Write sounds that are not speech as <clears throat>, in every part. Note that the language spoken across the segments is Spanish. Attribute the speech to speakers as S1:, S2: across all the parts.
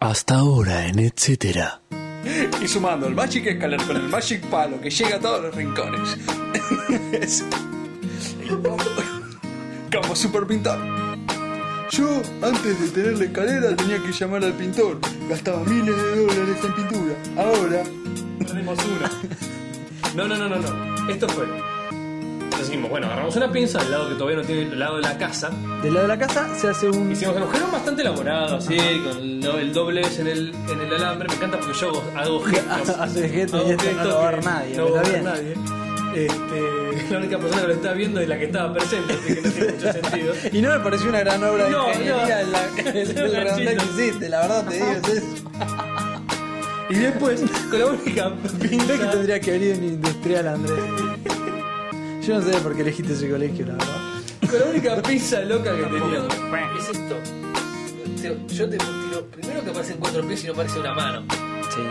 S1: Hasta ahora en etcétera.
S2: Y sumando el Magic Escalar con el Magic Palo que llega a todos
S3: <laughs>
S2: los rincones. Es- Como super pintor. Yo, antes de tener la escalera, tenía que llamar al pintor. Gastaba miles de dólares en pintura. Ahora,
S4: Perdimos una. No, no, no, no, no. Esto fue. Entonces dijimos, bueno, agarramos una pinza del lado que todavía no tiene, el lado de la casa.
S3: Del lado de la casa se hace un.
S4: Hicimos agujeros bastante elaborados, así, con el, do- el doble S en el, en el alambre. Me encanta porque yo
S3: <laughs>
S4: hago gestos.
S3: Hace gestos
S4: Hago
S3: y esto no
S4: gestos
S3: lo va a
S4: que
S3: ver nadie,
S4: No va a
S3: pero
S4: ver
S3: está
S4: nadie. Este, la única persona que lo está viendo es la que estaba presente, así que no tiene mucho
S3: <laughs>
S4: sentido.
S3: Y no me pareció una gran obra de
S4: No,
S3: ingeniería
S4: no.
S3: en
S4: <laughs>
S3: la, en
S4: No,
S3: el redondel que
S4: Nachito.
S3: hiciste, la verdad te digo,
S4: <laughs>
S3: es eso.
S4: Y después, con la única
S3: Pensé que
S4: pinza.
S3: tendría que venir un industrial, Andrés. Yo no sé por qué elegiste ese colegio, la verdad.
S4: Con la única pizza loca que tenía. Es esto.
S5: Te- Yo te tiro. Primero que aparecen cuatro pies y no aparece una mano.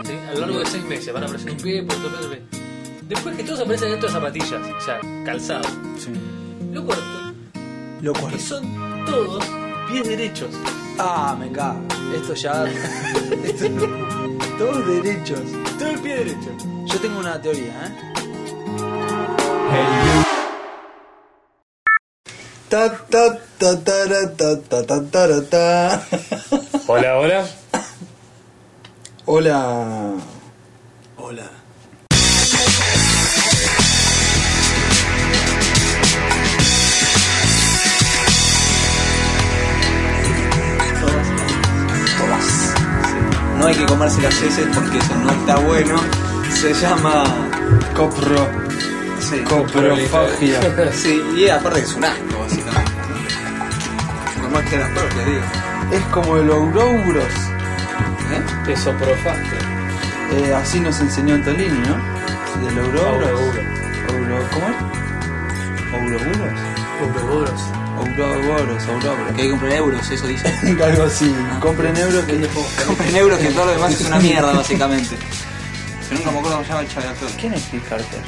S5: ¿sí? A lo largo de seis meses van a aparecer un pie, por otro pie, otro pie. Después que todos aparecen dentro de zapatillas, o sea, calzado. Lo corto.
S3: Lo
S5: Y
S3: cual.
S5: son todos pies derechos.
S3: Ah, me encanta. Esto ya. esto- Todos derechos.
S4: Todo el pie derecho.
S3: Yo tengo una teoría, ¿eh?
S2: Ta, ta, ta, tara, ta, ta, ta, tara, ta.
S4: Hola, hola.
S2: Hola. Hola.
S6: Tomás. No hay que comerse las heces porque eso no está bueno. Se llama
S2: Copro.
S6: sí,
S2: Coprofagia. <laughs>
S6: Sí, y aparte es un asco, básicamente. Normal que sean las propias, digo.
S2: Es como el Ourouros.
S6: ¿Eh?
S5: Te soprofaste.
S2: Eh, así nos enseñó Antolini, ¿no? Del Ourouros. Ouro- ¿Cómo es? ¿Ouroburos? Ouroboros, Ouroboros.
S6: Que hay que comprar euros, eso dice.
S2: <laughs> Algo así. Compren euros que
S6: Compren euros que todo lo demás es una mierda, básicamente. Pero nunca me acuerdo cómo se llama el chaval actor.
S2: ¿Quién es Phil Carter?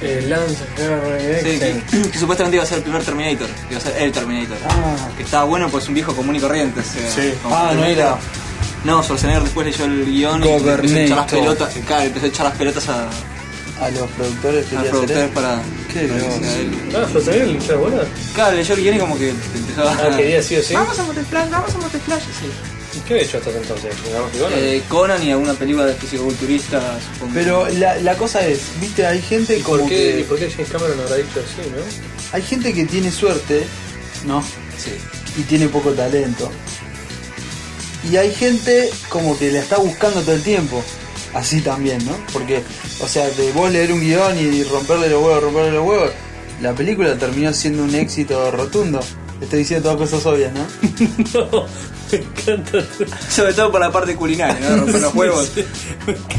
S5: eh,
S4: Lance
S6: Sí, que, que supuestamente iba a ser el primer Terminator, que iba a ser el Terminator.
S2: Ah.
S6: Que estaba bueno, pues un viejo común y corriente. se- como
S2: Ah, no
S6: Terminator.
S2: era.
S6: No, Schwarzenegger después leyó el guión y empezó a echar las
S2: Gobernator.
S6: pelotas, claro, empezó a echar las pelotas a, a
S2: A los productores
S6: los
S2: quería hacer
S6: productores
S2: esto.
S6: para.
S2: Qué
S6: para que
S2: groso.
S6: sea él.
S4: Ah, José, ¿el hincha de bola?
S6: Claro, leyó el guión y como que empezó a.
S4: Ah, quería sí o sí.
S6: Vamos a Montesplash, vamos a Montesplash, sí.
S4: ¿Qué había hecho hasta entonces? ¿Jugamos igual?
S6: Eh, Conan y alguna película de fisicoculturista, supongo.
S2: Pero la, la cosa es, viste, hay gente
S4: ¿Y por
S2: como
S4: qué, ¿Y
S2: que.
S4: por qué James Cameron habrá dicho así, no?
S2: Hay gente que tiene suerte, ¿no?
S6: Sí.
S2: Y tiene poco talento. Y hay gente como que la está buscando todo el tiempo. Así también, ¿no? Porque, o sea, de vos leer un guión y romperle los huevos, romperle los huevos, la película terminó siendo un éxito rotundo. Estoy diciendo todas cosas obvias, ¿no? <laughs>
S4: No, me encanta. <laughs>
S6: Sobre todo por la parte culinaria, ¿no? <laughs> Romper los huevos.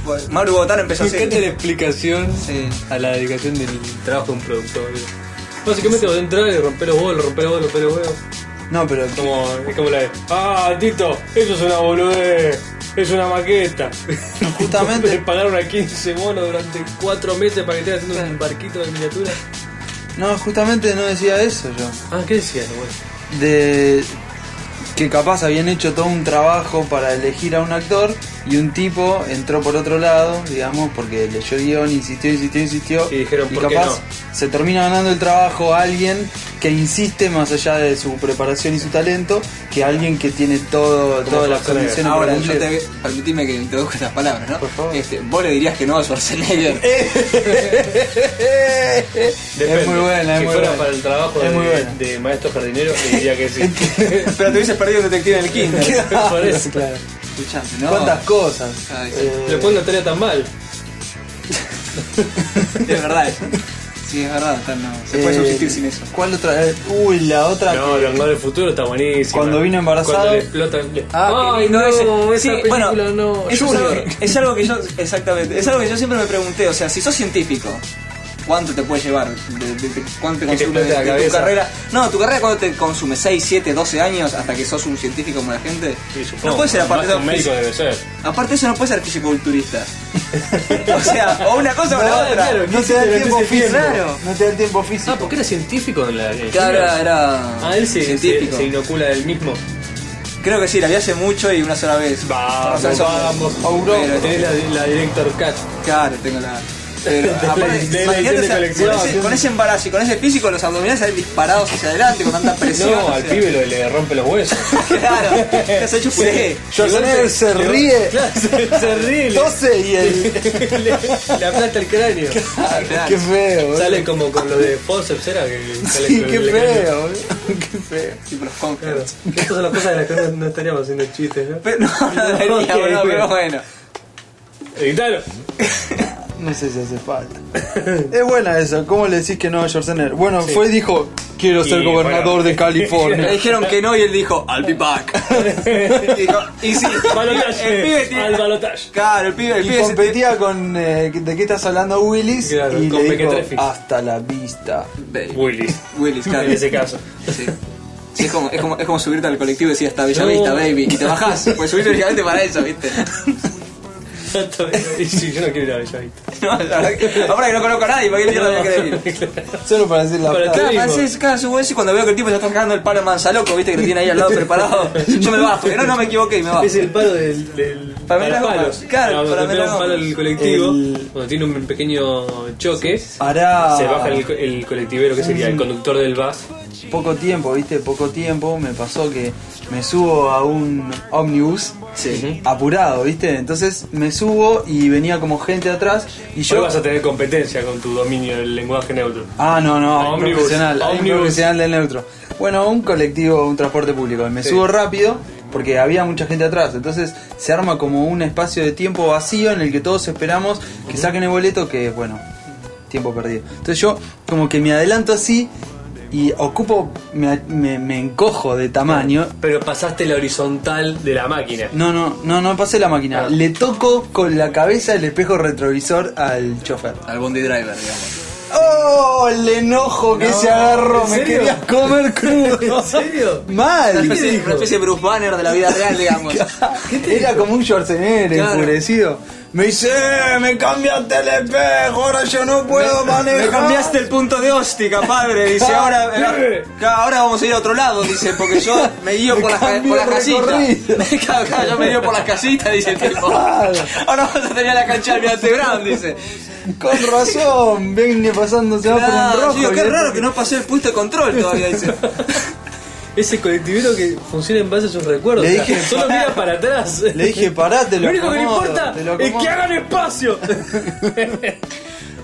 S6: Bueno, Mauro Botán empezó a hacer.
S4: explicación
S6: Sí.
S4: a la dedicación del trabajo de un productor. ¿no? Básicamente, vos entrar y romper los huevos, romper los huevos, romper los huevos.
S2: No, pero
S4: Como, es como la de. ¡Ah, Tito! Eso es una boludez. Es una maqueta.
S2: <laughs> Justamente.
S4: Le pagaron a 15 monos durante 4 meses para que esté haciendo un barquito de miniatura.
S2: no, justamente no decía eso yo.
S4: Ah, ¿qué decías, güey?
S2: de que capaz habían hecho todo un trabajo para elegir a un actor y un tipo entró por otro lado, digamos, porque leyó el guión, insistió, insistió, insistió.
S4: Y dijeron, ¿por qué
S2: capaz
S4: no?
S2: se termina ganando el trabajo a alguien que insiste más allá de su preparación y su talento que alguien que tiene todo, todas las
S4: Schwarzenegger.
S2: condiciones
S6: Ahora,
S2: para
S6: yo
S2: cumplir.
S6: te, permitime que introduzca estas palabras, ¿no?
S2: Por favor.
S6: Este, vos le dirías que no a <laughs> Schwarzenegger.
S2: Es muy buena, es
S4: si
S2: muy
S4: fuera
S2: buena.
S4: para el trabajo
S2: Es muy
S4: de,
S2: buena.
S4: de maestro jardinero, le diría
S2: <laughs>
S4: que sí. <laughs>
S6: Pero te hubieses perdido un detective en el kinder.
S4: Por eso.
S2: Claro.
S6: <laughs> Escuchame, ¿no?
S2: ¿Cuántas cosas?
S6: Ay,
S2: Eh,
S4: Después no estaría tan mal.
S6: Es verdad eso. Sí, es verdad. está, no, se puede
S2: eh,
S6: subsistir sin eso.
S2: ¿Cuál otra? Eh, Uy, la otra.
S4: No, el hangar del futuro está buenísimo.
S2: Cuando vino embarazado.
S4: Cuando le explotan. le-
S6: Ah,
S4: Ay,
S6: que-
S4: no,
S6: ese-
S4: esa
S6: sí,
S4: película
S6: bueno,
S4: no.
S6: eso es,
S4: Junior.
S6: algo, es algo que yo, exactamente, es algo que yo siempre me pregunté, o sea, si sos científico, ¿cuánto te puede llevar? De- de- de- ¿Cuánto te
S4: Que te explote la
S6: consume de- de tu
S4: cabeza.
S6: carrera? No, tu carrera cuando te consume 6, 7, 12 años hasta que sos un científico como la gente.
S4: Sí, supongo.
S6: no puede ser aparte
S4: Más
S6: de
S4: un médico debe ser.
S6: Aparte de eso no puede ser
S4: <laughs>
S6: fisiculturista. o sea, o una cosa o la otra.
S4: claro,
S2: no te da el tiempo físico.
S6: Claro.
S2: No te da el tiempo físico.
S4: Ah, porque era científico en la. en el
S6: Claro,
S4: Junior?
S6: era
S4: Ah, él se, se,
S6: científico.
S4: se inocula del mismo.
S6: Creo que sí, la vi hace mucho y una sola vez.
S2: Vamos,
S6: O sea, eso-
S2: vamos, Auro.
S6: Pero
S7: Tenés la, la Director Cat.
S6: Claro, tengo la. Pero, aparte,
S2: de la edición
S6: imagínate,
S2: de
S6: o sea,
S2: colección.
S6: con, ese, con ese embarazo y con ese físico, los abdominales salen disparados hacia adelante con tanta presión.
S7: No,
S6: o
S7: al
S6: sea,
S7: pibe lo- le rompe los huesos.
S6: <laughs> Claro, te has hecho puré.
S2: Schwarzenegger se ríe,
S7: Claro, se, se ríe, le,
S2: tose y el.
S7: <laughs>
S2: Ah,
S7: le- le aplasta el cráneo.
S6: Claro, claro.
S2: Qué feo, boludo.
S7: Sale como con lo de Fawcett, ¿era? Que, que
S2: Sí,
S7: le-
S2: <laughs> qué
S7: le-
S2: feo, boludo. Qué feo.
S6: Tipo los concretos.
S7: Claro, estas son las cosas de las que no, no estaríamos haciendo chistes, ¿no?
S6: Pero, <laughs> no, no,
S7: No,
S6: debería,
S7: ok,
S6: boludo, pero
S7: pero-
S6: bueno.
S4: Editalo.
S2: No sé si hace falta. es buena eso, ¿cómo le decís que no a Schwarzenegger? Bueno, fue y dijo, quiero ser
S4: Y
S2: gobernador
S4: bueno.
S2: de
S6: Le <laughs>
S2: California.
S6: dijeron que no y él dijo, I'll be back. y, dijo, y sí, el pibe
S4: Balotage.
S6: tiene-
S4: Al balotage.
S6: Claro, el pibe, el
S2: Y
S6: pibe se-
S2: competía con... eh, ¿De qué estás hablando, Willis?
S7: Claro,
S2: y
S7: con
S2: le dijo,
S7: Mequetrefi.
S2: hasta la vista.
S6: Babe.
S4: Willis.
S6: Willis, claro.
S4: En ese caso.
S6: Sí. Sí, es, como, es, como, es como subirte al colectivo y decir hasta Bellavista,
S4: No.
S6: baby. Y te bajás, pues subiste únicamente para eso, ¿viste? <laughs>
S4: Y sí, yo no quiero ir a Bellavista.
S6: No, la verdad que, ahora que no conozco a nadie, ¿para qué mierda me querés ir?
S2: Solo para decir la
S4: <laughs> Para
S2: verdad.
S4: ti.
S6: Claro, Francés, claro, subo eso y cuando veo que el tipo ya está sacando el palo de manzaloco, viste que lo tiene ahí al
S2: <laughs>
S6: lado preparado, yo me bajo, no, no me equivoqué y me bajo.
S7: Es el palo del. del
S6: Para
S4: Para
S6: mí la goma.
S4: palos.
S6: Claro,
S4: Cuando
S6: para mí
S4: pega
S6: la
S4: un
S6: goma.
S4: palo el colectivo,
S2: El- Ah.
S4: cuando tiene un pequeño choque,
S2: Hará
S4: se baja el, el colectivero, que sería el conductor del bus.
S2: poco tiempo, ¿viste? Poco tiempo me pasó que me subo a un ómnibus
S6: Sí.
S2: apurado, ¿viste? Entonces me subo y venía como gente atrás y
S4: Hoy
S2: yo...
S4: vas a tener competencia con tu dominio del lenguaje neutro.
S2: Ah, no, no, hay un
S4: Ómnibus,
S2: profesional, hay un
S4: ómnibus.
S2: profesional del neutro. Bueno, un colectivo, un transporte público. Me subo rápido porque había mucha gente atrás. Entonces se arma como un espacio de tiempo vacío en el que todos esperamos que saquen el boleto, que bueno, tiempo perdido. Entonces yo como que me adelanto así y ocupo, me, me- me encojo de tamaño.
S4: Pero pasaste la horizontal de la máquina.
S2: No, no, no, no pasé la máquina.
S4: Ah.
S2: Le toco con la cabeza el espejo retrovisor al chofer.
S6: Al bondi driver, digamos.
S2: ¡Oh! El enojo que se agarró, me quería comer crudo.
S4: <laughs>
S7: ¿En serio?
S2: Mal.
S6: Una especie, una especie de Bruce Banner de la vida real, digamos.
S2: <laughs> Era como un Schwarzenegger
S6: Claro.
S2: enfurecido. Me dice, "Eh, me cambiaste el espejo, ahora yo no puedo manejar.
S6: Me cambiaste el punto de óstica, padre. Dice, ahora, eh, ahora vamos a ir a otro lado, dice, porque yo me guío por las ca- por las
S2: cambié el
S6: casitas. <laughs> Claro, claro, yo me guío por las casitas, dice el tipo. Ahora vamos a tener la cancha de Almirante Brown, dice.
S2: Con razón, viene pasándose va
S6: Claro,
S2: por un rojo.
S6: Ah, digo,
S2: y
S6: qué
S2: otro-
S6: raro que no pasé el puesto de control todavía, dice.
S7: Ese colectivero que funciona en base a sus recuerdos.
S2: Le
S7: o sea,
S2: dije,
S7: solo
S2: pará.
S7: mira para atrás.
S2: <laughs> Le dije, pará, te lo
S7: Lo único que le
S2: acomodo,
S7: importa
S2: te lo
S7: es que
S2: acomodo".
S7: hagan
S2: <laughs>
S7: espacio.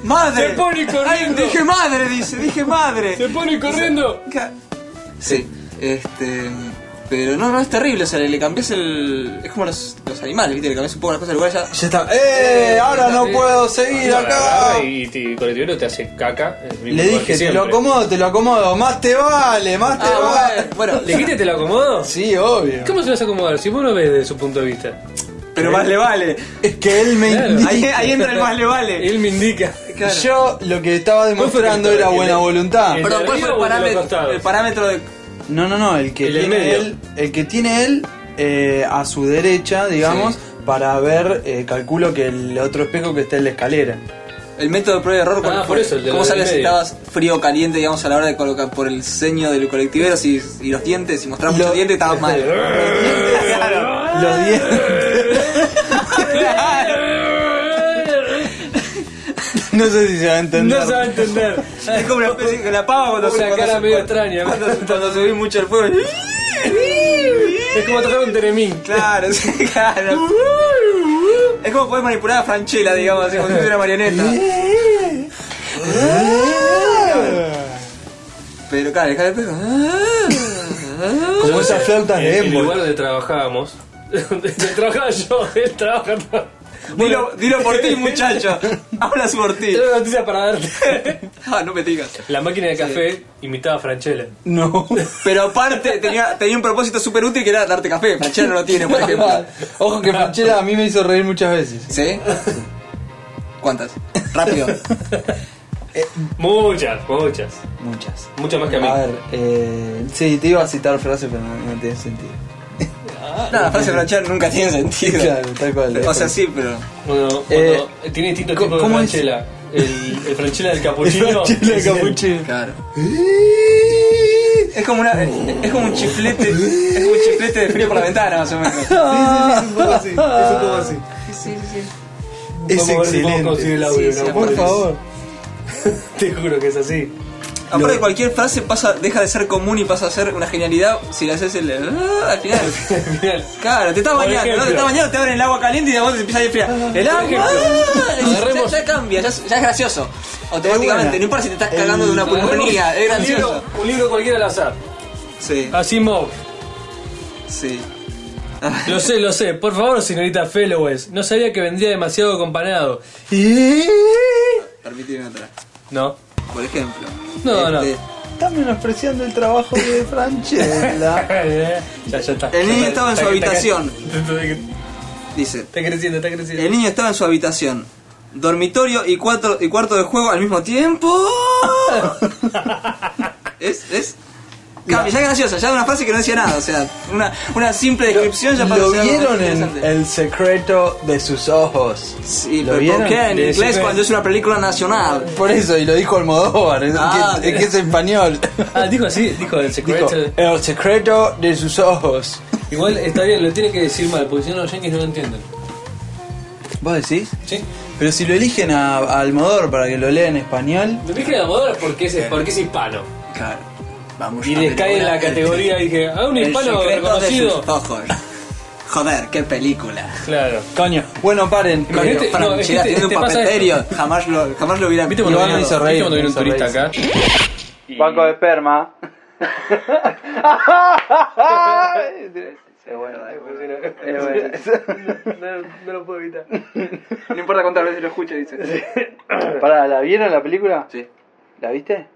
S6: ¡Madre!
S7: Se pone
S6: Ay,
S7: corriendo.
S6: dije madre, dice, dije
S4: Se
S6: madre.
S4: pone corriendo.
S6: Ca- Sí, este. Pero no, no es terrible, o sea, le, le cambias el. Es como los, los animales, ¿viste? Le cambias un poco las cosas al lugar ya.
S2: Ya está, ¡eh! Ahora no puedo seguir acá.
S4: Y, te- el colectivero te hace caca. en el mismo
S2: Le
S4: lugar que
S2: dije, te
S4: siempre.
S2: lo acomodo, te lo acomodo. Más te vale, más te
S6: Ah,
S2: vale.
S6: bueno,
S4: ¿Le dijiste te lo acomodo?
S2: Sí, obvio.
S4: ¿Cómo se vas a acomodar? Si vos no ves desde su punto de vista.
S6: pero más le vale.
S2: Es que él me
S4: Claro.
S2: indica-
S6: Ahí, ahí entra el más le vale.
S4: Él me indica.
S6: Claro.
S2: Yo lo que estaba demostrando era buena voluntad.
S4: el-
S6: Perdón, ¿cuál fue el
S4: ¿El de arriba o el de los
S6: parámetro,
S4: costados?
S6: el parámetro de.
S2: No, no, no, el que
S4: El del
S2: tiene
S4: medio.
S2: él, el que tiene él eh, a su derecha, digamos,
S6: Sí.
S2: para ver, eh, calculo que el otro espejo que está en la escalera.
S6: El método de prueba y error, ¿cuál
S4: Ah,
S6: fue?
S4: por eso, el de
S6: ¿cómo
S4: los del
S6: sabes si
S4: medio.
S6: estabas frío o caliente, digamos, a la hora de colocar por el ceño del colectivero si, y los dientes? Si mostrabas muchos
S2: Lo-
S6: dientes, estabas mal.
S2: Claro, los dientes. no sé si se va a entender.
S4: No se va a entender.
S6: <laughs>
S4: Ah,
S6: Es como una especie de la pava cuando
S4: Una
S6: se cuando
S4: cara
S6: se-
S4: medio extraña.
S6: Cuando, cuando subís mucho el fuego.
S4: Es como tocar un teremín.
S6: Claro, sí, <laughs> claro. Es como poder manipular a Franchella, digamos, así como si fuera una marioneta. Pero claro, dejar el <laughs> peso.
S2: Como esas flautas de
S4: En el lugar
S2: Embol.
S4: donde trabajábamos. <laughs> Donde trabajaba yo, él trabaja.
S6: Dilo, dilo por ti, muchacho. Hablas por ti. <laughs>
S4: Tengo una noticia para darte.
S6: Ah, no me digas.
S4: La máquina de café imitaba a Franchella.
S2: No.
S6: Pero aparte tenía, tenía un propósito súper útil que era darte café. Franchella no lo tiene, por ejemplo.
S2: Ojo que Franchella a mí me hizo reír muchas veces.
S6: ¿Sí? ¿Cuántas? Rápido.
S4: Muchas, muchas.
S2: Muchas.
S4: Muchas más que a mí.
S2: A ver, eh, sí, te iba a citar frases, pero no, no tiene sentido.
S6: No, la frase Franchella nunca tiene
S2: <laughs>
S6: sentido.
S2: Claro, tal cual.
S6: O sea, sí, pero.
S4: Bueno,
S2: Eh,
S4: cuando- tiene distintos
S2: ¿cómo-
S4: tipos de
S2: cómo es?
S4: franchela.
S6: <laughs>
S2: <laughs>
S4: El, el franchela del capuchino.
S2: Franchella
S4: es el-
S2: Capuchino.
S6: Claro. Es como una. Es como un chiflete. Es como un chiflete de frío por la ventana, más o menos.
S2: es un poco así, es un poco así.
S6: Sí, sí, sí.
S2: Es
S8: Vamos a ver si podemos conseguir
S2: excelente.
S8: el audio,
S6: Sí,
S8: ¿no?
S6: sí,
S2: Por
S4: <laughs>
S6: Pobre.
S2: favor. Te juro que es así.
S6: Aparte, cualquier frase pasa, deja de ser común y pasa a ser una genialidad si le haces el. "Ah", al final.
S4: Mirá,
S6: Claro, te estás
S4: Por
S6: bañando,
S4: ejemplo.
S6: ¿no? Te estás bañando, te abren el agua caliente y de vos te empieza a enfriar. El agua.
S4: ejemplo.
S6: ah, ya-
S4: Agarremos-
S6: Ya, cambia, ya, es- ya es gracioso. Automáticamente,
S2: buena.
S6: no importa si te estás cagando de una pulmonía, pues, es
S4: un, libro,
S6: gracioso.
S4: un libro cualquiera al azar.
S6: Sí,
S4: Asimov.
S6: sí.
S4: Lo sé, lo sé. Por favor, señorita Fellowes. No sabía que vendría demasiado acompañado.
S6: Permíteme otra.
S4: No.
S6: Por ejemplo. este,
S4: No, no.
S2: Estás menospreciando el trabajo de
S8: <laughs>
S2: Franchella.
S4: ya, <laughs> ya está.
S6: Ah. El niño estaba en su
S4: Está que- <laughs> está que-
S6: habitación. Dice.
S4: Está creciendo, está creciendo.
S6: El niño estaba en su habitación. Dormitorio y, cuatro, y cuarto de juego al mismo <laughs> tiempo. es, es. Cambia, ya es graciosa, ya es una frase que no decía nada, o sea, una, una simple descripción ya para
S2: Lo
S6: ser algo
S2: vieron en
S6: interesante.
S2: El secreto de sus ojos.
S6: Sí,
S2: ¿Lo
S6: pero
S2: vieron?
S6: ¿por qué en
S2: De
S6: inglés
S2: Secret-
S6: cuando es una película nacional?
S2: Por eso, y lo dijo Almodóvar, es
S6: Ah,
S2: que, es que
S8: <laughs>
S2: es español.
S4: Ah, dijo así, dijo el secreto.
S2: Dijo, el secreto de sus ojos.
S4: Igual está bien, lo tiene que decir mal, porque si no los yankees no lo entienden.
S2: ¿Vos decís?
S4: ¿Sí?
S2: Pero si lo eligen a, a Almodóvar para que lo lea en español,
S4: Me dije de Almodóvar porque es, porque es hispano.
S6: Claro, vamos
S4: Y
S6: a
S4: le
S6: ver
S4: cae en
S6: ahora
S4: la categoría, dije, ah, un
S6: El
S4: hispano
S6: secreto de sus
S4: reconocido.
S6: ojos. Joder, qué película.
S4: Claro.
S2: coño. Bueno, paren.
S4: No,
S2: coño.
S4: este-
S6: Para
S4: no, es que
S6: Michela
S4: te-
S6: tiene un
S4: te pasa
S6: papel serio, jamás lo, jamás lo hubiera
S4: ¿Viste cuando
S2: Iván
S4: viene-
S2: me hizo
S4: viste
S2: reír,
S4: cuando viene
S2: me
S4: un
S2: hizo
S4: turista
S2: reír.
S4: acá?
S2: Banco de <laughs> esperma.
S4: No lo puedo evitar.
S6: No importa cuántas veces lo escuche, dice.
S2: Pará, ¿la vieron la película?
S6: Sí.
S2: ¿La viste?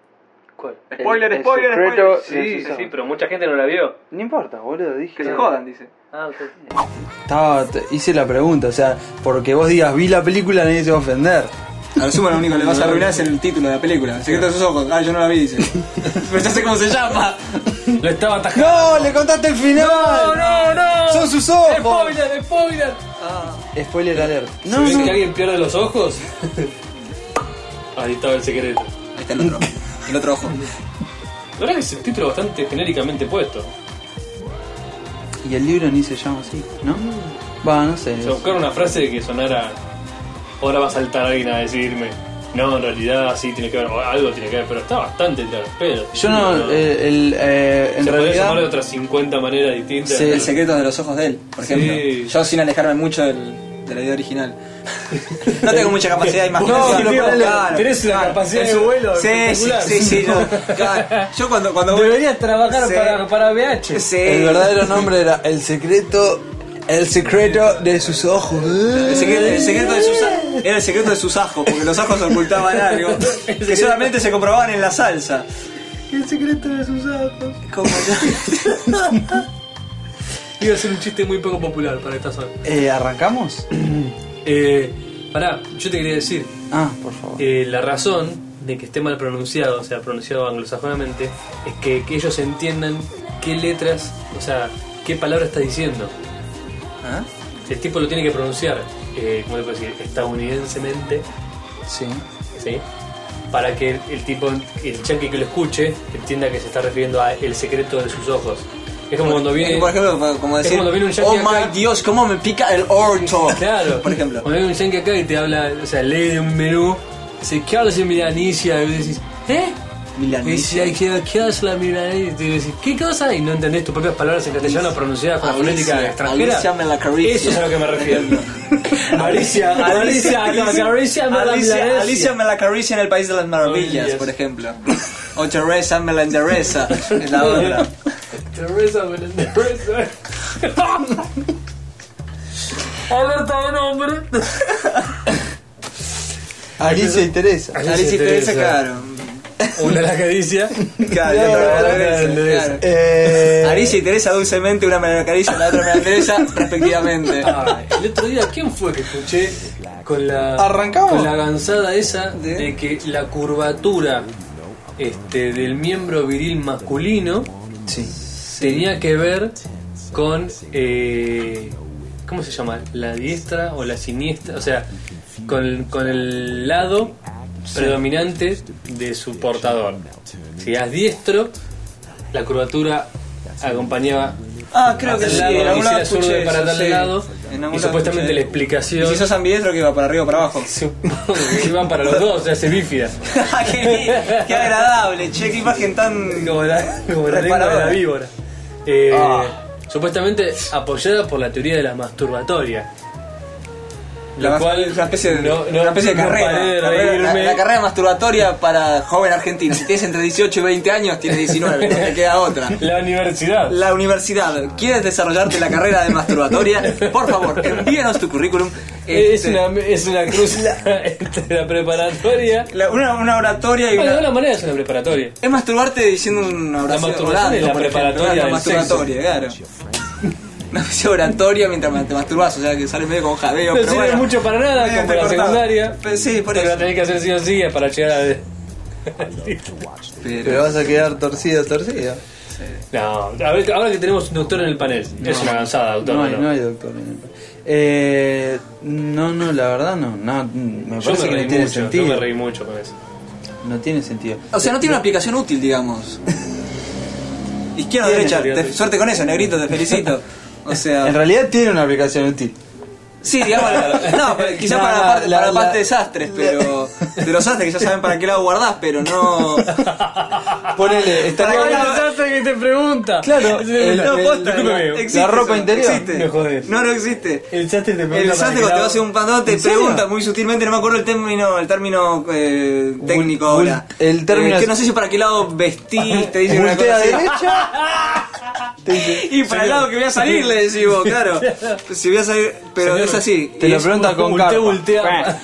S4: ¿Cuál?
S6: Spoiler,
S2: El- el
S6: spoiler,
S2: secreto
S6: spoiler.
S2: de sus ojos.
S4: pero mucha gente no la vio.
S2: No importa, boludo, dije.
S6: Que se jodan, dice.
S4: Ah, ok.
S2: Estaba, te- hice la pregunta, o sea, porque vos digas, vi la película, nadie se va a ofender.
S6: A lo sumo lo único que le vas a arruinar es el título de la película. El secreto de sus ojos. Ah, yo no la vi, <laughs> dice. Pero ya sé cómo se llama.
S4: Lo estaba atajando.
S2: ¡No! ¡Le contaste el final!
S4: no, no!
S2: ¡Son sus ojos!
S4: ¡Spoiler, spoiler!
S2: Spoiler alert. No,
S4: ¿Ven
S2: no.
S4: que alguien pierde los ojos? Ahí estaba el secreto.
S6: Ahí está Este el otro. El otro ojo.
S4: La verdad que es un título bastante genéricamente puesto.
S2: Y el libro ni se llama así, ¿no? Va, no sé.
S4: O sea, buscar una frase que sonara. Ahora va a saltar alguien a decirme. No, en realidad sí tiene que ver, o algo tiene que ver, pero está bastante entre los pelos.
S2: Yo no, eh, el, eh, en
S4: Se podría llamar de
S2: realidad.
S4: otras 50 maneras distintas.
S2: Sí,
S4: pero-
S6: El secreto de los ojos de él, por
S4: Sí.
S6: ejemplo. Yo sin alejarme mucho del, de la idea original. <laughs> No tengo mucha capacidad de
S2: No,
S6: imaginación.
S2: si lo ponele-
S4: tenés una capacidad
S6: es
S4: de
S6: un-
S4: vuelo
S6: Sí, sí,
S4: espectacular.
S6: sí, sí, <laughs> no. Claro, Yo cuando, cuando voy-
S4: Deberías trabajar
S6: Sí.
S4: para, para BH.
S6: Sí.
S2: El verdadero nombre era El secreto. El secreto de sus ojos.
S6: El secreto, el secreto de sus era el secreto de sus ajos, porque los ajos ocultaban
S4: <laughs>
S6: algo que solamente se comprobaban en la salsa.
S2: El secreto de sus ojos.
S6: Como
S4: <laughs> Iba a ser un chiste muy poco popular para esta zona.
S2: Eh, ¿Arrancamos?
S4: Eh, pará, yo te quería decir.
S2: Ah, por favor.
S4: Eh, la razón de que esté mal pronunciado, o sea, pronunciado anglosajonamente, es que, que ellos entiendan qué letras, o sea, qué palabra está diciendo.
S6: ¿Ah?
S4: El tipo lo tiene que pronunciar, eh, ¿cómo le puedo decir? Estadounidensemente,
S2: Sí.
S4: ¿sí? Para que el, el tipo, el chanque que lo escuche, entienda que se está refiriendo a el secreto de sus ojos. Es como cuando viene...
S6: Por ejemplo, como
S4: Es
S6: decir,
S4: cuando viene un yankee
S6: oh
S4: acá".
S6: my dios, cómo me pica el orto.
S4: Claro.
S6: Por ejemplo.
S4: Cuando hay un yankee acá y te habla, o sea, lee de un menú, dice, ¿qué hablas de milanesa? Y vos decís, ¿eh? Y
S6: Milanesa.
S4: si hay que, ¿qué haces la milanesa? Y te decís, ¿qué cosa? Y no entendés tus propias palabras en castellano pronunciadas con la
S6: Alicia,
S4: fonética extranjera.
S6: Alicia me la acaricia.
S4: Eso es a lo que me
S6: <laughs>
S4: refiero. Alicia, Alicia, Alicia, Alicia, me la
S6: Alicia,
S4: milanesa.
S6: Alicia me la acaricia en el país de las maravillas,
S4: Maravillas.
S6: por ejemplo. O Teresa me la endereza, es la otra.
S4: Teresa, me la <laughs> Teresa. Alerta de nombre.
S2: Alicia y Teresa.
S6: Alicia y Teresa, claro.
S4: Una la caricia.
S6: Claro, yo
S2: Claro,
S6: me la
S4: claro,
S6: acaricio,
S4: endereza.
S6: claro.
S2: Eh,
S6: Alicia y Teresa dulcemente, una me la acaricia, la otra me
S4: <laughs>
S6: la endereza, respectivamente.
S4: Ay, el otro día, ¿quién fue que escuché con la,
S2: Arrancamos.
S4: con la gansada esa de que la curvatura este, del miembro viril masculino
S6: Ah,
S4: tenía que ver con. eh, ¿Cómo se llama? ¿La diestra o la siniestra? O sea, con, con el lado predominante de su portador. Si eras diestro, la curvatura acompañaba
S6: Ah, creo que
S4: al
S6: sí,
S4: lado,
S6: en algún
S4: quisiera
S6: lado
S4: zurdo
S6: escuché
S4: para
S6: eso,
S4: tal
S6: sí.
S4: lado,
S6: En algún
S4: y
S6: lado
S4: supuestamente
S6: escuché.
S4: la
S6: Y
S4: explicación
S6: si sos ambidiestro que iba para arriba o para abajo.
S4: <laughs>
S6: <laughs>
S4: supongo que iban para los dos, se hace bífida.
S6: Ah, qué, qué agradable, che, qué imagen tan.
S4: Como la, como la lengua de la víbora. Eh, Supuestamente apoyada por la teoría de la masturbatoria.
S6: La
S4: lo
S6: mas-
S4: cual
S6: una especie de,
S4: no- no-
S6: una especie de
S4: no
S6: carrera.
S4: paré de
S6: Carrera, la,
S4: reírme.
S6: la carrera masturbatoria para joven argentino. Si tienes entre 18 y 20 años, tienes 19, no te queda otra.
S4: La universidad.
S6: La universidad, ¿quieres desarrollarte la carrera de masturbatoria? Por favor, envíanos tu currículum.
S4: Es
S6: Este,
S4: una, es una
S6: <laughs>
S4: cruz <laughs> entre la preparatoria.
S6: la- una, una oratoria y
S4: Bueno, de
S6: una.
S4: alguna manera es una preparatoria.
S6: Es masturbarte diciendo una oración.
S4: masturbación
S6: orando,
S4: es la
S6: por ejemplo,
S4: preparatoria
S6: La
S4: del
S6: masturbatoria, claro. <laughs> Una especie de oratoria mientras te masturbas, o sea que sales medio con jadeo.
S4: No
S6: pero
S4: sirve
S6: bueno.
S4: mucho para nada,
S6: Medio
S4: como la
S6: entrecortado.
S4: secundaria.
S6: Pero sí, por
S4: Porque la
S6: eso.
S4: tenés que hacer sí o sí para llegar a.
S2: Pero vas a quedar torcido, torcido.
S4: No, a ver, ahora que tenemos un doctor en el panel, es una avanzada, doctor.
S2: No hay,
S4: no.
S2: no hay doctor. en el- Eh, no, no, la verdad no. no me
S4: Yo
S2: parece
S4: me
S2: que
S4: reí
S2: no tiene
S4: mucho, yo
S2: sentido.
S4: me reí mucho con eso.
S2: No tiene sentido.
S6: O sea, no tiene una aplicación útil,
S2: <laughs>
S6: digamos. Izquierda o
S2: Tiene,
S6: derecha.
S4: digamos.
S6: Te- suerte con eso, negrito,
S2: <laughs>
S6: te felicito. O
S2: En
S6: sea,
S2: realidad tiene una aplicación útil.
S6: sí,
S2: <laughs>
S6: digamos, no, pero quizás
S2: No,
S6: para la
S2: no,
S6: parte,
S2: la-
S6: para la
S2: la-
S6: parte de sastres, pero de los sastres que ya saben para qué lado guardás,
S2: <laughs>
S6: pero no.
S2: Ponele, está
S6: Para
S4: ¿Cuál
S6: que
S4: es
S6: la-
S4: el sastre que te pregunta?
S2: Claro,
S6: <laughs>
S4: Es
S2: el-
S4: no,
S2: el-
S6: eh,
S4: posta, eh, discúlpeme.
S2: el- La ropa
S6: eso,
S2: interior.
S6: Existe.
S4: Me jodés.
S6: No, no existe.
S4: El sastre te pregunta.
S6: El sastre
S4: para
S6: cuando
S4: qué
S6: te va a
S4: lado-
S6: hacer un pandón te
S2: ¿En serio?
S6: pregunta muy sutilmente, no me acuerdo el término, el término eh, técnico
S2: bul-
S6: ahora.
S2: el término
S6: Eh, que
S2: es-
S6: no sé si para qué lado
S2: <laughs>
S6: vestís, te dice una cosa
S2: Voltea
S6: así.
S2: derecha. Te dice-
S6: Y para el lado que voy a salir, le decís vos, claro. Si voy a salir, pero
S4: Señor,
S6: es así.
S2: Te
S4: Y
S2: lo
S4: es
S2: pregunta
S4: un-
S2: con
S4: voltea,
S2: carpa.
S4: voltea.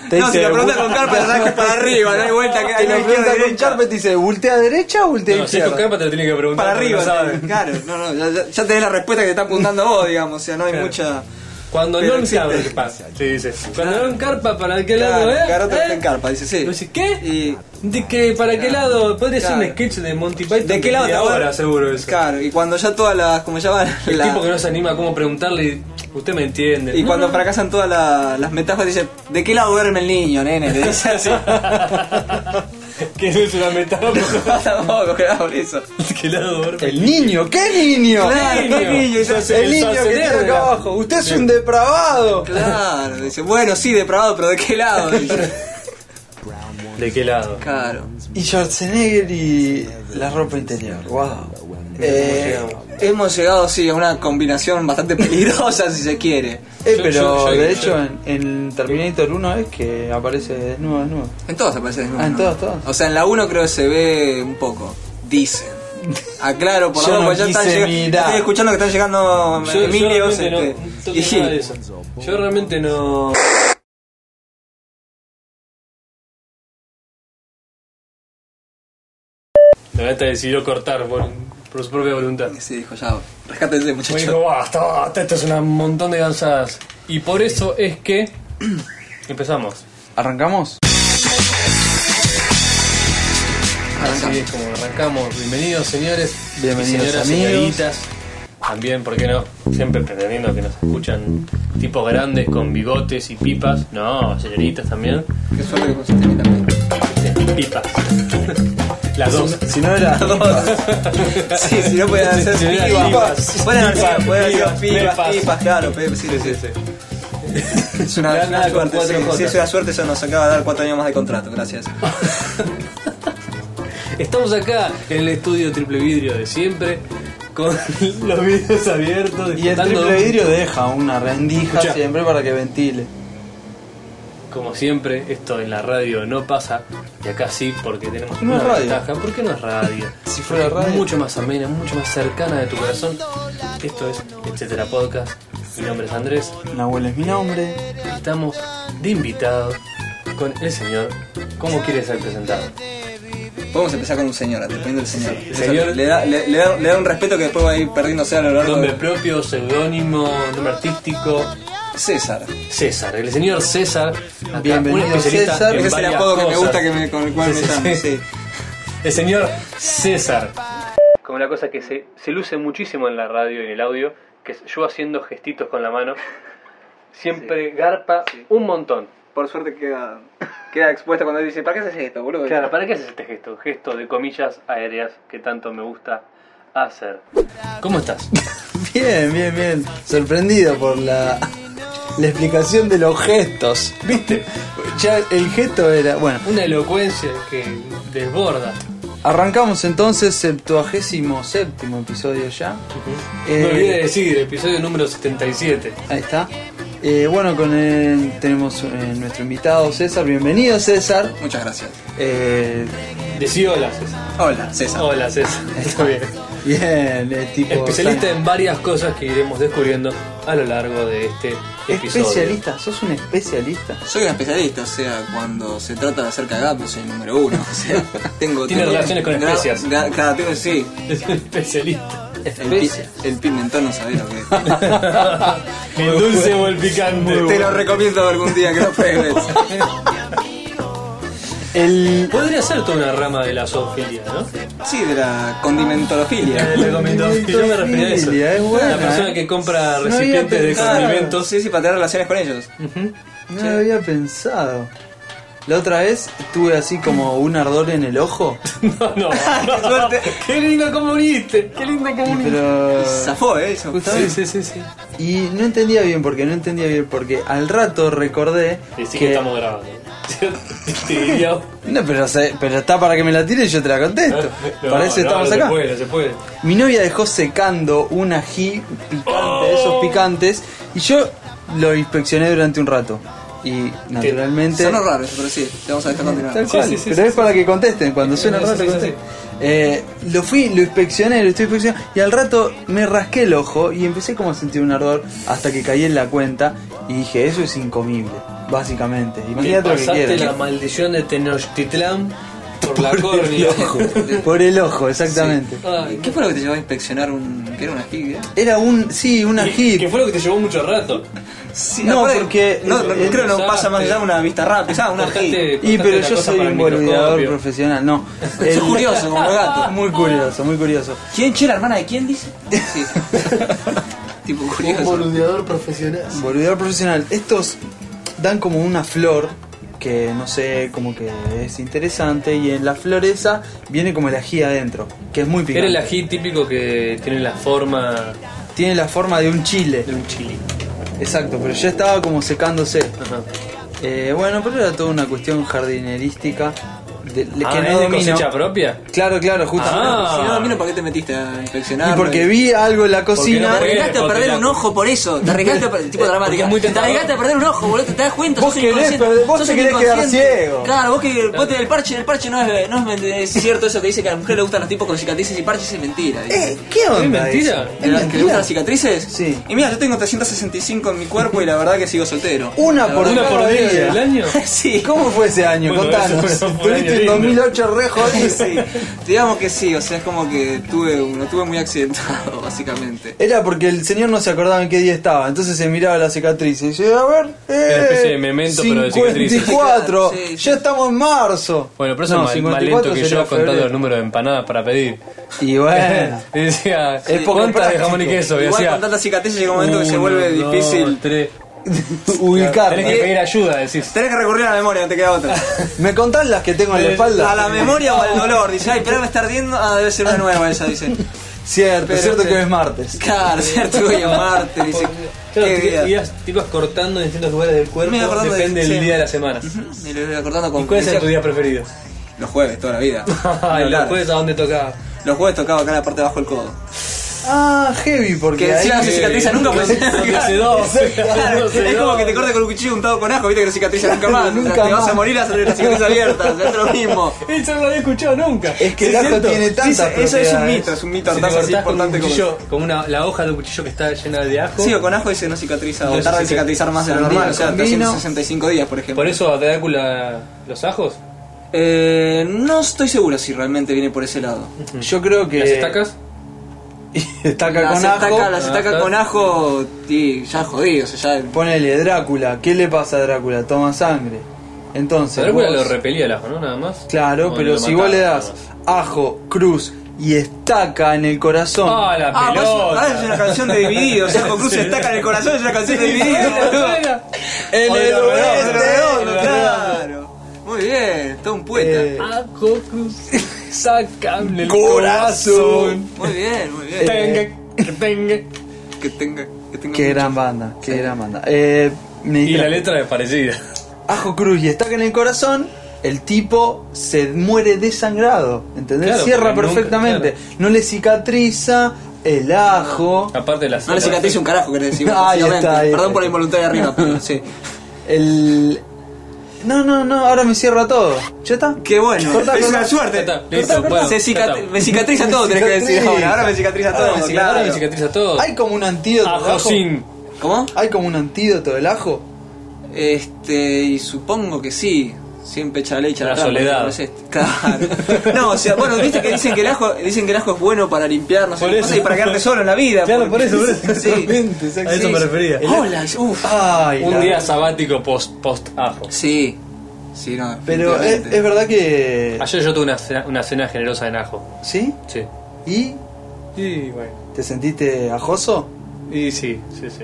S2: Te
S6: no, si
S2: dice,
S6: la pregunta con
S2: "Bu-
S6: carpa, la que para arriba, no hay vuelta, que hay
S2: Te
S6: una
S2: lo
S6: izquierda
S2: pregunta con
S6: derecha.
S2: carpa y te dice, ¿voltea derecha o voltea
S4: No, si es
S2: izquierda?
S4: con carpa te lo tiene que preguntar.
S6: Para
S4: porque no
S6: arriba, eh,
S4: sabe.
S6: claro, no, no, ya, ya- ya tenés la respuesta que te está apuntando vos, digamos, o sea, no hay
S4: Claro.
S6: mucha.
S4: Cuando
S6: Pero
S4: no
S6: existe.
S4: encarpa, ¿qué pasa? Te dice. Cuando no encarpa, ¿para qué lado
S6: Claro,
S4: es?
S6: Garoto
S4: ¿Eh?
S6: está en carpa, dice
S4: Yo
S6: sí.
S4: decís, ¿qué?
S6: Y-
S4: ¿De qué? ¿Para qué lado? Podría ser
S6: Claro.
S4: un sketch de Monty Python.
S6: ¿De qué lado te va?
S4: ahora? Seguro eso.
S6: Claro, y cuando ya todas las. como ya van.
S4: El
S6: la-
S4: tipo que no se anima a cómo preguntarle, y, usted me entiende.
S6: Y <laughs>
S4: No,
S6: cuando
S4: no.
S6: fracasan todas la- las metáforas, dice: ¿De qué lado duerme el niño, nene? Le dice así.
S4: <laughs> que no es una
S6: <laughs>
S4: metáfora.
S6: Tampoco, claro,
S4: <laughs>
S6: por eso.
S4: ¿De qué lado duerme?
S2: El niño, ¿qué niño?
S6: Claro,
S4: niño.
S6: qué niño. Y se hace-
S2: El niño que tiene acá abajo. Usted es un depravado.
S6: Claro, dice, bueno, sí, depravado, pero ¿de
S4: <laughs>
S6: qué lado? Dice,
S4: ¿De qué lado?
S6: claro.
S2: Y Schwarzenegger y la ropa interior. Wow.
S6: Eh, hemos llegado, sí, a una combinación bastante peligrosa, <laughs> si se quiere.
S2: Eh,
S4: Yo-
S2: pero
S4: yo- yo-
S2: de
S4: yo-
S2: hecho en, en Terminator 1 es que aparece desnudo, desnudo.
S6: En todas aparece desnudo.
S2: Ah, en
S6: ¿no?
S2: todas, todas.
S6: O sea, en la 1 creo que se ve un poco. Dicen. Aclaro, por
S2: <laughs> Yo
S6: la
S2: no
S6: boca, ya están
S2: quise
S6: llegando.
S2: mirar.
S6: Estoy escuchando que están llegando Emilios.
S4: realmente no-
S6: este,
S4: no tengo
S6: y-
S4: nada de eso. Yo realmente no. La neta decidió cortar por, por su propia voluntad.
S6: Sí, dijo, ya, rescátense,
S4: Me
S6: muchachos.
S4: dijo, basta, basta, esto es un montón de gansadas. Y por eso es que. <clears throat> Empezamos.
S2: ¿Arrancamos?
S4: Así es como arrancamos. Bienvenidos, señores.
S2: Bienvenidos,
S4: y señoras,
S2: amigos.
S4: señoritas. También, ¿por qué no? Siempre pretendiendo que nos escuchan tipos grandes con bigotes y pipas. No, señoritas también.
S6: Qué suerte que pusiste a mí también.
S4: Pipas. <laughs> Las <laughs> dos.
S2: Si no era...
S6: Sí, si
S4: <laughs>
S6: no pueden hacer
S4: Sí, sí,
S6: pipas.
S4: pipas.
S6: Pueden hacer
S4: Pipas,
S6: pueden hacer
S4: pipas,
S6: pipas,
S4: pepas.
S6: pipas, claro, pe- sí, sí, sí.
S4: <laughs>
S6: Es una,
S4: Ya
S6: es una
S4: nada, con
S6: suerte,
S4: cuatro
S6: sí.
S4: Jotas.
S6: Si es una suerte, eso nos acaba de dar cuatro años más de contrato, gracias.
S4: Estamos acá en el estudio triple vidrio de siempre. Con <laughs> los vídeos abiertos.
S2: Y el
S4: disfrutando
S2: triple
S4: de un-
S2: vidrio deja una rendija
S4: Escuchá.
S2: siempre para que ventile.
S4: Como siempre, esto en la radio no pasa. Y acá sí, porque tenemos
S2: No
S4: una
S2: es radio.
S4: ventaja. ¿Por qué no es radio?
S2: Si fuera
S4: Porque es
S2: radio.
S4: Mucho más amena, mucho más cercana de tu corazón. Esto es Etcétera Podcast. Mi nombre es Andrés.
S2: Nahuel es mi nombre.
S4: y Estamos de invitado con el señor. ¿Cómo quiere ser presentado?
S6: Podemos empezar con un señor, atendiendo el señor. Eso
S4: Señor.
S6: Le, da, le, le da, le da un respeto que después va a ir perdiéndose a lo largo
S4: Nombre
S6: de...
S4: propio, seudónimo, nombre artístico.
S6: César.
S4: César, el señor César. acá, un
S2: Bienvenido,
S4: especialista
S2: César.
S4: en
S6: Ese es el
S4: varias
S6: apodo que me
S4: cosas.
S6: gusta que me, con el cual
S4: Sí, sí,
S6: me
S4: sí.
S6: llaman. sí.
S4: El señor César. Como la cosa que se, se luce muchísimo en la radio y en el audio, que es yo haciendo gestitos con la mano, siempre garpa un montón.
S6: Por suerte queda, queda expuesta cuando dice, ¿para qué haces esto, boludo?
S4: Claro, ¿para qué haces este gesto? Gesto de comillas aéreas que tanto me gusta Acer. ¿Cómo estás?
S2: Bien, bien, bien. Sorprendido por la, la explicación de los gestos. ¿Viste? Ya el gesto era. Bueno,
S4: Una elocuencia que desborda.
S2: arrancamos entonces, 77 episodio ya. Eh,
S4: no olvidé decir, episodio número 77.
S2: Ahí está. Eh, bueno, con él tenemos eh, nuestro invitado César. Bienvenido, César.
S6: Muchas gracias.
S2: Eh,
S4: Decí hola, César.
S6: Hola, César.
S4: Hola,
S6: <laughs>
S4: César. Está bien.
S2: bien, eh, tipo.
S4: Especialista
S2: sana.
S4: en varias cosas que iremos descubriendo a lo largo de este episodio.
S2: Especialista, sos un especialista.
S6: Soy un especialista, o sea, cuando se trata de hacer cagada, pues soy el número uno.
S2: <laughs>
S6: O sea, tengo.
S4: Tiene
S6: tengo-
S4: relaciones con
S6: gra-
S4: especias.
S6: gra- Cada tengo, sí.
S4: Es
S2: <laughs>
S4: un especialista.
S6: El, pi-
S2: Especias.
S6: el pimentón no sabía lo que
S2: <laughs>
S6: es.
S4: El dulce o el picante.
S6: Te lo recomiendo algún día que lo
S2: <laughs>
S6: pruebes.
S2: El.
S4: Podría ser toda una rama de la zoofilia, ¿no?
S6: Sí, de la condimentolofilia.
S4: Le recomiendo. Yo me refería a eso.
S2: Es buena,
S4: la persona
S2: eh.
S4: que compra
S2: No
S4: recipientes
S2: había
S4: de
S2: pensado. <laughs>
S4: condimentos.
S6: Sí, sí, para tener relaciones con ellos.
S2: No lo había pensado. La otra vez tuve así como un ardor en el ojo,
S4: No, no.
S6: ¡Qué suerte!
S4: Qué lindo comunista. Qué lindo <laughs> comunista.
S2: pero.
S6: Zafó, ¿eh? Eso.
S2: Ah. Justamente.
S4: Sí, sí, sí. sí.
S2: Y no entendía bien porque no entendía bien porque al rato recordé
S4: Decí que estamos <laughs> grabando. Te diría-
S2: No, pero, se- pero está para que me la tire y yo te la contesto.
S4: <laughs> No,
S2: para eso
S4: no,
S2: estamos
S4: no
S2: acá.
S4: Se puede, no se puede.
S2: Mi novia dejó secando un ají picante, de
S4: Oh.
S2: esos picantes, y yo lo inspeccioné durante un rato. Y naturalmente.
S6: Sonó raro, eso, pero sí, te vamos a dejar continuar.
S2: Tal cual,
S4: Ah, sí, sí,
S2: pero
S4: sí,
S2: es para que contesten, cuando suena
S4: Sí,
S2: raro
S4: sí, sí,
S2: contesten. Eh, lo fui, lo inspeccioné, lo estoy inspeccionando y al rato me rasqué el ojo y empecé como a sentir un ardor hasta que caí en la cuenta y dije, eso es incomible, básicamente.
S4: Te
S2: Imagínate lo que
S4: pasaste
S2: quieras. <laughs>
S4: la maldición de Tenochtitlán por la córnea. <laughs>
S2: Por el ojo, exactamente.
S4: Ay,
S6: ¿Qué fue lo que te llevó a inspeccionar un. que era una eh? figa?
S2: Era un, sí, un ají.
S4: Que fue lo que te llevó mucho rato.
S6: Sí,
S2: No,
S6: aparte-
S2: porque-
S6: No, no,
S2: eh,
S6: creo que no
S4: usaste-
S6: pasa más allá de una vista
S2: <laughs>
S6: rápida, ¿sabes? Una
S4: Cortaste-
S6: figa.
S2: Y
S4: cortaste
S2: pero
S4: la
S2: yo
S4: cosa
S2: soy
S4: para el
S2: un boludeador
S4: microscopio.
S2: profesional,
S4: <laughs>
S2: no.
S6: Soy
S2: El-
S6: curioso como el
S2: <laughs>
S6: gato.
S2: Muy curioso, muy curioso.
S6: ¿Quién che la hermana de quién dice?
S2: <laughs>
S6: Sí. tipo
S1: Un
S6: curioso.
S1: boludeador profesional.
S2: Boludeador profesional. Estos dan como una flor que no sé, como que es interesante y en la flor esa viene como el ají adentro, que es muy
S4: Era
S2: picante.
S4: el ají típico que tiene la forma
S2: Tiene la forma de un chile.
S4: de un chili.
S2: Exacto, pero ya estaba como secándose.
S4: Ajá.
S2: Eh, bueno, pero era toda una cuestión jardinerística de, de-
S4: Ah,
S2: que
S4: ¿es
S2: no
S4: de
S2: domino.
S4: cosecha propia?
S2: Claro, claro, justamente.
S4: Ah.
S6: Si no domino, ¿para qué te metiste a
S2: Y
S6: inspeccionar?
S2: porque vi algo en la
S4: no
S2: cocina.
S6: Te arriesgaste a
S4: Porque
S6: perder
S4: la-
S6: un ojo por eso. Te arriesgaste a perder.
S4: <laughs>
S6: Tipo
S4: Porque
S6: dramática.
S4: es muy
S6: te
S4: tentador.
S6: arriesgaste a perder un ojo, boludo. Te das cuenta.
S2: Vos
S6: sos
S2: querés
S6: inconsciente,
S2: perder- vos
S6: sos
S2: te querés quedar
S6: inconsciente.
S2: ciego.
S6: Claro, vos que. Vos te, el parche, el parche no es, no es, men- es cierto eso que dice que a la mujer le gustan los tipos con cicatrices y parches es mentira. dice.
S2: Eh, ¿Qué onda?
S4: mentira?
S2: eso? ¿Es
S6: ¿Que le gustan
S2: mentira?
S6: las cicatrices?
S2: Sí.
S6: Y mira, yo tengo 365 en mi cuerpo y la verdad que sigo soltero.
S2: Una
S6: La
S2: por
S4: ¿Una
S2: cada
S4: por día
S2: día. <laughs>
S4: del año?
S6: Sí.
S2: ¿Cómo fue ese año?
S4: Bueno,
S2: Contanos.
S4: eso fue- fue un año
S2: Tuviste en
S4: lindo.
S2: 2008 re
S4: <laughs>
S2: jodido.
S6: <laughs> Sí, digamos que sí, o sea, es como que tuve, lo tuve muy accidentado, <laughs> básicamente.
S2: Era porque el señor no se acordaba en qué día estaba, entonces se miraba la cicatriz y decía, a ver, eh,
S4: Era una especie de memento, pero de cicatrices.
S2: 54,
S6: Sí, sí.
S2: ya estamos en marzo.
S4: Bueno, pero eso
S2: No,
S4: es más- más,
S2: 54
S4: lento que
S2: sería
S4: yo contando
S2: febrero.
S4: el número de empanadas para pedir.
S2: Y
S4: <laughs>
S2: bueno,
S4: Y decía,
S2: Es poco
S4: ¿cuántas de
S2: práctico.
S4: jamón y queso? Y
S6: Igual
S4: hacía,
S6: con tantas cicatrices llega un momento que se
S4: uno,
S6: vuelve
S4: dos,
S6: difícil.
S4: tres.
S2: ubicar.
S4: Tenés que pedir ayuda, decís.
S6: Tenés que recurrir a la memoria, no te queda otra.
S2: ¿Me contás las que tengo en la espalda?
S6: Eh, A la memoria o al dolor, dice, ay, pero me está ardiendo, ah, debe ser una nueva esa,
S4: <laughs>
S6: dice.
S2: Cierto,
S6: Pero
S2: cierto
S6: te-
S2: que hoy es martes.
S6: Claro, cierto, voy a Marte, dice.
S4: Claro,
S6: qué
S4: te,
S6: vida.
S4: ibas, te ibas cortando en distintos lugares del cuerpo,
S6: Me iba cortando de-
S4: depende del
S6: sí.
S4: día de la semana.
S6: Y lo voy acordando con
S4: ¿Y cuál es tu día
S6: <laughs>
S4: preferido?
S6: Los jueves, toda la vida.
S4: <laughs> Ay,
S6: Claro.
S4: los jueves a dónde
S6: <laughs>
S4: tocaba.
S6: Los jueves tocaba acá en la parte de abajo del codo.
S2: Ah, heavy,
S6: Que
S2: porque ahí...
S6: encima no se cicatriza nunca,
S2: <laughs>
S4: No
S6: pues. <laughs>
S4: se- no se dos. <laughs>
S6: Claro,
S4: No se
S6: es como
S4: dos.
S6: que te corta con un cuchillo untado con ajo, viste que no cicatriza nunca más.
S2: Nunca
S6: o sea, te
S2: más.
S6: vas a morir, vas a tener la cicatriz abierta, o sea, es lo mismo.
S4: Eso no lo había escuchado nunca.
S2: Es que
S6: <laughs>
S4: Sí,
S2: el ajo
S4: cierto.
S2: tiene
S6: Dice-
S2: tantas
S6: eso es un
S2: propiedades.
S6: mito, es un mito
S4: Si te
S6: hartazo así
S4: cortás con un
S6: importante como.
S4: cuchillo, con una, la hoja de un cuchillo que está llena de ajo.
S6: Sí, o con ajo ese no cicatriza, o
S4: No,
S6: tarda
S4: sí,
S6: en
S4: sí.
S6: cicatrizar más de lo
S2: Con
S6: normal,
S2: vino,
S6: o sea,
S2: con vino.
S6: 365 días, por ejemplo.
S4: ¿Por eso a Drácula los ajos?
S6: Eh, no estoy seguro si realmente viene por ese lado.
S2: Yo creo que...
S4: ¿Las
S6: Eh,
S4: estacas?
S2: <laughs> Estaca
S6: Las
S2: con ajo.
S6: estacas las
S4: Ah,
S6: estacas
S4: está.
S6: con ajo, y ya jodido, o sea, ya.
S2: Ponele, Drácula, ¿qué le pasa a Drácula? Toma sangre. Entonces...
S4: Drácula
S2: vos-
S4: lo repelía el ajo, ¿no? Nada más.
S2: Claro,
S4: No,
S2: pero
S4: lo
S2: si vos
S4: mataba,
S2: le
S4: nada
S2: das
S4: más.
S2: ajo, cruz y estaca en el corazón.
S4: ¡Ah, la
S6: Ah, pues,
S4: pelota!
S6: ahora es
S4: <laughs>
S6: una canción de dividido, o <laughs> sea, con cruz estaca en el corazón es una canción de dividido, boludo. <laughs>
S2: en
S4: Oye,
S2: el
S4: lo redondo,
S2: oeste.
S4: lo redondo.
S6: claro. Muy bien, todo un poeta.
S2: Eh,
S4: Ajo cruz.
S9: Sácame el
S2: Corazón.
S9: corazón.
S6: Muy bien, muy bien.
S2: eh,
S9: Tenga, que tenga.
S6: Que tenga, que tenga.
S2: Qué
S6: mucho.
S2: gran banda, qué gran banda. Eh, me
S4: Y la
S2: distraje.
S4: letra es parecida.
S2: Ajo Cruz y estaca en el corazón, el tipo se muere desangrado, ¿entendés?
S4: Claro,
S2: Cierra
S4: porque nunca,
S2: perfectamente. No le cicatriza el ajo,
S4: Aparte de las
S6: No le cicatrice un carajo, querés decir.
S2: <laughs> Ahí está,
S6: básicamente.
S2: ahí
S6: Perdón
S2: está.
S6: por la involuntaria arriba, pero sí.
S4: ah.
S2: el... No, no, no, ahora me cierra todo. ¿Ya está?
S6: Qué bueno.
S2: Cortá,
S6: es
S2: cortá.
S6: una suerte.
S4: Ya está, listo, bueno,
S6: Se
S4: ya
S6: cicat-
S4: está.
S6: me cicatriza todo, tenés que decir
S2: Cicatriza.
S6: ahora. Ahora me cicatriza todo.
S2: Ahora
S6: me
S2: me
S6: cicatriza-
S4: Ahora me cicatriza todo.
S2: Hay como un antídoto del ajo.
S4: Ajocín.
S6: ¿Cómo?
S2: Hay como un antídoto del ajo.
S6: Este, y supongo que sí. Siempre charlé y charlé.
S4: La soledad.
S6: este, Claro. No, o sea, bueno, viste que dicen que el ajo, dicen que el ajo es bueno para limpiar, no sé
S4: Por
S6: qué
S4: eso.
S6: cosa, y para quedarte solo en la vida.
S4: Claro, por
S6: porque-
S4: eso, por eso.
S6: <laughs> Sí.
S2: Exactamente,
S4: A eso me refería.
S6: Hola, uff.
S2: Ay, la-
S4: Un día sabático post, post ajo.
S6: Sí. Sí, no.
S2: Pero es,
S6: definitivamente.
S2: es verdad que...
S4: Ayer yo tuve una cena, una cena generosa en ajo.
S2: ¿Sí?
S4: Sí.
S2: ¿Y?
S4: Y bueno.
S2: ¿Te sentiste ajoso?
S4: Y sí, sí, sí.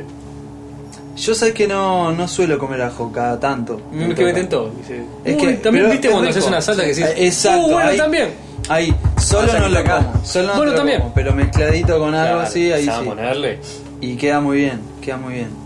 S2: Yo sabes que no, no suelo comer ajo cada tanto.
S4: Es Mm, que me tentó. dice,
S2: Es
S4: "Uy,
S2: que-
S4: también
S2: pero
S4: viste
S2: es
S4: cuando
S2: rico.
S4: haces una salsa que decís.
S2: Eh, exacto,
S4: "Uh, bueno,
S2: ahí-
S4: también.
S2: Ahí, solo
S6: Pasa
S2: no
S6: que
S2: lo
S6: acá.
S2: como. Solo no te
S4: Bueno,
S2: lo
S4: también.
S2: como, pero mezcladito con algo así, ahí
S4: Vamos a
S2: sí.
S4: ponerle.
S2: Y queda muy bien, queda muy bien.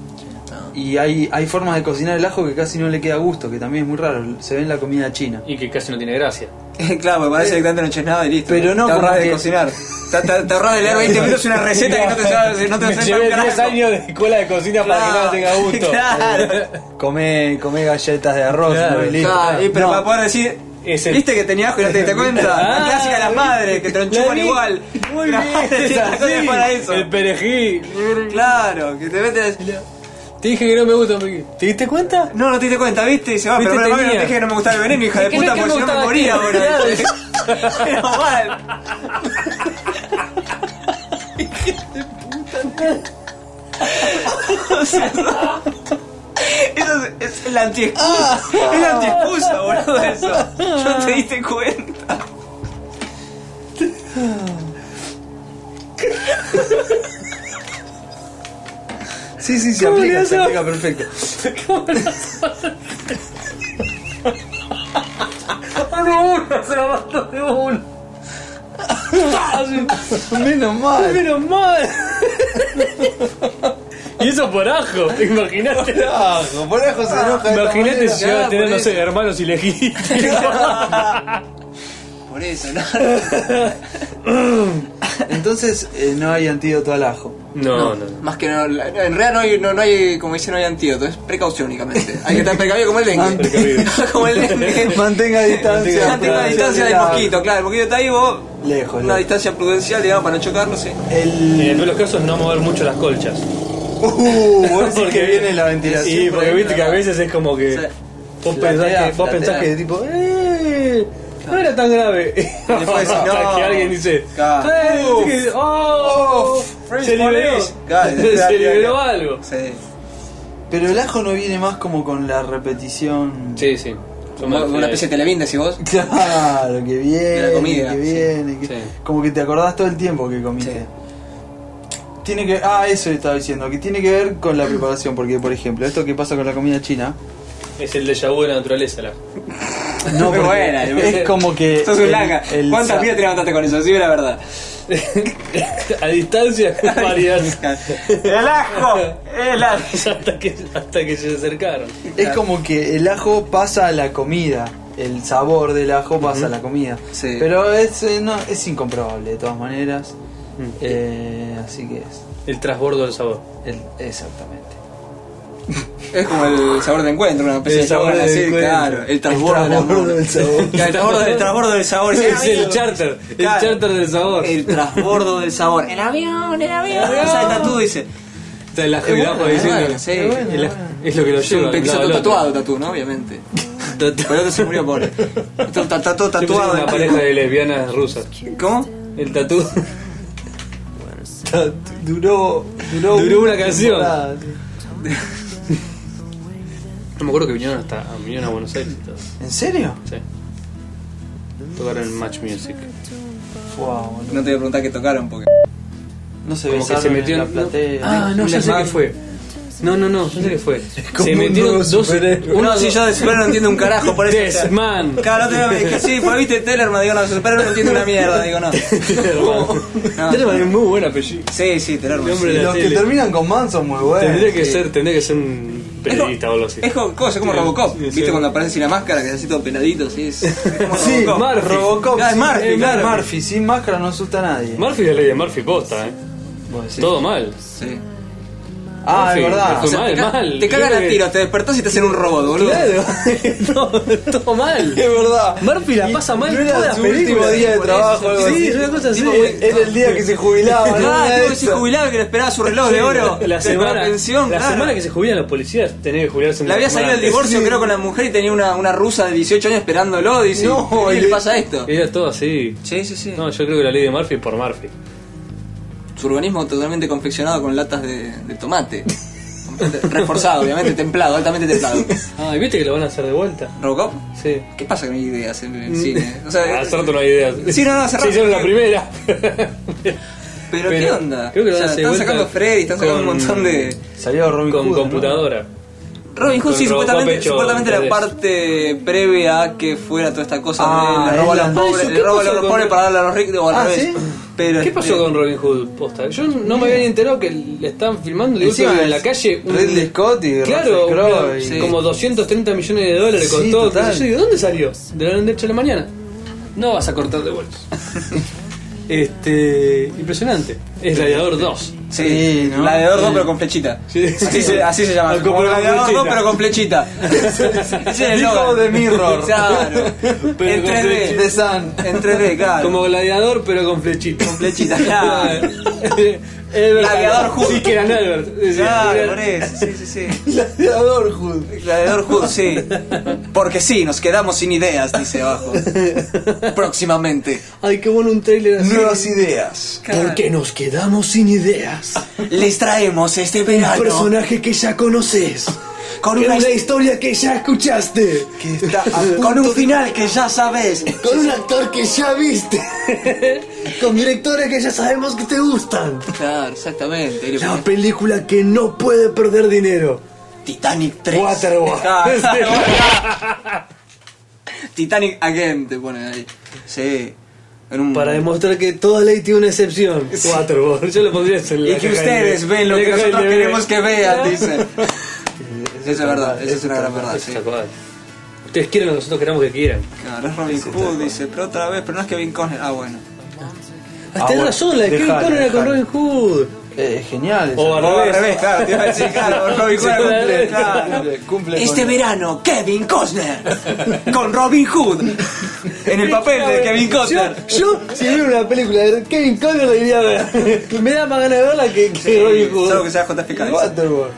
S2: Y hay, hay formas de cocinar el ajo que casi no le queda gusto, que también es muy raro. Se ve en la comida china.
S4: Y que casi no tiene gracia.
S6: <laughs> claro, me parece directamente no eches nada y listo.
S2: pero no,
S6: te ahorras
S2: como
S6: de
S2: que-
S6: cocinar. Te, te, te ahorras de leer 20 minutos una
S4: <laughs>
S6: receta que no te sabes, no te
S4: Me
S6: sabes
S4: llevé
S6: para un
S4: 10
S6: carajo.
S4: años de escuela de cocina para que no tenga <laughs>
S6: <laughs>
S4: gusto.
S6: Claro.
S2: Come, come galletas de arroz,
S4: Claro,
S2: ¿no? Y listo.
S6: Claro, y pero
S2: No,
S6: para poder decir.
S4: Es el-
S6: ¿Viste que tenía ajo y no te diste cuenta?
S4: Ah,
S6: la clásica de las madres, que te lo enchupan
S4: vi.
S6: igual.
S4: Muy
S6: La
S4: bien,
S6: madre
S4: es
S6: tiene
S4: así.
S6: tacones para eso.
S4: El perejil.
S6: Claro, que te metes.
S4: Te dije que no me gusta. porque- ¿Te diste cuenta?
S6: No, no te diste cuenta, ¿viste? Y se va, pero
S4: ¿Viste?
S6: menos mal que no te
S4: Tenía.
S6: dije que no me gustaba el veneno, hija
S4: Es
S6: de
S4: que no
S6: puta,
S4: es que me
S6: porque si no me
S4: gustaba,
S6: moría,
S4: es que-
S6: boludo. <laughs> Pero mal.
S4: <laughs>
S6: O sea, no. Eso es, es la antiexcusa.
S4: Ah.
S6: Es la antiexcusa, boludo, eso. No te diste cuenta.
S2: Sí, sí, se
S4: ¿Cómo
S2: aplica,
S4: le
S2: se
S4: hago?
S2: aplica perfecto.
S4: Solo uno se la mató de uno.
S2: Menos mal.
S4: Menos mal. y eso por ajo, imagínate.
S2: Ajo, por ajo se enoja. de esta
S4: Ah, Imagínate
S2: manera.
S4: si llegaba a tener,
S2: Por
S4: no
S2: eso.
S4: sé, hermanos ilegítimos.
S6: Por eso, ¿no? <laughs>
S2: Entonces, eh, no hay antídoto al
S4: <laughs>
S2: ajo.
S4: No, no,
S6: Más que no, la- en realidad no hay, no, no hay, como dice, no hay antídoto, es precaución únicamente. Hay que estar precavido como el dengue. <laughs> como el dengue.
S2: <laughs> Mantenga distancia.
S6: Mantenga la distancia del mosquito, claro, el mosquito está ahí vos.
S2: Lejos,
S6: Una
S2: lejos.
S6: distancia prudencial, digamos, para no chocar, no sé.
S2: El...
S4: En el peor de los casos no mover mucho las colchas.
S2: <laughs> Uh, vos decís que viene la ventilación.
S4: Sí, porque
S2: por ahí,
S4: viste que a veces es como que.
S6: Sí.
S4: Vos
S2: Flatea,
S4: pensás que, vos
S2: flatea.
S4: pensás que tipo, ¡eh! No era tan grave. <laughs>
S6: decís,
S4: Hasta
S6: "No".
S4: que alguien dice,
S6: Claro.
S4: "Eh", que- ¡Oh! se liberó.
S6: Claro,
S4: <laughs>
S6: claro,
S4: se liberó
S6: claro.
S4: algo.
S6: Sí.
S2: Pero el ajo no viene más como con la repetición.
S4: Sí, sí. Son
S6: Como
S4: más
S6: una especie de televinda, si vos.
S2: Claro, que viene,
S6: De la comida,
S2: que
S6: sí.
S2: viene, que-
S4: Sí.
S2: como que te acordás todo el tiempo que comiste. Tiene que, ah, eso estaba diciendo, que tiene que ver con la preparación, porque por ejemplo, esto que pasa con la comida china,
S4: Es el déjà vu de la naturaleza. la-
S2: no,
S6: <laughs>
S2: porque
S6: buena,
S2: es como que
S6: Sos un
S2: el-
S6: langa.
S2: el
S6: ¿Cuántas
S2: sa-
S6: vidas te levantaste con eso? Sí,
S2: <laughs>
S6: la verdad.
S4: a distancia varias.
S6: ¡El ajo! ¡El ajo!
S4: hasta, que, hasta que se acercaron.
S2: es como que el ajo pasa a la comida, el sabor del ajo pasa a la comida,
S6: Sí.
S2: pero es eh, no, es incomprobable de todas maneras, Eh, así que es,
S4: El transbordo del sabor.
S2: el- exactamente.
S6: Es como el sabor de encuentro, una especie
S4: El
S6: de sabor
S4: sabor del
S6: así,
S4: encuentro.
S6: claro. El transbordo del
S2: transbordo
S6: amor.
S2: del sabor.
S6: Claro, <laughs> El transbordo del- transbordo del sabor. Sí,
S4: Es el
S6: amigo.
S4: charter. El
S6: Ah, Claro.
S4: charter del sabor.
S6: El transbordo del sabor. El avión, el avión. Salta tú, dice.
S4: Está el ajo y el ajo
S6: bueno,
S4: diciendo.
S6: bueno, sí.
S4: el
S6: Bueno,
S4: ajo- Es lo que lo
S6: Sí,
S4: lleva.
S6: un
S4: de un lado
S6: pixoto
S4: al otro.
S6: tatuado, tatú, ¿no? Obviamente. Pero el otro se murió pobre. Esto está está todo
S4: Yo pensé que era
S6: tatuado.
S4: una pareja de lesbianas rusas.
S6: ¿Cómo?
S4: El tatú. <laughs>
S2: Duró, duró,
S4: Duró una canción.
S2: temporada.
S4: No me acuerdo que vinieron hasta a, vinieron a Buenos Aires. y todo.
S2: ¿En serio?
S4: Sí. Tocaron en Match Music.
S2: Wow, boludo.
S6: No te voy a preguntar qué tocaron porque.
S2: No se
S4: Como que
S2: besaron
S4: se metió
S2: en la
S4: en.
S2: platea.
S4: Ah, no, ya sé qué fue.
S6: No, no, no, no sé qué fue.
S2: como
S6: Se
S2: un
S6: metieron
S2: nuevo
S6: dos.
S2: superhéroe.
S6: Uno, <laughs> si yo de superhéroe no entiendo un carajo, por eso. o sea,
S4: Desman.
S6: Claro, no te lo dije, sí, pues viste Tellerman, digo, no, superhéroe no entiendo una mierda, digo, no. No.
S4: Tellerman es muy buen apellido.
S6: Sí, sí, Tellerman.
S4: El hombre
S6: sí.
S4: de la
S2: Los que
S4: tele.
S2: terminan con man son muy
S4: Tendría
S2: buenos.
S4: que ser, tendría que ser un
S6: Es
S4: periodista o algo
S6: como,
S4: así.
S6: es como, cosa, como
S4: Sí,
S6: Robocop,
S4: sí,
S6: viste
S4: sí.
S6: cuando aparece sin la máscara, que es así todo peladito, sí, es, es
S4: <laughs>
S6: como
S2: Sí,
S6: Robocop.
S4: Murphy.
S2: Robocop.
S6: Ah, es
S2: sí,
S6: Murphy,
S2: es
S6: claro.
S2: Murphy, sin máscara no asusta a nadie.
S4: Murphy es la ley de Murphy posta, eh. Todo mal.
S6: Sí.
S2: Ah, es
S4: Murphy,
S2: verdad.
S4: fue mal,
S6: te, ca-
S4: mal.
S6: te cagan
S4: Creo
S6: a
S4: que-
S6: tiros, te despertás y te hacen un robot, boludo.
S4: <laughs> todo, todo mal.
S2: Es verdad.
S4: Murphy la
S2: Y
S4: pasa mal
S2: no
S4: en
S2: era
S4: todas las
S2: su último
S4: películas.
S2: día de
S6: por eso.
S2: trabajo. algo
S6: Sí,
S2: así.
S4: es una cosa así. Ah,
S2: Tipo, Era el día que se jubilaba. ¿no?
S6: <laughs> Ah,
S2: Era
S6: tipo
S2: eso.
S6: que se jubilaba que le esperaba su reloj de oro.
S4: La semana,
S6: la pensión,
S4: la
S6: claro.
S4: semana que se jubilan los policías, tenía que jubilarse
S6: Le había salido el divorcio, creo, con la mujer y tenía una, una rusa de 18 años esperándolo. Dice,
S2: No,
S6: ¿qué
S2: y
S6: le
S2: le-
S6: pasa a esto?
S4: Era todo así.
S6: Sí, sí, sí.
S4: Eh, No, yo creo que la ley de Murphy por Murphy.
S6: Su organismo totalmente confeccionado con latas de, de tomate. Reforzado, obviamente, templado,
S4: <laughs>
S6: altamente templado.
S4: Ah, ¿y viste que lo van a hacer de vuelta?
S6: ¿Robocop?
S4: Sí.
S6: ¿Qué pasa con ideas en el cine? O sea,
S4: Mm. <laughs>
S6: eh,
S4: Hace rato no hay ideas.
S6: Sí, no, no, hace
S4: Se
S6: rato.
S4: hicieron la primera.
S6: pero, ¿qué
S4: Pero
S6: onda?
S4: creo que lo
S6: O sea,
S4: van a hacer
S6: están
S4: vuelta
S6: sacando Freddy, están sacando
S4: con-
S6: un montón de.
S2: Salió Robin
S4: Con
S2: Hood, ¿no?
S4: computadora.
S6: Robin Hood,
S4: Con
S6: sí,
S4: Robocop
S6: supuestamente,
S4: hecho
S6: supuestamente la
S4: tres.
S6: parte previa a que fuera toda esta cosa
S2: Ah,
S6: de le roba a los
S2: Island.
S6: pobres,
S4: Ah, eso,
S6: le
S4: ¿qué
S6: roba a los
S4: pasó con-
S6: pobres para darle a los ricos, o al
S2: Ah,
S6: revés.
S2: ¿sí?
S6: Pero,
S4: ¿Qué pasó
S6: este,
S4: con Robin Hood? Posta? Yo no me había ni enterado que le están filmando. Le
S2: Encima
S4: digo, en
S2: es
S4: la calle. un-
S2: Ridley Scott y
S4: Claro,
S2: Russell Crowe
S4: pero
S2: y-
S6: sí.
S4: como 230 millones de dólares
S2: Sí,
S4: costó.
S2: total.
S4: qué sé Yo digo, ¿dónde salió? De la noche a la mañana. No vas a cortar de
S6: <laughs>
S4: bolsa. este. Impresionante. Es Gladiador
S6: <laughs>
S4: 2.
S6: Sí,
S2: Sí, ¿no?
S6: Gladiador 2
S2: Sí.
S6: pero con flechita.
S4: Sí.
S6: Así, se, así se llama.
S4: Lo
S6: Como
S4: compró con
S6: Gladiador 2
S4: flechita.
S6: pero con
S4: <laughs>
S6: flechita. Ese es el
S2: Hijo
S6: eslogan.
S2: de Mirror.
S6: <laughs> Claro.
S4: Pero
S6: en
S4: con
S6: 3D.
S2: The Sun.
S4: este
S6: En 3D, claro.
S4: Como gladiador, pero con flechita. Con
S6: flechita,
S4: <laughs>
S6: claro. Gladiador
S4: gladiador
S6: justo.
S4: Sí, que eran Albert. Decía,
S6: Claro,
S4: era-
S6: por eso. Sí, sí, sí.
S2: Gladiador Hood.
S6: Gladiador Hood, sí. Porque sí, nos quedamos sin ideas, dice abajo. Próximamente.
S4: Ay, qué bueno un trailer así.
S2: Nuevas ideas.
S1: Porque nos quedamos sin ideas.
S6: Ah, Les traemos este
S1: Un
S6: verano
S1: personaje que ya conoces.
S6: con,
S1: Con
S6: una
S1: una
S6: his-
S1: historia que ya escuchaste.
S2: Que está a
S6: con
S2: punto
S6: un final que ya sabes.
S1: Con un actor que ya viste. Con directores que ya sabemos que te gustan.
S6: Claro, exactamente. Y le
S1: La
S6: ponen
S1: película que no puede perder dinero.
S6: Titanic Ah, 3.
S1: Waterworld.
S6: Titanic Again te ponen ahí. Sí. En un...
S4: Para demostrar.
S1: Mostrar que toda ley tiene una excepción.
S4: Waterworld, yo lo pondría en la
S6: y que
S4: caja de-
S6: ustedes ven lo
S4: en la
S6: que
S4: caja de
S6: nosotros
S4: DVD.
S6: queremos que vean, dice.
S4: <laughs>
S6: Esa es verdad, esa es una gran verdad, sí.
S4: Tal cual. Ustedes quieren lo que nosotros queramos que quieran.
S6: Claro, es Robin Hood, dice, pero otra vez, pero no es Kevin Conner. Ah, bueno.
S4: Hasta tenés
S2: bueno,
S4: razón, la de Kevin
S2: dejalo,
S4: Conner era con
S2: dejalo.
S4: Robin Hood.
S2: Eh, genial. esa.
S4: O al
S6: O al
S4: revés.
S6: revés, claro, te iba a decir, claro,
S4: <laughs>
S6: Robin
S4: Sí,
S6: Hood
S4: al
S6: cumple,
S4: revés. <laughs>
S6: claro.
S2: Cumple- cumple
S6: Este
S2: con-
S6: verano, Kevin Costner con Robin Hood en el papel de Kevin Costner.
S4: Yo, si veo una película de Kevin Conner, la iría a
S2: <laughs>
S4: ver. Me da más ganas de verla que, que Robin Hood.
S6: Solo que sea JFK. dice.
S2: Waterworld.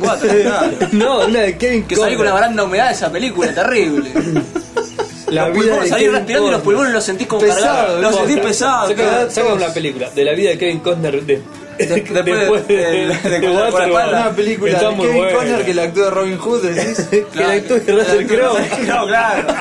S6: Cuatro,
S4: <laughs>
S6: claro.
S4: No, una de Kevin
S6: Que
S4: Conner.
S6: salió con la baranda humedad de esa película, terrible.
S4: La
S6: Los pulmones, salí
S4: Kevin
S6: respirando y los
S4: Costner.
S6: pulmones los sentís como
S2: Pesado,
S6: cargados. Los
S2: no
S6: sentís
S2: importa.
S6: pesados.
S4: Saca, saca una película de la vida de Kevin Costner de,
S6: después de-
S4: después de,
S6: de- de- de-
S4: Waterworld.
S6: por la espalda.
S2: Una película
S4: Está
S2: de
S4: muy
S2: Kevin
S4: buena.
S2: Conner que la actúa Robin Hood, decís.
S4: <laughs> Que la actúe
S6: que la
S4: Russell
S6: actúe
S4: Crowe. <laughs>
S6: Russell Crowe, claro.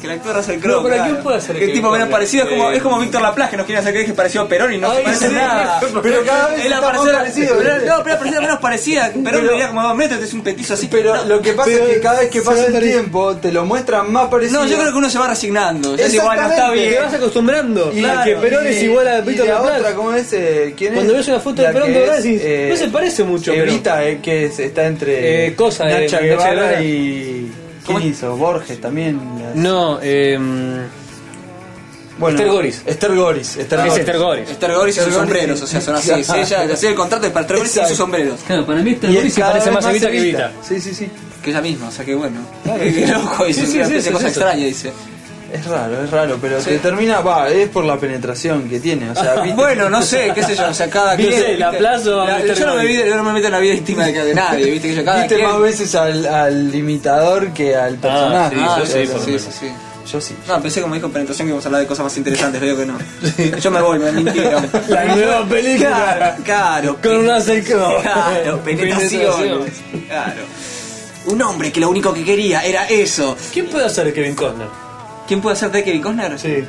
S6: Que la actúe Russell Crowe.
S4: No, pero
S6: claro.
S4: ¿quién puede hacer que
S6: Que tipo
S4: Víctor
S6: menos parecido? Es como,
S4: Laplace?
S6: es como Víctor Laplace que nos quiere hacer creer que es parecido a Perón y no se
S4: Ay,
S6: parece
S4: sí. <laughs>
S6: nada.
S2: Pero cada vez
S6: Él
S2: está más
S6: apareció,
S2: parecido.
S6: Perón- no, pero aparecía menos parecida. Perón medía como dos metros, es un petizo así.
S2: Pero
S6: No.
S2: lo que pasa
S1: Pero
S2: es que cada vez que
S1: se
S2: pasa
S1: va
S2: el
S1: a parecer-
S2: tiempo te lo muestran más parecido.
S6: no, yo creo que uno se va resignando. Ya digo, bueno, está
S2: Exactamente.
S6: bien.
S4: Te vas acostumbrando
S2: Y-
S4: a que Perón es
S2: y-
S4: igual a
S2: y
S4: Víctor
S2: la
S4: Laplace.
S2: otra, ¿cómo es? Eh, ¿Quién es?
S4: Cuando ves una foto de
S2: La
S4: Perón
S2: que
S4: de verdad
S2: es,
S4: decís,
S2: eh,
S4: no se parece mucho a Perón.
S2: Ebrita, eh, que es- está entre
S4: Eh, cosa de
S2: Nacha
S4: Nacha
S2: Guevara
S4: Guevara.
S2: y...
S6: ¿Cómo
S2: ¿Quién
S6: es?
S2: hizo? Borges también. la-
S4: No, eh,
S6: em,
S2: Bueno,
S4: Esther Goris.
S2: Esther Goris. Esther
S4: es
S2: Goris.
S4: Esther Goris.
S6: Esther Goris y sus
S2: Esther Goris,
S6: sombreros,
S2: sí.
S6: o sea, son así. Sí, ella así el contrato es para Esther Goris y sus
S2: Exacto.
S6: sombreros.
S4: Claro, para mí Esther
S2: Y es
S4: Goris se
S2: cada
S4: parece
S2: vez
S4: más a Evita que Evita.
S2: Sí, sí, sí.
S6: Que ella misma, o sea, que bueno. Qué loco, dice.
S4: Sí, sí,
S6: una
S4: sí,
S6: especie de
S4: eso,
S6: cosa
S4: eso.
S6: extraña, dice.
S2: Es raro, es raro, pero te termina, va, es por la penetración que tiene, o
S4: <laughs>
S2: sea, viste,
S6: Bueno, no sé, qué sé yo, o sea, cada
S4: Viste,
S6: quien.
S4: la plazo a
S6: la-
S4: Mr.
S6: yo no me,
S4: Goris.
S6: vi- yo no me meto en la vida íntima de, de nadie, viste que yo cada
S2: viste
S6: quien.
S2: más veces al, al imitador que al personaje.
S4: sí,
S6: Ah,
S4: yo sí,
S6: sí,
S4: por
S6: sí,
S4: lo
S6: sí,
S4: menos.
S6: sí.
S2: Yo sí.
S6: No, pensé como dijo penetración que íbamos a hablar de cosas más interesantes, veo que no. Yo me voy,
S2: <laughs>
S6: me mintieron.
S4: La nueva película.
S6: Claro, claro.
S4: Con un Russell Crowe.
S2: <laughs>
S4: <laughs>
S6: Claro, penetración.
S4: Penetraciones.
S6: Claro. Un hombre que lo único que quería era eso.
S4: ¿Quién puede hacer Kevin Costner?
S6: ¿Quién puede hacer de Kevin Costner?
S4: Sí.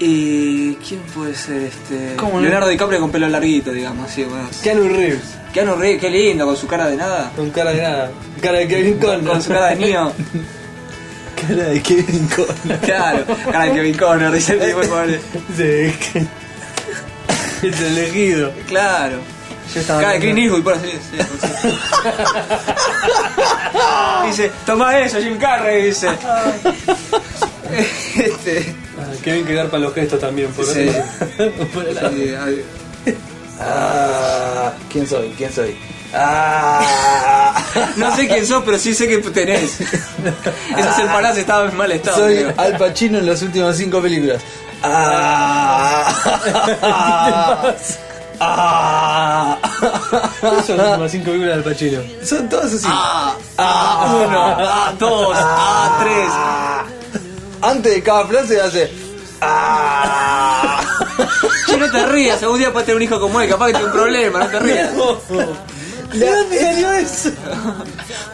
S6: ¿Y Eh, quién puede ser este?
S2: ¿Cómo no?
S6: Leonardo DiCaprio con pelo larguito, digamos, sí, más.
S2: Keanu Reeves,
S6: Keanu Reeves, qué lindo, con su cara de nada.
S2: con cara de nada, cara de Kevin
S6: <laughs>
S2: Conner.
S6: Con su cara
S2: <laughs>
S6: de niño.
S2: Cara de Kevin
S4: <laughs>
S2: Conner.
S6: Claro, cara de Kevin Conner, dice el tipo, pobre.
S2: Sí,
S4: <laughs>
S2: que- es elegido.
S6: Claro.
S2: Yo estaba
S6: Cara de Clint
S2: viendo-
S6: Eastwood, por así sí, por
S2: <laughs>
S6: así. Dice, toma eso, Jim Carrey, dice. este,
S10: Ah, qué bien que garpan los gestos también, por
S4: <laughs>
S6: Sí.
S10: eso.
S6: sí, ay,
S2: Ah, ¿Quién soy? ¿Quién soy? Ah,
S6: no sé quién sos, pero sí sé
S2: <laughs>
S6: que tenés. Esas empanadas estaban en mal estado.
S2: soy Ah,
S6: creo.
S2: Al Pacino en las últimas cinco películas. Ah,
S4: <laughs>
S2: ah,
S10: Son las últimas cinco películas del Pachino.
S2: son todas así.
S6: Ah, ah, uno, ah, dos, ah, tres.
S2: Antes de cada frase hace. Ah,
S6: Che, no te rías, algún día puedes tener un hijo como él, capaz que tiene un problema, no te
S2: <laughs>
S6: rías.
S2: ¿De dónde salió eso?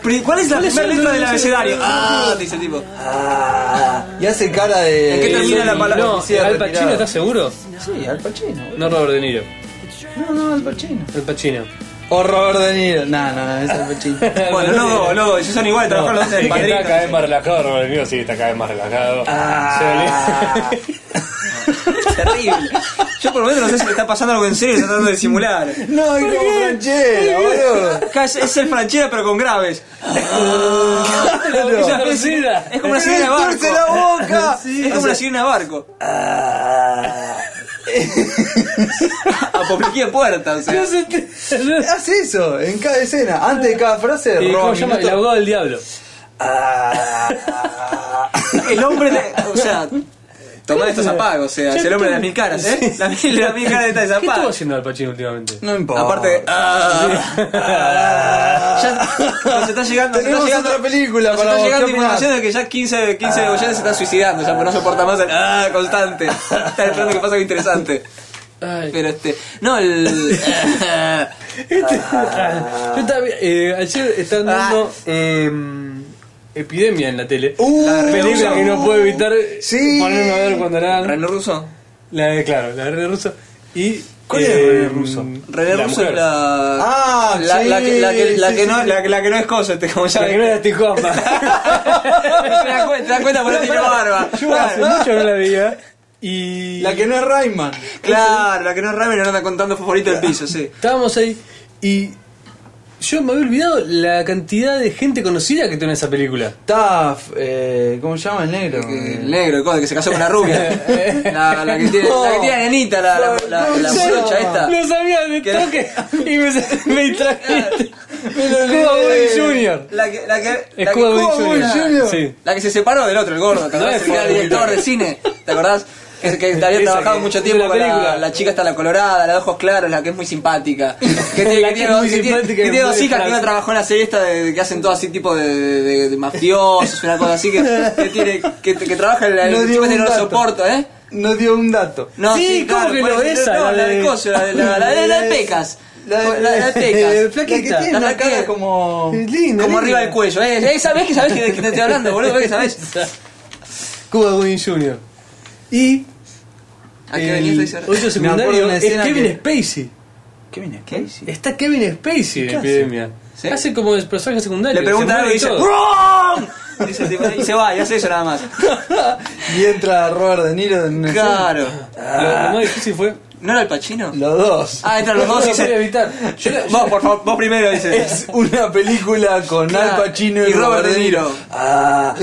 S6: Pri- ¿Cuál es la primera letra del abecedario? Ah, dice el
S2: <laughs>
S6: tipo.
S2: Ah, y hace cara de.
S6: ¿En qué termina la palabra?
S4: No,
S2: policía
S4: ¿Al Pacino
S2: retirado.
S4: estás seguro?
S2: Sí, Al Pacino. boludo.
S4: No Robert De Niro.
S2: No, no, Al Pacino.
S4: Al Pacino.
S2: O Robert De Niro. No, no, no, es Al <laughs> Pacino.
S6: Bueno, no,
S2: Eh,
S6: no, no, ellos son igual, trabajan
S4: <laughs>
S6: los dos
S2: <laughs>
S10: El
S6: en el
S10: que está
S6: padrino.
S10: cada vez más relajado, Robert De Niro sí está cada vez más relajado.
S2: Ah.
S4: <laughs>
S10: Se le-
S6: Terrible. Yo por lo menos no sé si le está pasando algo en serio, está tratando de simular.
S2: No, es como Franchella, boludo.
S6: Acá Es, es el franchera pero
S2: <laughs>
S6: con graves. es, una especie- es como
S2: Pero
S6: una sirena barco.
S2: endulce la
S6: <laughs>
S2: boca.
S6: es como una sirena barco. <laughs>
S2: Ah.
S6: Apoplejía en puerta, o
S2: <laughs>
S6: sea.
S2: Hace eso en cada escena, antes de cada frase,
S4: Eh,
S2: roba
S4: ¿Cómo se llama? El
S2: minutos.
S4: abogado del diablo.
S2: Ah.
S6: El hombre de. O sea. Tomá estos zapagos, o sea, es el hombre de las mil caras, ¿eh? La, mil- la mil caras de estas
S4: ¿Qué estuvo
S6: zapagos.
S4: haciendo Al Pacino últimamente?
S2: No importa.
S6: Aparte, ah, ya nos está llegando, nos
S2: Tenemos
S6: está llegando,
S2: otra película
S6: nos
S2: para
S6: está
S2: vos,
S6: llegando
S2: ¿qué
S6: información de que ya 15, 15 de se están suicidando, ya porque no soporta más el ah, constante. Están esperando que pase algo interesante. Pero este, no, el
S4: Este Yo estaba, eh, ayer estaban dando em, epidemia en la tele.
S2: Uh,
S4: la película que no puedo evitar
S2: Sí.
S4: ponerme a ver cuando la dan.
S6: <laughs> René Russo.
S4: La de, claro, la de ruso. Y,
S2: ¿Cuál es
S4: em,
S2: René Russo?
S6: René
S10: La
S6: Russo es
S10: mujer.
S6: la
S2: Ah,
S6: la, la que, la que, la
S2: sí,
S6: que
S2: sí,
S6: no,
S2: sí.
S6: la, que- la que no es cosa, este, como ya
S4: La que no era Tijuana.
S6: <laughs> te das cuenta, te das cuenta por no tiene barba.
S4: Yo hace mucho no la veía. Y
S2: La que no es Rayman.
S6: Claro, la que no es Raven anda contando favorito del piso, sí.
S4: estábamos ahí y yo me había olvidado la cantidad de gente conocida que tiene esa película.
S2: Taff, eh, ¿cómo se llama el negro?
S6: Que- El negro, el codo, que se casó con la rubia. La, la que tiene, la que tiene nenita, la, la, la, la
S2: No,
S6: morocha esta.
S4: No sabía de
S6: ¿Qué?
S4: toque
S2: <laughs>
S4: y me, me distrajiste. Cuba Gooding
S2: olvidé.
S4: Jr.
S6: Eh, La que, la que, la que,
S4: Es Cuba
S6: Cuba
S4: Gooding
S6: Gooding
S4: Jr.
S6: Jr.
S4: Sí.
S6: La que se separó del otro, el gordo, ¿te acordás?
S4: es
S6: Que era
S4: Cuba
S6: el
S4: Gooding
S6: director
S4: Jr.
S6: de cine, ¿te acordás? Que, que había
S4: Esa
S6: trabajado
S4: que-
S6: mucho tiempo
S4: la
S6: con la,
S4: película.
S6: la chica está la colorada, la de ojos claros, la que es muy
S4: <laughs>
S6: simpática. Que tiene,
S4: La que
S6: que tiene
S4: es
S6: dos,
S4: muy
S6: que tiene-
S4: simpática
S6: que
S4: y
S6: tiene dos
S4: muy
S6: hijas que
S4: franca.
S6: una trabajó en la serie esta de, que hacen todo así tipo de, de, de mafiosos, una cosa así que,
S4: <laughs>
S6: que tiene, que, que trabaja en la
S2: No
S6: el
S2: dio
S6: tipo este
S2: un
S6: no lo
S2: dato.
S6: soporto, ¿eh?
S2: No dio un dato.
S6: No,
S4: Sí,
S6: sí,
S4: ¿cómo
S6: claro,
S4: que
S6: por
S4: no?
S6: eso,
S4: Esa,
S6: no,
S4: la
S6: la de
S4: de-
S6: Coso, la de la, la
S4: <laughs>
S6: de la de Pecas. La de, la de
S2: eh,
S6: Pecas.
S2: flaquita. La que tiene
S6: La
S2: la cara
S6: que-
S2: como.
S4: Linda,
S6: Como arriba del cuello, ¿eh? eh, ¿Sabés que sabés que de quién te estoy hablando, boludo? ¿Ves que sabés?
S4: Cuba Gooding Jr. Y Ah,
S6: ¿A qué venís?
S4: el otro
S2: acuerdo de
S4: secundario
S2: una
S4: es
S2: escena
S4: Kevin
S2: que-
S4: Spacey.
S2: Kevin Spacey.
S4: Está Kevin Spacey en
S2: hace?
S4: epidemia.
S6: ¿Sí?
S4: Hace como el personaje secundario.
S6: Le preguntan
S4: se muere
S6: algo y dice
S4: todo.
S6: ¡Wrong! <laughs> Dice el tipo, Y se va, y hace eso nada <laughs> más.
S2: Y entra Robert De Niro en una escena.
S6: Claro.
S4: Lo, lo más difícil fue.
S6: ¿No era el Pachino?
S2: Los dos.
S6: Ah, entran los dos y
S4: No podía
S6: dice.
S4: evitar. Yo la-
S6: Vos, por favor, vos primero, dice.
S2: Es una película con
S6: Claro.
S2: Al Pacino y,
S6: Y Robert De Niro.
S2: Ah,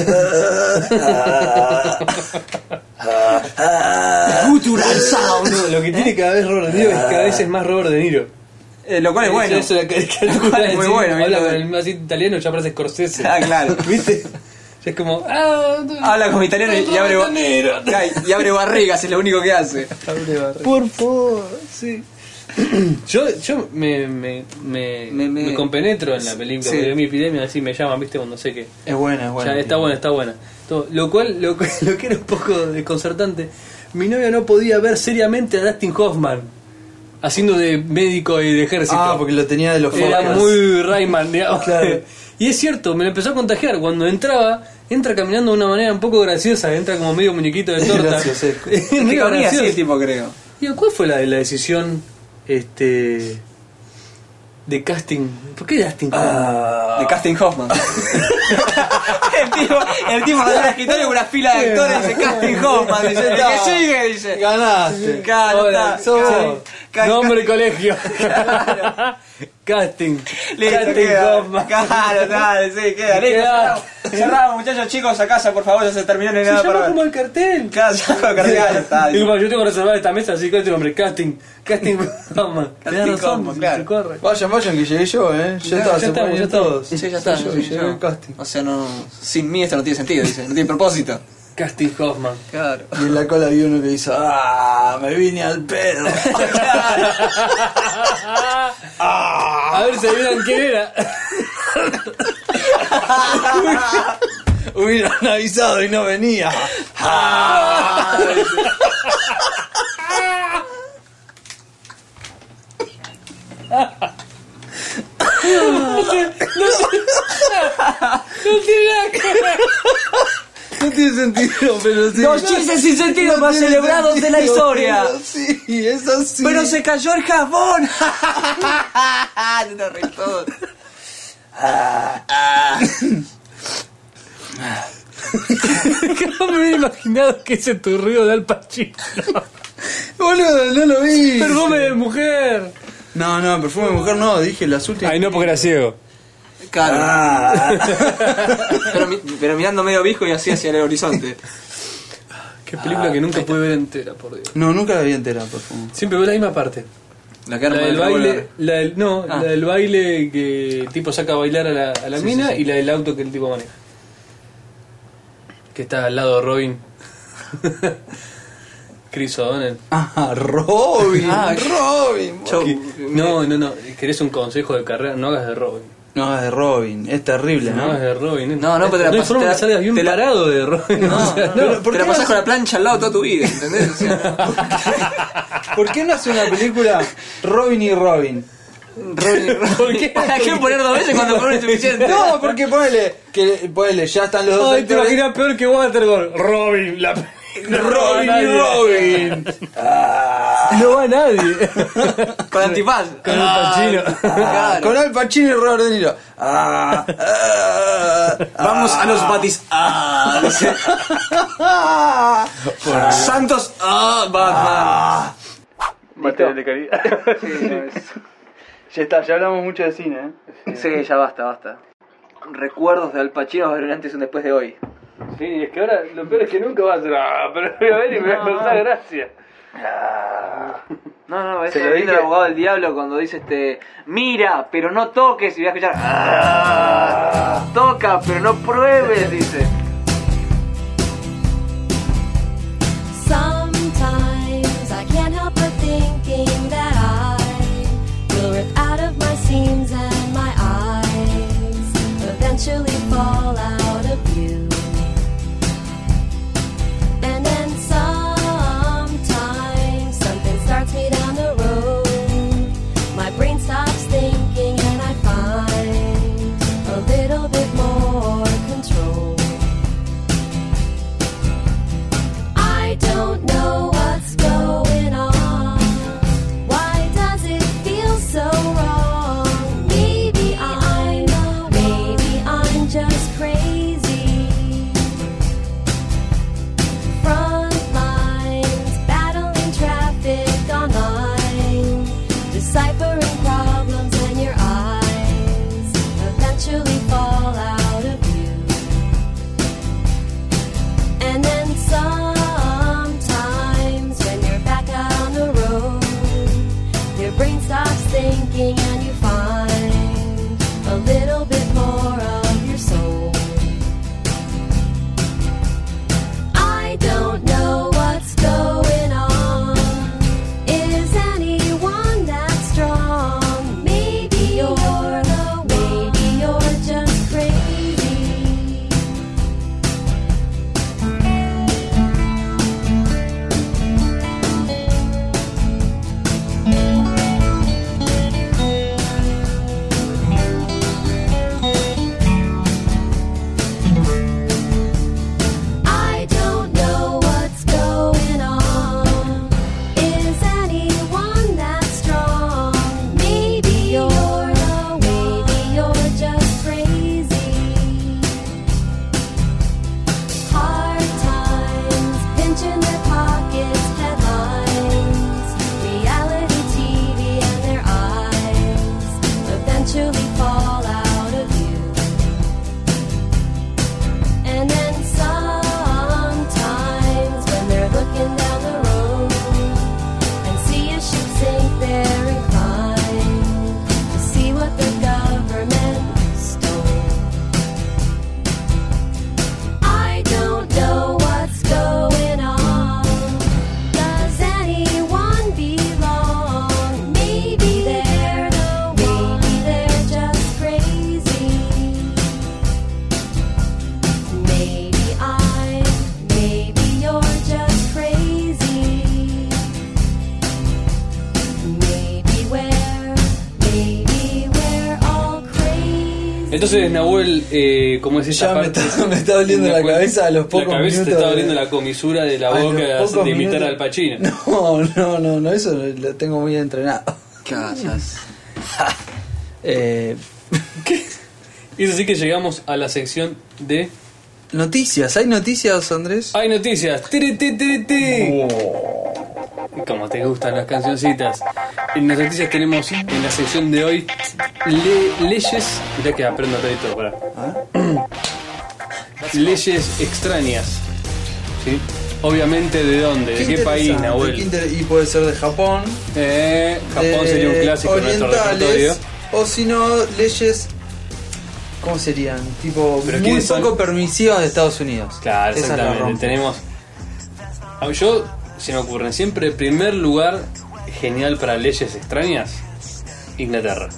S6: Gutural Sound.
S4: Lo que tiene cada vez Robert De Niro es cada vez es más Robert De Niro.
S6: <laughs> Eh, Lo cual es bueno.
S4: Eso, eso, la
S6: Lo cual
S4: caricatura
S6: es muy
S4: así,
S6: bueno,
S4: Habla
S6: viendo-
S4: con el más italiano, ya parece Scorsese.
S6: <laughs> Ah, claro.
S4: ¿Viste? Ya es como. Ah, no.
S6: Habla como italiano y abre, ba- y abre barrigas, <laughs> es lo único que hace.
S4: Por favor, sí. <clears throat> Yo, yo me, me, me,
S6: Me- me-
S4: me compenetro en la película,
S6: Sí.
S4: porque mi epidemia así me llaman, viste, cuando sé que.
S2: es buena, es buena.
S4: ya, está buena, está buena. Todo- Lo cual, lo, <laughs> cual- lo que era un poco desconcertante, mi novia no podía ver seriamente a Dustin Hoffman. haciendo de médico y de ejército.
S2: Ah, porque lo tenía de los
S4: Era
S2: Focas.
S4: muy Rayman, digamos.
S2: Claro.
S4: <laughs> Y es cierto, me lo empezó a contagiar. Cuando entraba, entra caminando de una manera un poco graciosa, entra como medio muñequito de torta. <laughs>
S2: Gracias, eh.
S4: Es
S6: Que
S4: medio
S6: comía así el
S4: gracioso.
S6: tipo, creo.
S4: Digo, ¿cuál fue la, la decisión este de casting? ¿Por qué casting?
S6: De Casting Hoffman. el tipo, el tipo de un escritorio con una fila de actores de Casting Hoffman. Dice, "El que sigue, dice.
S2: Ganaste.
S4: Ah,
S6: Canta,
S2: sos vos.
S6: ca- <laughs>
S4: Nombre colegio. casting.
S6: Listo,
S4: casting
S6: queda.
S4: Hoffman.
S6: Claro, dale, sí, queda. Listo,
S4: Queda.
S6: cerramos. cerramos, muchachos, chicos, a casa, por favor, ya se terminó, no hay
S4: Se
S6: nada
S4: llama
S6: para
S4: como
S6: ver.
S4: el cartel.
S6: Claro, ya lo cargaba, ya está.
S4: Digo, yo tengo que reservar esta mesa, así que este nombre, casting. Casting
S6: <laughs>
S4: Hoffman. Tenés
S6: Casting
S4: razón,
S6: Hoffman,
S4: se
S6: claro.
S4: corre.
S2: Vayan, vayan, que llegué yo, eh. Ya, está, se
S4: Ya, ya estamos,
S2: pueden
S4: ya
S2: ir
S4: estamos.
S2: todos.
S6: Sí, ya está,
S2: Yo,
S6: ya
S2: llegué
S6: llegué
S2: al
S6: yo.
S2: casting.
S6: O sea, no, sin mí esto no tiene sentido, dice, no tiene propósito.
S4: Casting Hoffman.
S6: Claro.
S2: Y en la cola vi uno que dice, ah, me vine al pedo.
S4: A ver si
S6: Ah.
S4: adivinan quién era. <laughs>
S2: Hubieran avisado y no venía.
S4: No tiene nada que ver.
S2: No tiene sentido, pero sí.
S6: Los chistes sin sentido
S2: No
S6: más
S2: tiene
S6: celebrados de la
S2: sentido,
S6: historia.
S2: pero Sí, es así.
S6: Pero se cayó el jabón. Te lo reí todo.
S4: No me hubiera imaginado que ese tu ruido de Al Pacino.
S2: Boludo, no lo vi.
S4: Perfume de mujer.
S2: No, no, perfume de mujer no, dije las últimas.
S4: Ay, no, porque era ciego.
S6: Claro.
S2: Ah.
S6: <laughs> Pero, mi- pero mirando medio viejo y así hacia el horizonte.
S4: Qué película que nunca pude ver entera, por Dios.
S2: <laughs> No, nunca la vi entera, perfume.
S4: Siempre veo la misma parte.
S6: La
S4: La
S6: arma
S4: del
S6: del
S4: baile,
S6: revólver.
S4: la del, no,
S6: Ah.
S4: la del baile que el tipo saca a bailar a la, a la mina y la del auto que el tipo maneja. Que está al lado de Robin. <laughs> Chris O'Donnell.
S2: Ah, Robin.
S6: Ah,
S2: Robin.
S6: Yo-
S4: Que- no, no, no. ¿Querés un consejo de carrera? No hagas de Robin.
S2: No, es de Robin. Es terrible,
S4: No hagas
S2: ¿no?
S4: de Robin. eh.
S6: No, no, pero te la
S4: hay
S6: pas-
S4: forma
S6: te la-
S4: que salgas bien
S6: te la-
S4: parado de Robin. o sea, no.
S2: pero- ¿por
S6: Te la
S2: qué <laughs>
S6: pasás
S2: no-
S6: con la plancha al lado toda tu vida, ¿entendés?
S2: <laughs>
S6: O sea,
S2: ¿Por qué no hace una película Robin y Robin?
S6: Robin-
S4: ¿Por qué?
S6: ¿Para qué poner dos veces cuando pones es suficiente?
S2: No, porque ponele, que ponele, ya están los dos.
S4: Ay, te
S2: actores.
S4: imaginas peor que Watergol. Robin, la <laughs>
S2: Robin y <laughs> Robin.
S4: No va nadie.
S6: Con antifaz.
S4: Con el Pacino.
S2: Ah, Con Al Pacino y Robert De Niro. Ah, ah,
S6: Vamos a los batis. Ah,
S2: <laughs>
S6: dice.
S2: ah.
S6: Santos. Ah, Batman.
S2: <laughs> Ya está, ya hablamos mucho de cine, ¿eh?
S6: Sí, ya basta, basta. Recuerdos de Al Pacino ver un antes y un después de hoy.
S4: Sí, es que ahora lo peor es que nunca va a ser. Ah, pero voy a ver y me va a ¿eh? causar gracia.
S6: No, no, es
S2: Se lo
S6: el lindo
S2: dije.
S6: abogado del diablo cuando dice este, mira, pero no toques y voy a escuchar, "Ah". toca, pero no pruebes, dice.
S11: Sometimes I can't help but thinking that I will rip out of my seams and my eyes eventually fall out of view. And then sometimes something starts me down the road. My brain stops thinking and I find a little bit more control. I don't know what's going on. Why does it feel so wrong? Maybe I'm, maybe I'm
S4: Entonces, Nahuel, eh, como es esta
S2: Ya me
S4: parte-
S2: está, <laughs> me está doliendo la
S4: Nahuel,
S2: cabeza a los pocos
S4: La cabeza te
S2: minutos
S4: está
S2: de-
S4: doliendo la comisura de la
S2: a los
S4: boca
S2: pocos
S4: de imitar
S2: minutos-
S4: al Pachino.
S2: <laughs> No, no, no, no, eso lo tengo muy entrenado.
S6: Casas.
S2: <laughs> Eh,
S4: Y es así que llegamos a la sección de...
S2: noticias, ¿hay noticias, Andrés?
S4: ¡Hay noticias! ¡Tiri, tiri, tiri, tiri! Como te gustan las cancioncitas. En las noticias tenemos en la sección de hoy le- leyes... Mirá que aprendo a leer todo, pará. Ah. leyes extrañas. ¿Sí? Obviamente, ¿de dónde? ¿De qué, país,
S2: interesante, qué
S4: Nahuel?
S2: inter- Y puede ser de Japón.
S4: Eh, Japón
S2: de
S4: sería un clásico en nuestro repertorio.
S2: orientales. O si no, leyes. ¿Cómo serían? Tipo,
S4: Pero
S2: muy
S4: ¿quiénes son?
S2: poco permisivas de Estados Unidos.
S4: Claro,
S2: Esa la
S4: exactamente.
S2: rompo.
S4: Tenemos. A ver, Yo, se me ocurren siempre, el primer lugar genial para leyes extrañas, Inglaterra.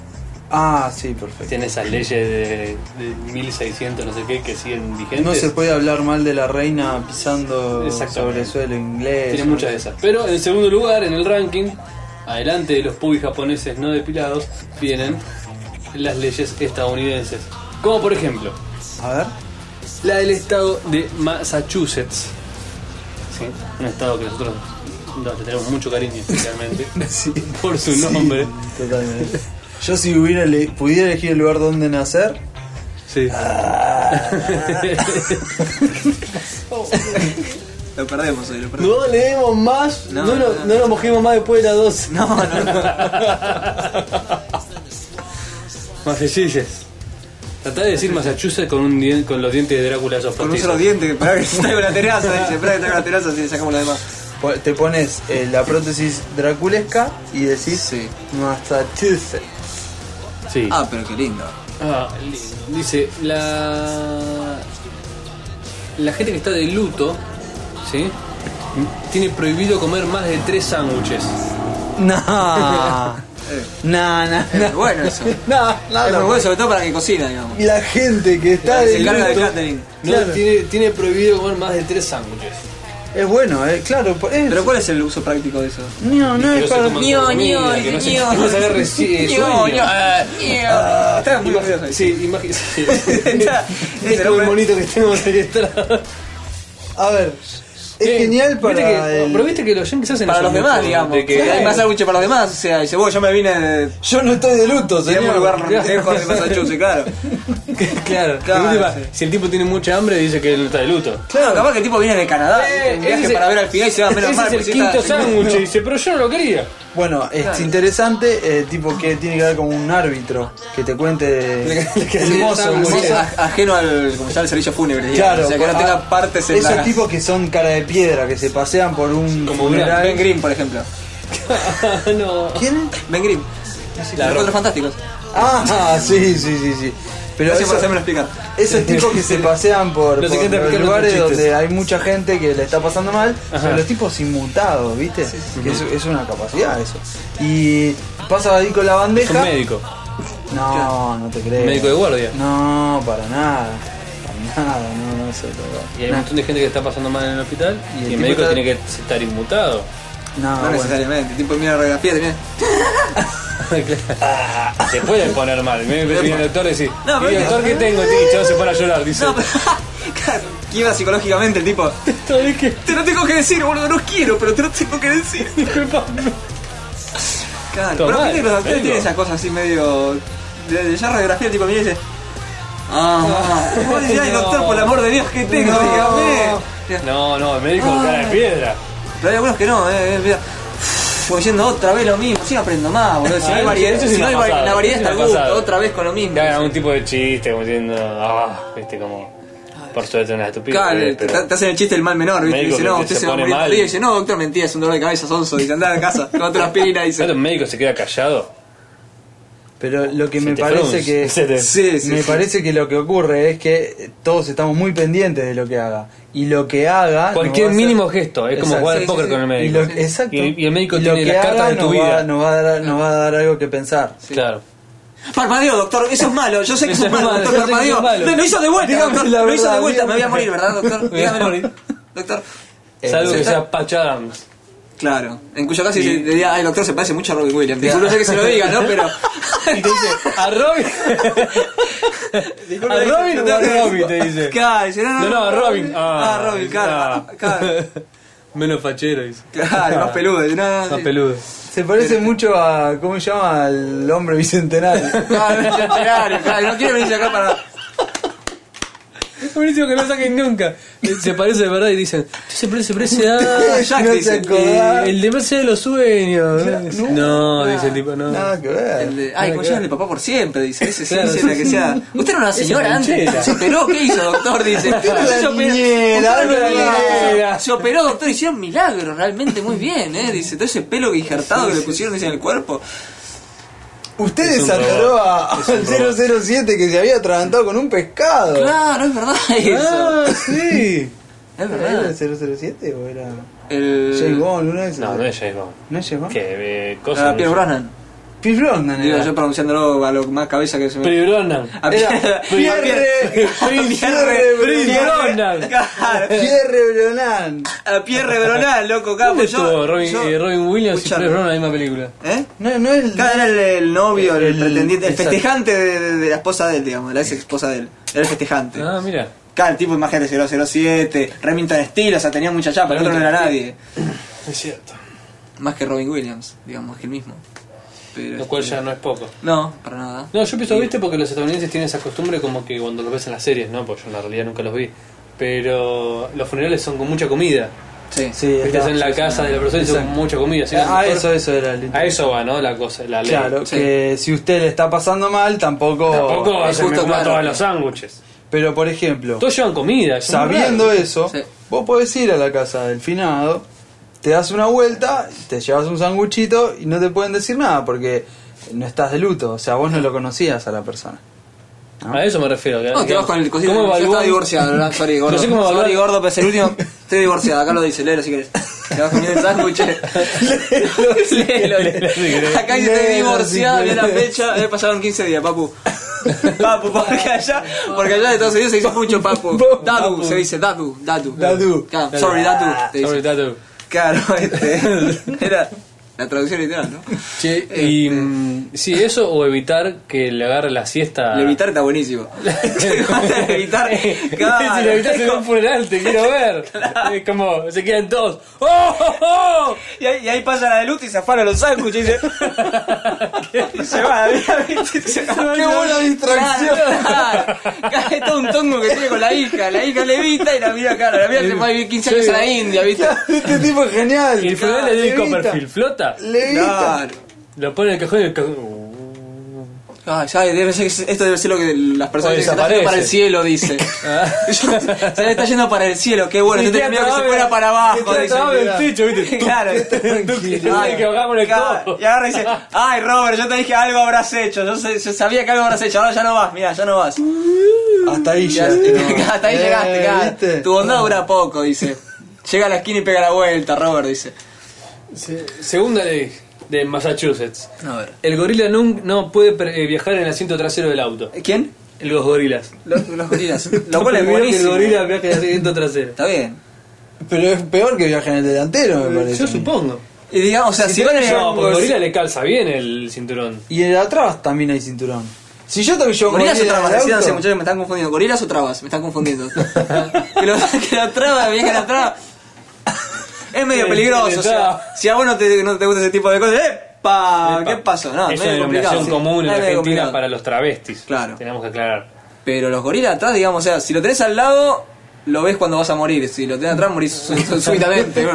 S2: Ah, sí, perfecto.
S4: Tiene esas leyes de, de 1600, no sé qué, que siguen vigentes.
S2: No se puede hablar mal de la reina pisando sobre
S4: Exactamente.
S2: suelo inglés.
S4: Tiene muchas de esas. Pero en segundo lugar, en el ranking, adelante de los pubis japoneses no depilados, vienen las leyes estadounidenses. Como por ejemplo,
S2: A ver.
S4: la del estado de Massachusetts. Sí, un estado que nosotros no, le tenemos mucho cariño, especialmente. por su
S2: Sí,
S4: nombre.
S2: totalmente. Yo si hubiera ele- pudiera elegir el lugar donde nacer,
S4: Sí.
S6: Lo perdemos hoy, lo perdemos.
S4: no leemos más,
S6: No, no lo- no, no. no
S4: nos mojemos más después de las 12. No, no, <laughs> Massachusetts. Tratá de decir Massachusetts con, un dien- con los dientes de Drácula esos
S6: Con un
S4: postizos.
S6: solo diente, para que se traiga una teraza, dice, para que traiga una teraza así le sacamos la demás.
S2: po- te pones eh, la prótesis draculesca y decís Massachusetts.
S4: Sí.
S6: Ah, pero qué lindo.
S4: Ah, li- dice, la... La gente que está de luto, ¿sí? Tiene prohibido comer más de tres sándwiches.
S2: <laughs> Nah. nah, nah,
S6: Es muy
S2: nah.
S6: bueno <laughs> eso.
S2: Nah, nah,
S6: es muy
S2: nah.
S6: bueno, sobre todo para que cocina, digamos.
S2: Y la gente que está
S6: Se
S2: de
S6: encarga de
S2: luto-
S6: catering.
S4: No, tiene, tiene prohibido comer más de tres sándwiches.
S2: Es bueno, eh, claro. po- Es,
S6: Pero ¿cuál es el uso práctico de eso?
S2: no, no es para...
S4: Ño, ño, que no se, que no se agarre
S6: <laughs>
S4: eh, sueño.
S6: Estás Ah, muy <laughs> nervioso ahí.
S4: Sí, imagínate.
S6: Está- es el hombre-
S4: bonito que tenemos ahí atrás.
S2: A ver, es genial para...
S4: Viste que,
S2: el-
S4: Pero viste que los yankees hacen
S6: Para
S4: eso
S6: los demás,
S4: mucho,
S6: digamos.
S4: de que-
S6: Hay más sándwiches para los demás. O sea, dice, vos, yo me vine de.
S2: Yo no estoy de luto,
S6: Tenemos un
S2: señor.
S6: lugar lejos de Massachusetts,
S2: <laughs>
S6: claro.
S4: Claro,
S6: <laughs> Claro,
S4: de última,
S6: sí.
S4: Si el tipo tiene mucha hambre, dice que él no está de luto.
S6: Claro, capaz que el tipo viene de Canadá.
S4: Eh,
S6: un viaje
S4: ese-
S6: para ver al final y se va a menos
S4: Ese
S6: mal.
S4: es el
S6: porque si está-
S4: quinto sándwich. Y dice, pero yo no lo quería. <laughs>
S2: Bueno, es interesante, eh, tipo que tiene que ver con un árbitro que te cuente el mozo, el
S6: <laughs> Sí,
S2: mozo.
S6: aj- ajeno al como se llama, el servicio fúnebre. digamos.
S2: Claro,
S6: o sea, que no
S2: ah,
S6: tenga partes en
S2: esos
S6: la...
S2: tipos que son cara de piedra, que se pasean por un
S4: Como
S2: funeral.
S6: Ben Grimm, por ejemplo.
S4: no.
S2: ¿Quién?
S6: Ben Grimm. los cuatro fantásticos.
S2: Ah, sí, sí, sí, sí. Pero
S6: Gracias por
S2: eso- Ah,
S6: hacérmelo explicar.
S2: esos tipos que se pasean por,
S4: No sé
S2: por
S4: qué te explican
S2: los
S4: los
S2: lugares
S4: chistes.
S2: donde hay mucha gente que le está pasando mal, son los tipos inmutados, ¿viste? Que es, es una capacidad eso. Y pasa ahí con la
S4: Es un
S2: bandeja.
S4: médico.
S2: No, no te creo.
S4: Médico de guardia.
S2: No, para nada. Para nada, no, no sé. pero-
S4: Y hay un montón de gente que está pasando mal en el hospital.
S2: Y
S4: Y
S2: el
S4: el,
S2: tipo
S4: médico
S2: está-
S4: tiene que estar inmutado.
S2: No,
S6: No
S2: bueno.
S6: necesariamente. El tipo mira la radiografía también.
S4: se puede poner mal. Me viene el doctor y dice,
S6: No, pero
S4: "Y el
S6: es que-
S4: doctor que tengo, tío, y chabón se pone a llorar. Dice,
S6: No, pero- <laughs> claro, quiebra psicológicamente el tipo.
S4: ¿sabes qué?
S6: Te lo tengo que decir, boludo. No quiero, pero te lo tengo que decir.
S4: Tomá,
S6: Claro, pero viste que los doctores
S4: vengo.
S6: tienen esas cosas así medio. De, de ya radiografía, el tipo mira y dice. Ah, ah. Vos decís, ay, doctor, por el amor de Dios, ¿qué tengo? Dígame.
S4: No, no, el médico cara de piedra.
S6: Pero hay algunos que no, eh, eh, mira. Porque yendo otra vez lo mismo, si no aprendo más, boludo. Si
S4: Ah,
S6: no hay
S4: eso-
S6: variedad,
S4: eso es
S6: si no
S4: una
S6: hay vari-
S4: pasada,
S6: la variedad
S4: eso es
S6: está al
S4: una
S6: gusto,
S4: pasada.
S6: otra vez con lo mismo.
S4: Le hagan algún tipo de chiste, como diciendo, ah, viste, como. Por suerte, una estupidez.
S6: Claro, te-
S4: eh, pero-
S6: te, hacen el chiste del mal menor, ¿viste? Y
S4: Médico
S6: Dice,
S4: que
S6: no,
S4: te-
S6: usted
S4: se
S6: se, va a
S4: pone
S6: morir tal
S4: mal.
S6: día. Y Dice, no, doctor, mentira, es un dolor de cabeza, sonso. Dice, andá a casa,
S4: <laughs>
S6: tomate una aspirina. Dice,
S4: Claro, el médico se queda callado.
S2: Pero lo que
S4: Se
S2: me
S4: te
S2: parece
S4: frunce,
S2: que
S4: se te-
S6: Sí, sí,
S2: me
S6: sí.
S2: parece que lo que ocurre es que todos estamos muy pendientes de lo que haga y lo que haga
S4: Cualquier
S2: nos va a
S4: mínimo
S2: hacer-
S4: gesto, es como
S2: Exacto.
S4: jugar
S6: sí,
S4: al póker
S6: sí,
S4: con el
S2: y
S4: médico.
S2: lo- exacto.
S4: Y el, y el médico
S2: Y lo
S4: tiene
S2: que
S4: las cartas
S2: haga
S4: de tu
S2: nos va-
S4: vida.
S2: nos va a dar nos va a dar algo que pensar.
S4: Claro.
S6: Parpadeo, doctor, eso es malo. Yo sé que
S4: Eso
S6: eso es
S4: es
S6: malo,
S4: malo,
S6: doctor,
S4: yo sé que eso
S6: parpadeo.
S4: es malo.
S6: No, lo hizo de vuelta,
S2: Dígame
S6: doctor.
S2: la
S6: Lo hizo
S2: verdad,
S6: de vuelta. Me voy a
S2: dígame.
S6: morir, ¿verdad,
S4: voy
S6: doctor?
S4: a
S6: Dígamelo.
S4: morir.
S6: Doctor. Eh,
S4: Salvo que
S6: sí.
S4: sea Patch Adams.
S6: Claro, en cuyo caso dice, le diga, ay,
S4: <laughs>
S6: doctor, <laughs> se parece mucho a Robin Williams. Dice, no sé que se lo diga, ¿no? Pero.
S4: Y te dice, a Robin. A Robin o a Robin te dice.
S6: Claro, dice, no, no,
S4: No, no, a Robin. Ah,
S6: Ah, Robin, claro.
S4: ah.
S6: ah, <laughs> Claro,
S4: <laughs> Menos fachero dice.
S6: claro, más peludo. dice, No, no,
S4: Más
S6: sí.
S4: peludo.
S2: Se parece mucho a. ¿Cómo se llama? Al hombre bicentenario. <laughs>
S6: Claro, es centenario, claro, no quiere
S4: <laughs>
S6: venirse acá para.
S4: Es buenísimo que no saquen nunca. Eh, Se parece de verdad y dicen, se parece, se parece
S6: <laughs>
S4: a...
S6: <laughs> Jack,
S2: no se
S6: dice.
S2: acordaba.
S4: eh, el de Mercedes de los sueños. No, dice el tipo, no.
S2: Nada que ver.
S6: El de- Ay, como llaman el papá por siempre, dice. Ese sí,
S4: Claro,
S6: dice
S4: sí,
S6: la que
S4: sí.
S6: sea. Usted era una señora
S4: ranchera.
S6: antes. ¿Se operó? ¿Qué hizo,
S4: <laughs>
S6: doctor? Dice.
S2: era
S6: "Se
S2: niñera,
S6: operó- usted era
S2: ahora
S6: una
S2: es
S6: niñera".
S2: niñera.
S6: Se operó, doctor. Hicieron milagros, realmente muy bien, ¿eh? Dice. Todo ese pelo injertado que le pusieron dice, en el cuerpo.
S2: Usted
S4: Es un
S2: desatoró
S4: robot.
S2: a-
S4: Es un
S2: al
S4: robot.
S2: 007 que se había atragantado con un
S4: Ah.
S2: pescado.
S6: Claro, es verdad eso.
S2: <laughs> Ah, sí. ¿Era
S6: Es
S2: el
S6: verdad.
S2: 007 o era James
S6: El.
S2: Bond? Uno de esos.
S12: No, no es James Bond.
S2: ¿No es James Bond?
S12: Que eh,
S6: Ah,
S12: cosa.
S6: Pierre Brosnan.
S2: Pierce Brosnan
S6: Digo,
S2: era.
S6: yo pronunciándolo a lo más cabeza que se me.
S4: Pribrona.
S6: A
S2: Era
S6: Pierre. a
S2: Pierre. Pierre pues Brosnan.
S4: Pribrona.
S6: Claro.
S2: Pierre Brosnan.
S6: A Pierre Brosnan, loco, capo.
S4: ¿Dónde
S6: Yo,
S4: estuvo Robin,
S6: yo-
S4: eh, Robin Williams y
S6: Escuchame.
S4: Pierre Brosnan en la misma película?
S6: ¿Eh?
S2: No, no es.
S6: Cada era el, el novio, el,
S2: El-
S6: pretendiente, el
S4: exacto.
S6: festejante de, de- de la esposa de él, digamos, la ex esposa de él. Era el festejante.
S4: Ah, mira.
S6: Cada tipo, imagínate, 007, Remington Steele, o sea, tenía mucha chapa, el otro no era nadie.
S4: Es cierto.
S6: Más que Robin Williams, digamos, que el mismo. Pero,
S4: Lo cual ya no es poco.
S6: No, para nada.
S4: No, yo pienso, viste, porque los estadounidenses tienen esa costumbre como que cuando los ves en las series, ¿no? Porque yo en la realidad nunca los vi. Pero los funerales son con mucha comida.
S6: Sí.
S2: Sí,
S4: Viste,
S2: está.
S4: en la casa de la persona y son con
S2: Exacto.
S4: mucha comida. ¿sí?
S2: Ah,
S4: Mejor-
S2: eso, eso era el
S4: a eso va, ¿no? La cosa, la ley.
S2: Claro,
S6: Sí.
S2: que si usted le está pasando mal, tampoco.
S4: Tampoco
S6: es
S4: se me
S6: justo,
S4: coma
S6: claro.
S4: todos los sándwiches.
S2: Pero por ejemplo,
S4: Todos llevan comida. es muy
S2: sabiendo
S4: raro.
S2: eso,
S6: Sí.
S2: vos podés ir a la casa del finado, te das una vuelta, te llevas un sanguchito y no te pueden decir nada porque no estás de luto. O sea, vos no lo conocías a la persona. <laughs>
S4: A eso me refiero. que-
S6: No, te
S4: que-
S6: vas con el cosito.
S4: ¿Cómo
S6: Yo
S4: evalúan- <laughs>
S6: estaba divorciado, ¿verdad? Sorry, gordo.
S4: No sé cómo
S6: Sorry,
S4: evaluar-
S6: gordo, pero es el último. Estoy divorciado, acá lo dice, léelo si querés. Te vas comiendo el sándwich. léelo, léelo. Acá dice estoy
S2: Léelo si
S6: divorciado, viene la
S2: querés.
S6: fecha. Eh, pasaron 15 días, papu. papu, porque allá, porque allá de Estados Unidos se dice mucho papu.
S2: Papu.
S6: Dadu, se dice dadu, dadu.
S2: Dadu.
S6: Claro, sorry, dadu. te dice.
S4: Ah, Sorry, Tato.
S6: Claro, este. Era la traducción literal, ¿no?
S4: Che, y
S6: Eh,
S4: mm, sí, eso o evitar que le agarre la siesta. <laughs>
S6: Levitar está buenísimo. <laughs> Levitar. claro.
S4: si levitar se ve un funeral, te quiero ver.
S6: <laughs>
S4: Es como, se quedan todos. ¡Oh, oh, oh!
S6: Y ahí, y ahí pasa la de Luti y se afana los sándwiches y dice. y se va, mira, viste, y se va.
S2: ¡Qué buena distracción!
S6: Claro, claro. <laughs> Es todo un tongo que tiene con la hija. La hija levita y la mira cara. La mira se fue a vivir 15 años a la India, ¿viste?
S2: este tipo es genial. Ah,
S4: Y el funeral de David
S2: Levita.
S4: Copperfield flota.
S2: Levita.
S6: Claro.
S4: Lo pone en el cajón y el cajón.
S6: Ah, ya, debe ser, esto debe ser lo que las personas
S4: O
S6: dicen. Está yendo
S4: desaparece.
S6: para el
S4: <laughs>
S6: cielo, dice. <laughs> se le está yendo para el cielo, qué bueno.
S4: Sí,
S6: Yo tenía
S4: queda
S6: miedo que se
S4: trabado,
S6: fuera para abajo.
S4: Está
S6: dice.
S4: trabado en el techo, ¿viste?
S6: <laughs>
S4: <laughs> Este
S6: Claro.
S4: Ay, que bajamos el
S6: Claro,
S4: codo.
S6: Y agarra y dice, ay Robert, yo te dije algo habrás hecho, yo, sé- yo sabía que algo habrás hecho, ahora ya no vas, mira, ya no vas.
S2: Hasta ahí
S6: <laughs> Ya-
S2: llegaste.
S6: Hasta ahí
S2: Eh,
S6: llegaste, claro.
S2: ¿viste?
S6: Tu bondad
S4: Ah.
S6: dura poco, dice. Llega a la esquina y pega la vuelta, Robert, dice.
S4: Segunda ley de Massachusetts.
S6: A ver.
S4: El gorila nun- no puede pre- eh, viajar en el asiento trasero del auto.
S6: ¿Quién?
S4: Los gorilas.
S6: Los, <laughs> los gorilas. Lo cual
S4: Prohibido que
S6: es
S4: el
S6: buenísimo.
S4: gorila viaje en el asiento trasero.
S6: Está bien.
S2: Pero es peor que viajar en el delantero, me parece.
S4: Yo supongo.
S6: Y digamos, o sea, si, van a llevar
S4: No,
S6: un
S4: porque al
S6: gor-
S4: gorila le calza bien el cinturón.
S2: Y en atrás también hay cinturón. Si yo tengo que llevar un
S6: ¿Gorilas o
S2: gorila en
S6: trabas?
S2: el
S6: Decían,
S2: auto-
S6: sí, muchachos, me están confundiendo. ¿Gorilas o trabas? Me están
S4: <laughs>
S6: confundiendo. que lo, que lo traba, que la traba. Es medio
S4: Sí, sí,
S6: peligroso. O sea,
S4: traba.
S6: si a vos no te, no te gusta ese tipo de cosas, ¡epa! ¿Qué pasó? No,
S4: es
S6: medio
S4: una denominación
S6: complicado, sí.
S4: común en
S6: Es
S4: Argentina
S6: medio complicado.
S4: para los travestis.
S6: Claro.
S4: Tenemos que aclarar.
S6: Pero los gorilas atrás, digamos, o sea, si lo tenés al lado, lo ves cuando vas a morir. Si lo tenés atrás, morís su- su- súbitamente.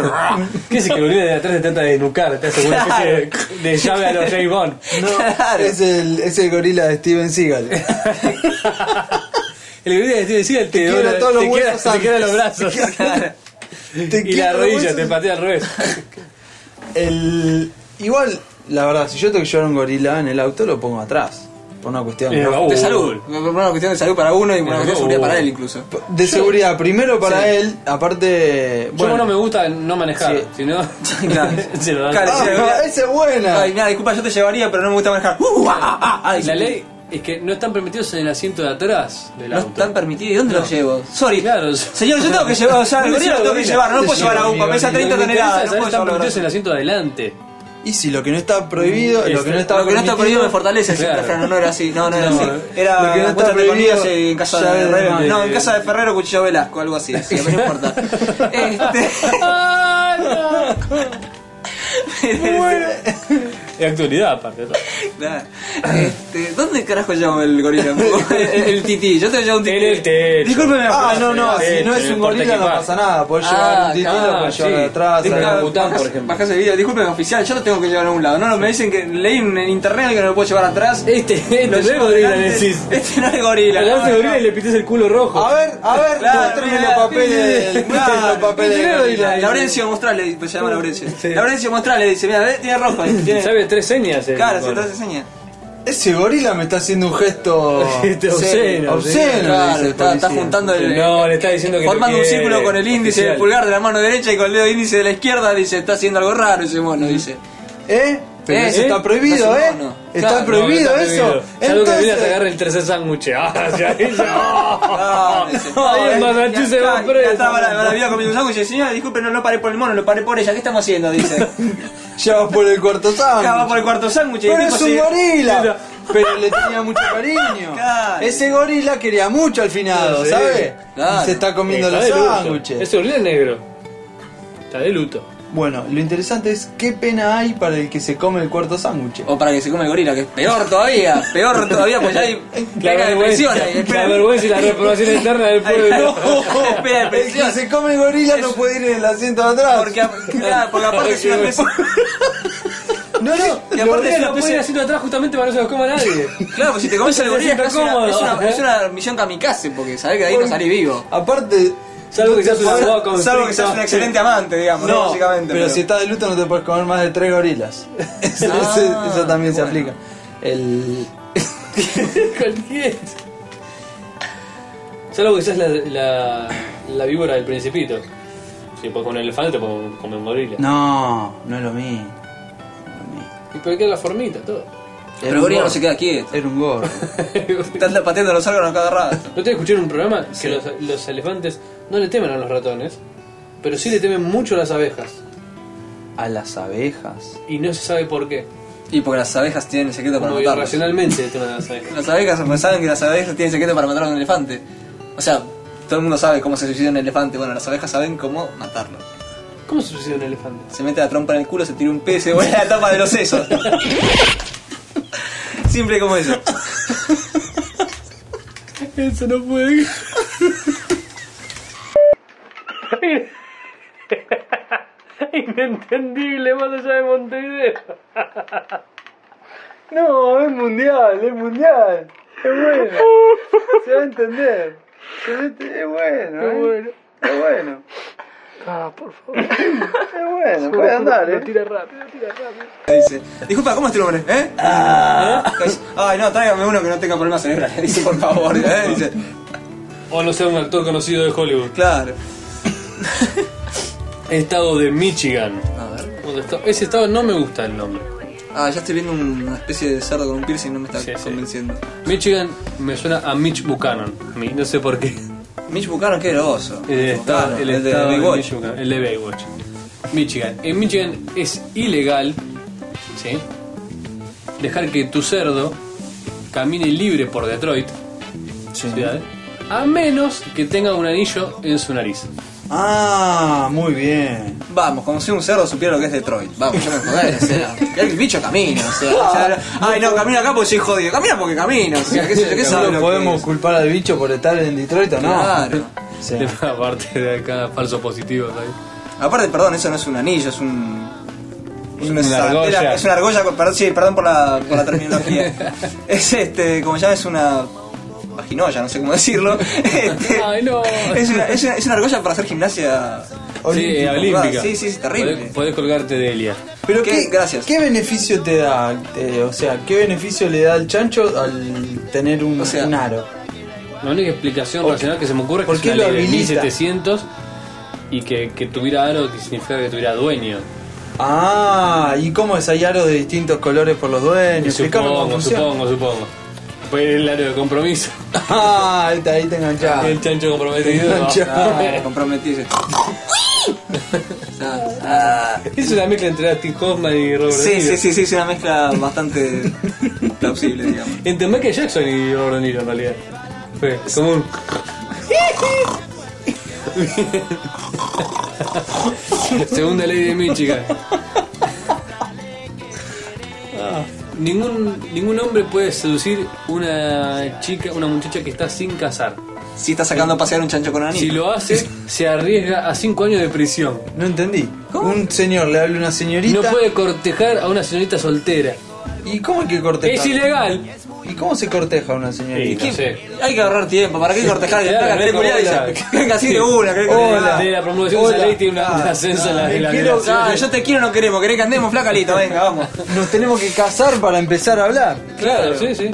S4: ¿Qué es que el gorila de atrás te trata de desnucar? Te hace una especie de, de llave a los J. Bond.
S2: No,
S6: Claro.
S2: es, el, es el gorila de Steven Seagal. <laughs>
S4: <laughs> El gorila de Steven Seagal te,
S2: quiebra
S4: dobla-
S2: todos los
S4: te quiebra-
S2: huesos
S4: te
S2: antes.
S4: quiebra los
S6: <laughs>
S4: brazos.
S2: <laughs> Te
S4: <laughs> y la
S2: quiebra los
S4: rodilla
S2: huesos.
S4: te patea al revés.
S2: El, igual, la verdad, si yo tengo que llevar un gorila en el auto, lo pongo atrás. Por una cuestión
S4: Eh,
S2: de,
S4: baúl.
S6: De salud. Por una cuestión de salud para uno y por una cuestión de seguridad para él, incluso.
S2: de seguridad. Primero para
S6: Sí.
S2: él, aparte.
S4: Yo
S2: Bueno,
S4: no me gusta no manejar,
S2: Sí.
S4: sino
S6: <laughs> Claro.
S4: <laughs> se lo dan.
S6: Claro,
S2: Ah,
S6: sí, mira.
S2: esa es buena.
S6: Ay, mira, disculpa, yo te llevaría, pero no me gusta manejar. Uh, ah, ah, ah, ah, dice.
S4: La ley es que no están permitidos en el asiento de atrás del
S6: No
S4: auto.
S6: están permitidos. ¿Y dónde los llevo? Sorry.
S4: Claro. <laughs>
S6: Señor, yo tengo que llevar, o sea, el
S4: No
S6: gorila
S4: llevo
S6: lo tengo que
S4: gorila.
S6: llevar, no lo puedo
S4: Sí,
S6: llevar a
S4: mi
S6: UPA,
S4: gorila.
S6: pesa
S4: Lo que
S6: 30
S4: me interesa
S6: toneladas.
S4: saber
S6: No puedo
S4: están
S6: llevarlo
S4: permitidos en
S6: <laughs>
S4: el
S6: abrazo.
S4: asiento de adelante. <laughs>
S2: Y si lo que no está prohibido, lo que no está,
S6: Lo que no está prohibido me
S2: permitido-
S6: fortalece, es un
S4: Claro.
S6: refrán, no era así, no, no era
S2: No,
S6: así.
S2: lo que no
S6: Era
S2: está
S6: muéstrate con
S2: prohibido,
S6: Dios eh, en casa
S2: ya
S6: de
S2: de-
S6: Herrero.
S2: de-
S6: No, en casa de Ferrero Cuchillo Velasco, algo así, así, no
S2: <laughs>
S6: importa. Este. <laughs>
S4: De actualidad, aparte. ¿no?
S6: Nada. Este, ¿Dónde carajo llamo el
S2: <laughs>
S6: gorila? el, el tití, yo te llamo un tití.
S4: En el techo.
S6: Discúlpeme la
S2: Ah,
S6: frase.
S2: no, no,
S4: eh,
S2: si no es
S4: eh,
S2: un gorila no
S4: portaequipaje.
S2: pasa nada, podés llevar
S6: Ah,
S2: un titilo,
S4: claro,
S2: podés llevar
S4: sí.
S2: atrás,
S4: Disculpa,
S2: sacar-
S4: Bután, por
S6: Bajase-
S4: ejemplo.
S6: Bajase el video, disculpen oficial, yo lo tengo que llevar a algún lado. No, no, me dicen que leí en en internet que no lo puedo llevar atrás.
S4: Este, este <laughs>
S6: Lo
S4: no es
S6: llevo
S4: gorila,
S6: adelante.
S4: decís.
S6: Este no es gorila.
S4: Le
S6: no,
S4: das el
S6: no.
S4: gorila y le pites el culo rojo.
S2: A ver, a ver,
S6: Claro,
S2: mostrame
S6: mira,
S2: los papeles, del-
S6: claro,
S2: mostrame los papeles del
S4: mira,
S2: gorila.
S4: mira,
S6: Laurencio, mostrale, pues se llama Laurencio. Laurencio, mostrale, dice, mira, ve, tiene rojo, ahí, tiene
S4: Sabe tres señas. eh, el
S6: cara, se
S4: gorila.
S6: te enseña.
S2: Ese gorila me está haciendo un
S6: <laughs>
S2: gesto
S4: Este, obsceno,
S2: obsceno,
S4: sí.
S2: le
S6: Claro,
S2: dice el
S6: está, está
S2: policía.
S6: juntando el.
S4: No, le está diciendo que lo
S6: formando un
S4: quiere,
S6: círculo con el índice
S4: oficial.
S6: del pulgar de la mano derecha y con el dedo índice de la izquierda, dice, está haciendo algo raro ese mono, dice.
S2: ¿Eh? Pero
S6: ¿Eh?
S2: eso está
S6: ¿Eh?
S2: prohibido,
S6: No,
S2: ¿eh?
S6: no.
S2: Está
S6: Claro, no,
S2: prohibido
S4: no,
S2: eso.
S4: Salvo que
S2: Entonces,
S4: Gorila se agarre el tercer sándwich. <laughs> Ah, ya,
S6: Ah,
S4: ya.
S6: dice,
S4: Ahí en
S6: eh,
S4: Massachusetts
S6: ya
S4: va
S6: está, Ya
S4: preso.
S6: estaba la, la vida comiendo un sándwich y dice, señora, disculpe, no lo paré por el mono, lo paré por ella, ¿qué estamos haciendo?
S2: <laughs>
S6: Dice.
S2: ya vas por el cuarto
S6: <laughs> Acá va
S2: sándwich.
S6: por el cuarto sándwich y el
S2: Pero
S6: tipo
S2: es un
S6: se-
S2: gorila. Pero le tenía mucho cariño.
S6: <laughs> Claro.
S2: Ese gorila quería mucho al finado,
S4: Sí,
S2: ¿sabes?
S6: claro.
S2: Y se está comiendo
S4: Está
S2: los
S4: de luto.
S2: sándwiches.
S4: Ese gorila es negro. Está de luto.
S2: Bueno, lo interesante es qué pena hay para el que se come el cuarto sándwich.
S6: O para que se come el gorila, que es peor todavía, peor todavía, pues ya hay pega de presión ahí.
S4: la vergüenza y la reprobación interna del pueblo.
S6: Espera, de
S2: El que
S6: presión.
S2: se come el gorila no puede ir en el asiento de atrás.
S6: Porque, a- claro, porque aparte es una presión.
S2: No, no,
S6: Y
S2: lo
S6: aparte
S2: voy a-
S6: es una
S4: No pueden ir haciendo atrás justamente para que no se los coma nadie.
S6: Claro, pues si te comes el gorila
S4: sienta
S6: es una,
S4: cómodo.
S6: es, una, es una misión kamikaze, porque sabés que de ahí no salís vivo.
S2: Aparte,
S4: Salvo que seas un abogado con
S6: Salvo que seas un excelente amante, digamos, ¿no?
S2: No,
S6: básicamente.
S2: pero si estás de luto no te puedes comer más de tres
S6: <laughs>
S2: gorilas. <laughs> Eso,
S6: Ah,
S2: eso también se
S6: bueno.
S2: aplica. El...
S4: <laughs> Cualquier. Salvo que seas la, la, la víbora del principito. pues Si puedes comer un elefante, te puedes comer un gorila.
S2: No, no es lo mismo.
S4: Y por qué la formita, todo. <laughs>
S6: Pero el gorila no se queda quieto.
S2: Era un gorro.
S6: Estás pateando los órganos cada rato.
S4: ¿No te escucharon un programa que los, los elefantes no le temen a los ratones, pero sí le temen mucho a las abejas?
S2: A las abejas.
S4: Y no se sabe por qué.
S6: Y porque las abejas tienen secreto para
S4: Como
S6: matarlos.
S4: irracionalmente le temen a las abejas.
S6: Las abejas pues, saben que las abejas tienen secreto para matar a un elefante. O sea, todo el mundo sabe cómo se suicida un elefante. Bueno, las abejas saben cómo matarlo.
S4: ¿Cómo se suicida un elefante?
S6: Se mete la trompa en el culo, se tira un pez, se vuelve a la tapa de los
S4: <laughs>
S6: sesos. Simple como eso.
S4: Eso no puede.
S2: <laughs>
S4: Inentendible más allá de Montevideo.
S2: No, es mundial, es mundial. Es bueno. Se va a entender. Se va a ent- Es bueno, es bueno. Es bueno. Ah, por favor. <coughs> Es bueno, puede andar, eh.
S6: Dice, disculpa, ¿cómo es tu nombre? ¿Eh?
S4: Ah.
S6: Dice, Ay, no, tráigame uno que no tenga problemas cerebrales. <laughs> Dice, por favor. ¿eh? Dice,
S4: O no sea un actor conocido de Hollywood.
S6: claro.
S4: Estado de Michigan.
S6: A ver.
S4: Un estado- Ese estado no me gusta el nombre.
S6: Ah, ya estoy viendo una especie de cerdo con un piercing, no me está
S4: Sí, sí.
S6: convenciendo.
S4: Michigan me suena a Mitch Buchanan. Mi- No sé por qué.
S6: Mitch Buchanan, qué oso.
S4: El, de esta- el
S6: el de
S4: estado de
S6: Big Boy.
S4: Mitch Buchanan, el de Baywatch. Michigan. En Michigan es ilegal ¿sí? dejar que tu cerdo camine libre por Detroit, ciudad, a menos que tenga un anillo en su nariz.
S2: Ah, muy bien.
S6: Vamos, como si un cerdo supiera lo que es Detroit. Vamos, yo me joder, o sea, el bicho camina, o sea, o sea, ay no, camina acá porque soy jodido, camina porque camina, o sea, qué sé yo, qué
S2: No
S6: sabe lo que
S2: lo podemos
S6: es.
S2: culpar al bicho por estar en Detroit o no.
S6: Claro.
S2: Sí.
S4: <laughs> Aparte de acá, falso positivo. ¿sabes?
S6: Aparte, perdón, eso no es un anillo, es un. Es una,
S4: Una
S6: sartera-
S4: argolla.
S6: es una argolla, con- perdón, sí, perdón por la, por la terminología. es este, como ya es una. vaginoya, no sé cómo decirlo. Este,
S4: Ay, no.
S6: Es una, es, una, es una argolla para hacer gimnasia.
S4: Sí, eh, olímpica.
S6: ah, Sí, sí, es terrible.
S4: Podés, podés colgarte de Elia.
S2: Pero
S6: ¿Qué?
S2: ¿qué,
S6: Gracias.
S2: ¿Qué beneficio te da? eh, o sea, ¿qué beneficio le da al chancho al tener un,
S6: O sea,
S2: un aro?
S4: La única explicación racional que se me ocurre es que
S2: ¿Por
S4: es
S2: qué
S4: una
S2: lo
S4: ley de
S2: habilita?
S4: 1700 y que, que tuviera aro que significa que tuviera dueño.
S2: Ah, ¿y cómo es? Hay aros de distintos colores por los dueños. Explícame cómo
S4: Supongo,
S2: funciona.
S4: supongo, supongo. Pues el aro de compromiso.
S2: Ah, ahí te, ahí te enganchás.
S4: <laughs> El chancho comprometido. Ah,
S2: Chancho.
S6: Ah, comprometí ese.
S4: eh. Es una mezcla entre Dustin Hoffman y Robert
S6: Sí,
S4: Downey.
S6: sí, sí, sí, es una mezcla bastante <laughs> plausible, digamos.
S4: Entre Michael Jackson y Robert Downey en realidad. Fue como un... Segunda ley de Michigan. Ningún, ningún hombre puede seducir una chica, una muchacha que está sin casar.
S6: Si está sacando a pasear un chancho con anillo.
S4: Si lo hace, se arriesga a 5 años de prisión.
S2: No entendí. Un señor le habla a una señorita.
S4: No puede cortejar a una señorita soltera.
S2: ¿Y cómo hay que cortejar?
S4: Es ilegal.
S2: ¿Y cómo se corteja una señorita?
S4: no sé.
S6: Hay que ahorrar tiempo, ¿para qué cortejar? Que
S4: Claro,
S6: tenga tres
S4: loco,
S6: culiadas
S4: hola.
S6: y ya. Que <laughs> venga así de una, que venga de
S2: Hola.
S6: una.
S4: De la promulgación de
S2: Hola.
S4: esa ley tiene una, un ascenso en la, en la
S2: quiero-
S4: violación.
S6: Claro, yo te Ah, quiero no queremos, querés que andemos,
S2: <laughs>
S6: flaca, listo, venga, vamos.
S2: Nos tenemos que casar para empezar a hablar.
S4: Claro, sí, sí.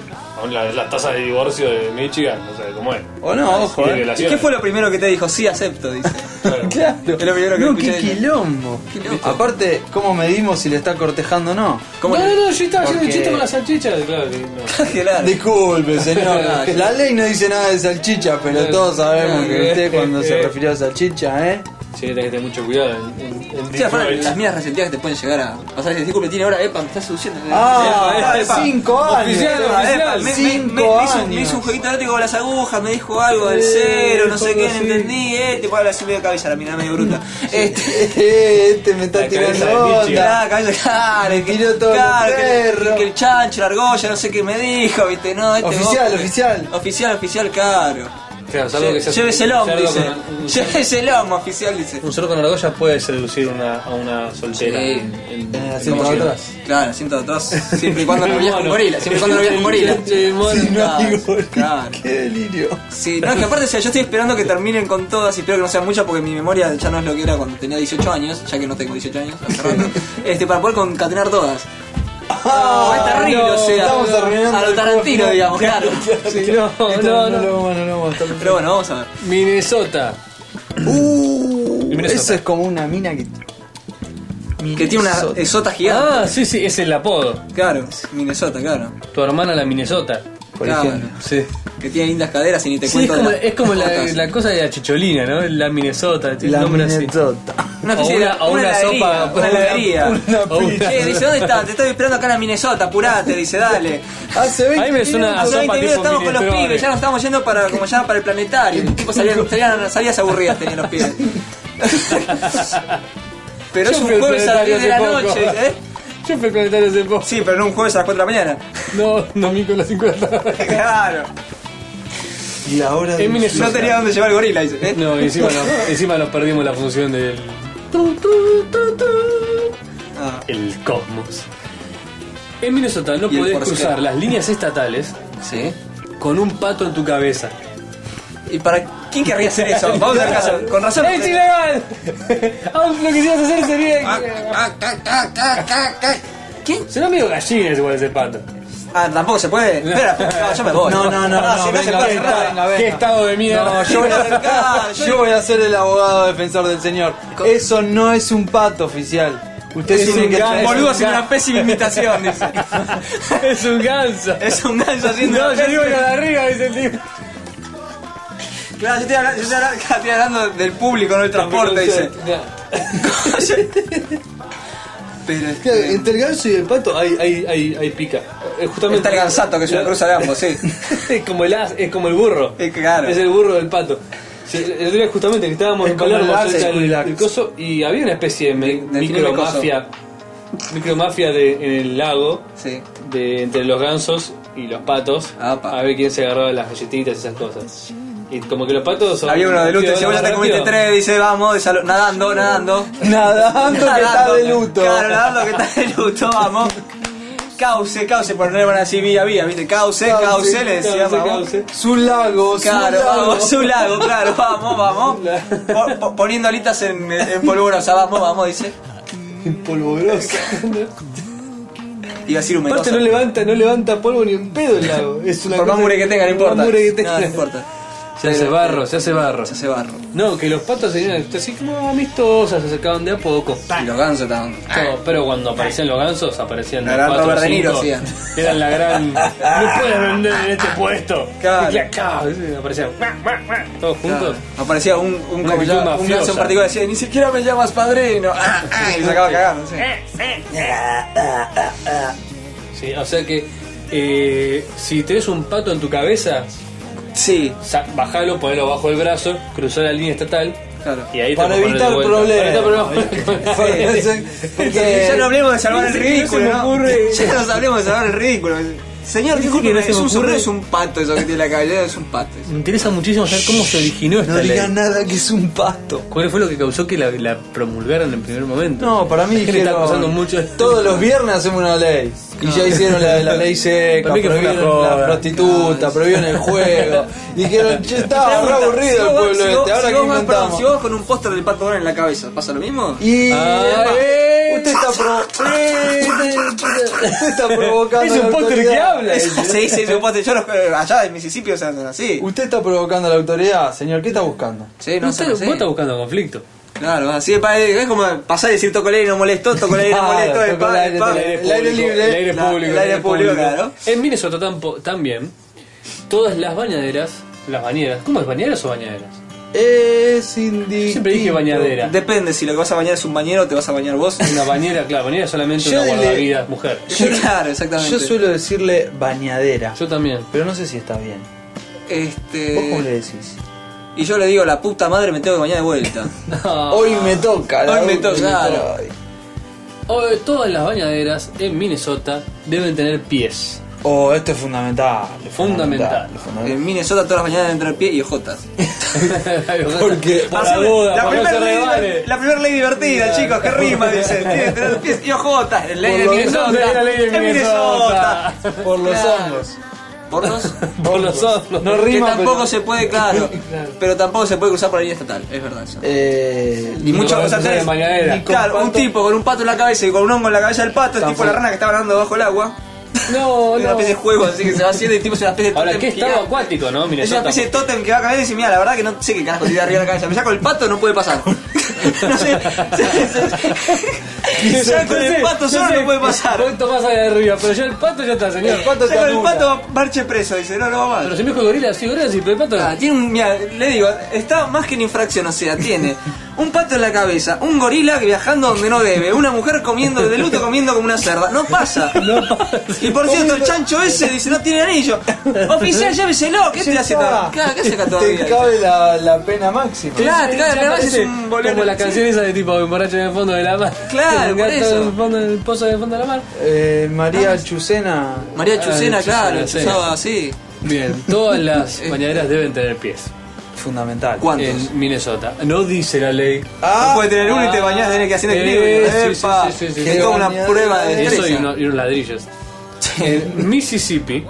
S12: La, la tasa de divorcio de Michigan, no sé cómo es.
S2: ¿O no?
S12: Y
S2: Ojo,
S12: de
S2: eh.
S6: ¿Y
S12: violaciones.
S6: qué fue lo primero que te dijo? Sí,
S2: <laughs>
S6: acepto, dice.
S12: Claro.
S2: Claro.
S6: Es lo primero que
S2: no,
S6: escuché
S2: qué
S6: de ella.
S2: quilombo.
S6: Quilombo.
S2: Aparte, ¿cómo medimos si le está cortejando o no?
S6: ¿Cómo
S4: no,
S6: le-
S4: no, yo estaba haciendo un
S6: Porque-
S4: chiste con las salchichas, claro. que no.
S6: Claro.
S2: Disculpe,
S6: <laughs>
S2: señor.
S6: Ah, sí.
S2: La ley no dice nada de salchicha, pero todos sabemos que usted cuando
S6: <laughs>
S2: se refirió a salchicha, ¿eh?
S4: Sí, tenés que tener mucho cuidado en, en, en
S6: Sí, aparte,
S12: Detroit.
S6: las minas resentidas que te pueden llegar a pasar y decir, disculpe, tiene hora, epa, me estás seduciendo.
S2: Ah,
S6: epa, epa.
S2: cinco años.
S4: Oficial,
S2: Epa,
S4: oficial.
S2: epa,
S6: Me- me-
S2: cinco
S6: me, me hizo, me
S2: años.
S6: hizo un jueguito erótico con las agujas, me dijo algo del
S2: Eh,
S6: cero, no sé
S2: algo
S6: qué,
S2: así.
S6: no entendí, eh, te puedo así medio cabeza, la mirada
S2: <laughs>
S6: medio bruta. <laughs> Este,
S2: Este, este me está
S12: La cabeza de
S2: tirando
S12: Michi.
S2: onda.
S6: mirá, cabeza, claro, que,
S2: tiró todo
S6: claro,
S2: el
S6: que,
S2: perro.
S6: que el chancho, la argolla, no sé qué me dijo, viste, no, este
S2: Oficial,
S6: vos-
S2: oficial.
S6: Oficial, oficial, claro.
S4: Claro, salvo que seas-
S6: Llévese el hombro,
S4: salvo
S6: dice.
S4: con- un-
S6: Llévese el hombro, oficial, dice.
S4: Un cerdo con argolla puede seducir una, a una soltera.
S6: Sí.
S4: En-
S2: Eh,
S4: en-
S2: Asiento de atrás.
S6: Claro, siento
S4: <laughs>
S6: atrás. Siempre y cuando no
S4: El
S6: viajes con
S4: mono.
S6: gorila, siempre y cuando no viajes con gorila.
S4: El mono.
S2: Si no hay
S6: Claro,
S2: gorila,
S6: Ah, claro.
S2: Qué delirio.
S6: Sí, no, es que aparte, o sea, yo estoy esperando que terminen con todas y espero que no sean muchas porque mi memoria ya no es lo que era cuando tenía 18 años, ya que no tengo 18 años, hace rato, este, para poder concatenar todas. Ah, es terrible,
S2: no,
S6: o sea,
S2: estamos arruinando
S6: a
S2: el
S6: lo Tarantino,
S2: juego.
S6: digamos, claro.
S4: <laughs>
S2: <laughs>
S4: Sí, no,
S2: Esto
S4: no, no.
S2: lo vamos, no lo vamos, está-
S6: Pero bueno, vamos a ver.
S4: Minnesota.
S2: Uh,
S4: Minnesota.
S2: eso es como una mina que.
S6: Que tiene una
S2: Minnesota.
S6: exota gigante.
S4: Ah, sí, sí, es el apodo.
S6: Claro, Minnesota, claro.
S4: Tu hermana la Minnesota.
S2: Por
S6: Claro.
S2: ejemplo.
S4: Sí.
S6: Que tiene lindas caderas y ni Ah, te
S4: Sí, es
S6: cuento.
S4: como,
S6: de las
S4: es como la,
S6: jotas.
S4: la cosa de la chicholina, ¿no? La Minnesota, tiene
S2: La
S4: un nombre así.
S2: Minnesota.
S6: Una
S4: O
S6: especie de-
S4: una, o una,
S6: heladería,
S4: sopa.
S6: Una heladería.
S4: o una-
S6: Che, dice, ¿dónde estás? Te estoy esperando acá en la Minnesota, apurate, dice, dale.
S2: Hace 20
S4: Ahí me suena a
S6: Hace
S4: sopa
S6: 20
S4: tipo
S6: minutos estamos con los
S4: minestrone.
S6: pibes, ya nos estamos yendo para, como ya para el planetario. Los tipos salían, salían, salidas aburridas tenían los pibes. Pero
S4: Yo
S6: es
S4: fui
S6: un
S4: al
S6: jueves a las 10 de la
S4: planetario hace
S6: noche,
S4: poco.
S6: ¿eh?
S4: Yo fui al planetario hace poco.
S6: Sí, pero no un jueves a las 4 de la mañana.
S4: No, domingo a las 50.
S6: Claro.
S2: Y la hora de.
S4: En Minnesota.
S6: No tenía dónde llevar el gorila, dice. ¿eh?
S4: No, y encima, no, encima nos perdimos la función del.
S6: Ah,
S4: El cosmos. En Minnesota no
S6: Y el
S4: podés
S6: Force
S4: cruzar
S6: Gump.
S4: las líneas estatales
S6: sí.
S4: con un pato en tu cabeza.
S6: ¿Y para quién querría hacer eso? Vamos a ver caso. Con razón.
S4: ¡Es ilegal! Aún lo que quisieras hacer
S6: Ah,
S4: sería.
S6: ah, ah, ah, ah, ah, ah. ¿Quién?
S4: Será medio gallina ese igual ese pato.
S6: Ah, tampoco se puede. Espera, no, yo me voy.
S2: No, no, no,
S6: Ah,
S2: no,
S6: si se
S2: venga,
S6: puede
S2: venga,
S6: cerrar.
S2: venga,
S4: ¡Qué
S2: venga.
S4: estado de mierda!
S2: No, yo voy, a,
S6: Claro, yo-
S2: yo voy a ser el abogado defensor del señor. Eso no es un pato oficial. Ustedes
S4: Es un
S2: tienen que
S4: ganso.
S2: tener-
S6: Boludo haciendo una pésima imitación, dice.
S4: <laughs> ¡Es un ganso!
S6: <laughs> Es un ganso haciendo
S4: No,
S6: una
S4: yo digo
S6: pésima-
S4: que de arriba, dice el tipo.
S6: Claro, yo estoy hablando, yo estoy hablando- claro, <laughs> estoy hablando del público, no del transporte, dice. Pero
S2: Claro,
S6: este,
S2: Entre el ganso y el pato hay, hay, hay, hay pica.
S4: Eh, Justamente.
S6: está el gansato que es una cruza de
S2: <laughs>
S6: ambos, sí.
S4: <laughs> Es como el as, es como el
S6: <laughs>
S4: burro.
S6: Eh, claro.
S4: Es el burro del pato. Sí, el otro día justamente que estábamos
S2: Es
S4: en
S2: como el
S4: Palermo
S2: as,
S4: cerca
S2: es como
S4: del-
S2: el as.
S4: del coso y había una especie de me-
S6: de
S4: micromafia micromafia de, en el lago
S6: Sí.
S4: de entre los gansos y los patos
S6: Apa.
S4: a ver quién se agarraba las galletitas y esas cosas. Y como que los patos son
S6: Había uno de luto,
S4: tío,
S6: dice, vos ya te
S4: tío.
S6: comiste tres, dice, vamos, desalo- nadando, nadando.
S2: <laughs> Nadando que está de luto.
S6: Claro, nadando que está de luto, vamos. Cauce, cauce, por no le van a decir vía, vía, viste, cauce, cauce, le decíamos.
S4: cauce,
S6: vamos.
S4: cauce.
S2: Su lago, su
S6: Claro,
S2: lago.
S6: vamos, un lago,
S2: <laughs>
S6: claro, vamos, vamos. Po- po- poniendo alitas en, en polvorosa, vamos, vamos, dice.
S2: Polvoroso.
S6: <laughs> Iba a decir un
S4: Aparte no levanta, no levanta polvo ni un pedo el lago. Es una
S6: Por más
S4: cosa
S6: mure que tenga, no
S4: por más
S6: importa.
S4: mure que
S6: No,
S4: tenga.
S6: no importa.
S4: Se hace barro, eh, se hace barro.
S6: Se hace barro.
S4: No, que los patos serían así como amistosas, se acercaban de a poco.
S6: Y los gansos estaban.
S4: Todo, pero cuando aparecían los gansos, aparecían
S6: La
S4: los
S6: gran
S4: cuatro
S6: Robert De Niro
S4: cinco.
S6: hacían.
S4: Eran la gran. No puedes vender en este puesto.
S6: Claro.
S4: Y acá, y aparecían. ¡mua, mua, mua! Todos juntos.
S6: Aparecía un, un,
S4: Una actitud
S6: capitán, un
S4: mafiosa.
S6: ganso en particular que decía, ni siquiera me llamas padrino. Ah, ah, <laughs> y lo sacaba cagando. sí.
S4: Sí, o sea que. eh, si tenés un pato en tu cabeza,
S6: Sí,
S4: sa- bajalo, ponelo bajo el brazo, cruzá la línea estatal
S6: claro.
S4: y ahí
S2: Para
S4: te lo
S2: evitar
S4: ponés de vuelta.
S2: problemas.
S4: Para
S2: <laughs>
S4: evitar problemas. <laughs>
S6: <laughs> Porque ya no hablemos de salvar el
S4: Dice que no
S6: ridículo.
S4: se me
S6: ¿no?
S4: ocurre.
S6: <laughs> Ya no hablemos de salvar el ridículo. Señor,
S5: Dice
S6: discúlpeme,
S5: que no se
S6: es
S5: me
S6: un sombrero,
S5: ocurre.
S6: es un pato eso que tiene la cabellera, es un pato.
S5: Me interesa muchísimo saber cómo se originó esta
S2: No
S5: ley.
S2: digan nada que es un pasto.
S4: ¿Cuál fue lo que causó que la, la promulgaran en primer momento?
S2: No, para mí
S4: Es que le está
S2: dijeron,
S4: pasando mucho.
S2: todos
S4: <laughs>
S2: los viernes hacemos una ley. Y ya hicieron la, la ley seca,
S4: Para mí que fue una
S2: prohibieron la
S4: joda.
S2: prostituta, prohibieron el
S4: <laughs>
S2: juego. Dijeron, che, estaba re aburrido el pueblo este, ahora
S6: si
S2: que
S6: vos, vas- perdón,
S2: inventamos.
S6: si vos vas con un póster del pato Donald en la cabeza, ¿pasa lo mismo?
S2: Y
S4: Ah,
S2: eh, usted está
S4: <laughs>
S2: pro- eh, usted- usted está provocando.
S4: Es un
S2: la
S4: póster que
S2: autoridad.
S4: habla.
S2: Es-
S6: <laughs> Sí, sí, es un póster. Yo los eh, allá en Mississippi o sea, hacen así.
S2: Usted está provocando a la autoridad, señor. ¿Qué está buscando?
S6: Sí, no
S4: No
S6: sé,
S4: sé,
S6: no
S4: vos
S6: sé.
S4: estás buscando conflicto.
S6: Claro, así es, pa- es como pasar y decir toco el aire no molesto, toco el aire no
S2: <laughs> Claro,
S6: molesto, es
S2: toco el
S6: pa-
S2: aire,
S6: pa-
S2: toco el aire.
S4: público,
S2: libre,
S4: el aire
S6: la-
S4: público,
S6: el aire público, claro.
S4: En Minnesota tampo- también, todas las bañaderas, las bañeras, ¿cómo es bañeras o bañaderas?
S2: Es indistinto.
S4: Siempre dije bañadera.
S6: Depende, si lo que vas a bañar es un bañero, te vas a bañar vos. <laughs>
S4: Una bañera, claro, bañera es solamente
S2: Yo
S4: una
S2: le-
S4: guardavidas, mujer.
S6: claro, exactamente.
S2: Yo suelo decirle bañadera,
S4: Yo también.
S2: pero no sé si está bien. ¿Vos cómo le
S6: Este.
S2: decís?
S6: Y yo le digo, la puta madre me tengo que bañar
S2: <laughs>
S6: de vuelta.
S2: Hoy
S4: Ah.
S2: me toca. la
S6: Hoy me
S2: última.
S6: toca. Claro.
S4: O- todas las bañaderas en Minnesota deben tener pies.
S2: Oh, esto es fundamental.
S4: Fundamental.
S2: fundamental.
S6: en Minnesota todas las mañanas deben tener pie y ojotas.
S4: Porque por la boda, para no
S6: primera
S4: se
S6: ley,
S4: revale.
S6: la primer ley divertida, chicos, que rima,
S2: <laughs>
S6: dicen. Tienen que tener pies y ojotas. El ley de
S4: los
S6: Minnesota.
S4: hombres, la ley de
S6: en
S4: Minnesota.
S2: Por los
S6: Claro.
S2: hongos. <laughs>
S6: Por los.
S4: Por los
S2: No
S4: ojos.
S6: Que
S2: rima,
S6: tampoco
S2: pero-
S6: se puede, claro, Pero tampoco se puede cruzar por la línea estatal, es verdad eso.
S2: Eh,
S6: Y muchas
S4: podés
S6: cosas
S4: cruzar
S6: tenés.
S4: de mañanera.
S6: Ni con Claro, un
S2: pato.
S6: tipo con un pato en la cabeza y con un hongo en la cabeza del pato, es tipo la rana que estaba nadando bajo el agua.
S4: No,
S6: Es una
S4: no.
S6: especie de juego, así que se va haciendo y el tipo es una especie de
S4: Ahora,
S6: tótem
S4: ¿qué estado
S6: gigante.
S4: acuático, no?
S6: Es una
S4: Minnesota.
S6: especie de tótem que va a caer y dice, mira, la verdad que no sé qué carajo tiene arriba de la cabeza. Me saco el pato, no puede pasar. <laughs> no sé. se- se-
S4: Sí,
S6: <laughs> Me saco
S4: sí,
S6: el
S4: sí,
S6: pato
S4: sí,
S6: solo,
S4: sí.
S6: no puede pasar.
S4: Vos tomás ahí arriba, pero ya el pato ya está, señor. El pato
S6: Saco
S4: está
S6: el
S4: nula.
S6: pato, marche preso, dice, no, no va más.
S4: Pero si me dijo gorila, sí, gorila, sí, pero el pato...
S6: Ah, tiene un, mira, le digo, está más que en infracción, o sea, tiene un pato en la cabeza, un gorila viajando donde no debe, una mujer comiendo de luto comiendo como una cerda.
S4: <laughs>
S6: No pasa. Y por cierto, el chancho ese dice, no
S4: <laughs>
S6: tiene anillo. Oficial, lléveselo, ¿qué te hace acá? Claro, ¿qué hace acá
S2: Te
S6: todavía?
S2: cabe la, la pena máxima.
S6: Claro, te cabe,
S4: Ya
S6: además es
S4: parece
S6: un
S4: Como
S6: bolero.
S4: la canción esa de tipo borracho en el fondo de la mar.
S6: Claro,
S4: <laughs> Un
S6: por
S4: gato
S6: eso.
S4: en el fondo- en el pozo del fondo de la mar.
S2: Eh, María Chucena.
S6: María Chucena,
S4: Ah,
S6: claro,
S4: Chucena, sí.
S6: chuzaba así.
S4: Bien,
S6: <laughs>
S4: todas las bañaderas deben tener pies.
S2: Fundamental.
S6: Eh. ¿Cuántos?
S4: En Minnesota. No dice la ley.
S2: Ah.
S6: no puede tener uno y te bañás, tenés que hacer equilibrio.
S4: Eh, sí,
S6: Epa,
S4: sí, sí, sí, sí.
S6: es como una
S2: Bañadera
S6: prueba de
S2: de
S4: Eso y,
S6: destreza.
S4: uno- y unos ladrillos. En Mississippi,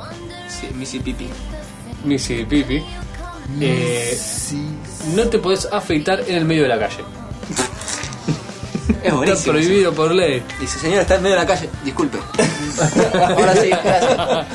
S6: Sí, Missy Pipi.
S4: Mississippi, eh, no te podés afeitar en el medio de la calle.
S6: Es
S4: Está
S6: buenísimo.
S4: prohibido por ley.
S6: Dice, señora, está en medio de la calle. Disculpe. <laughs> Ahora
S4: <laughs>
S6: sí, gracias.
S4: Ahora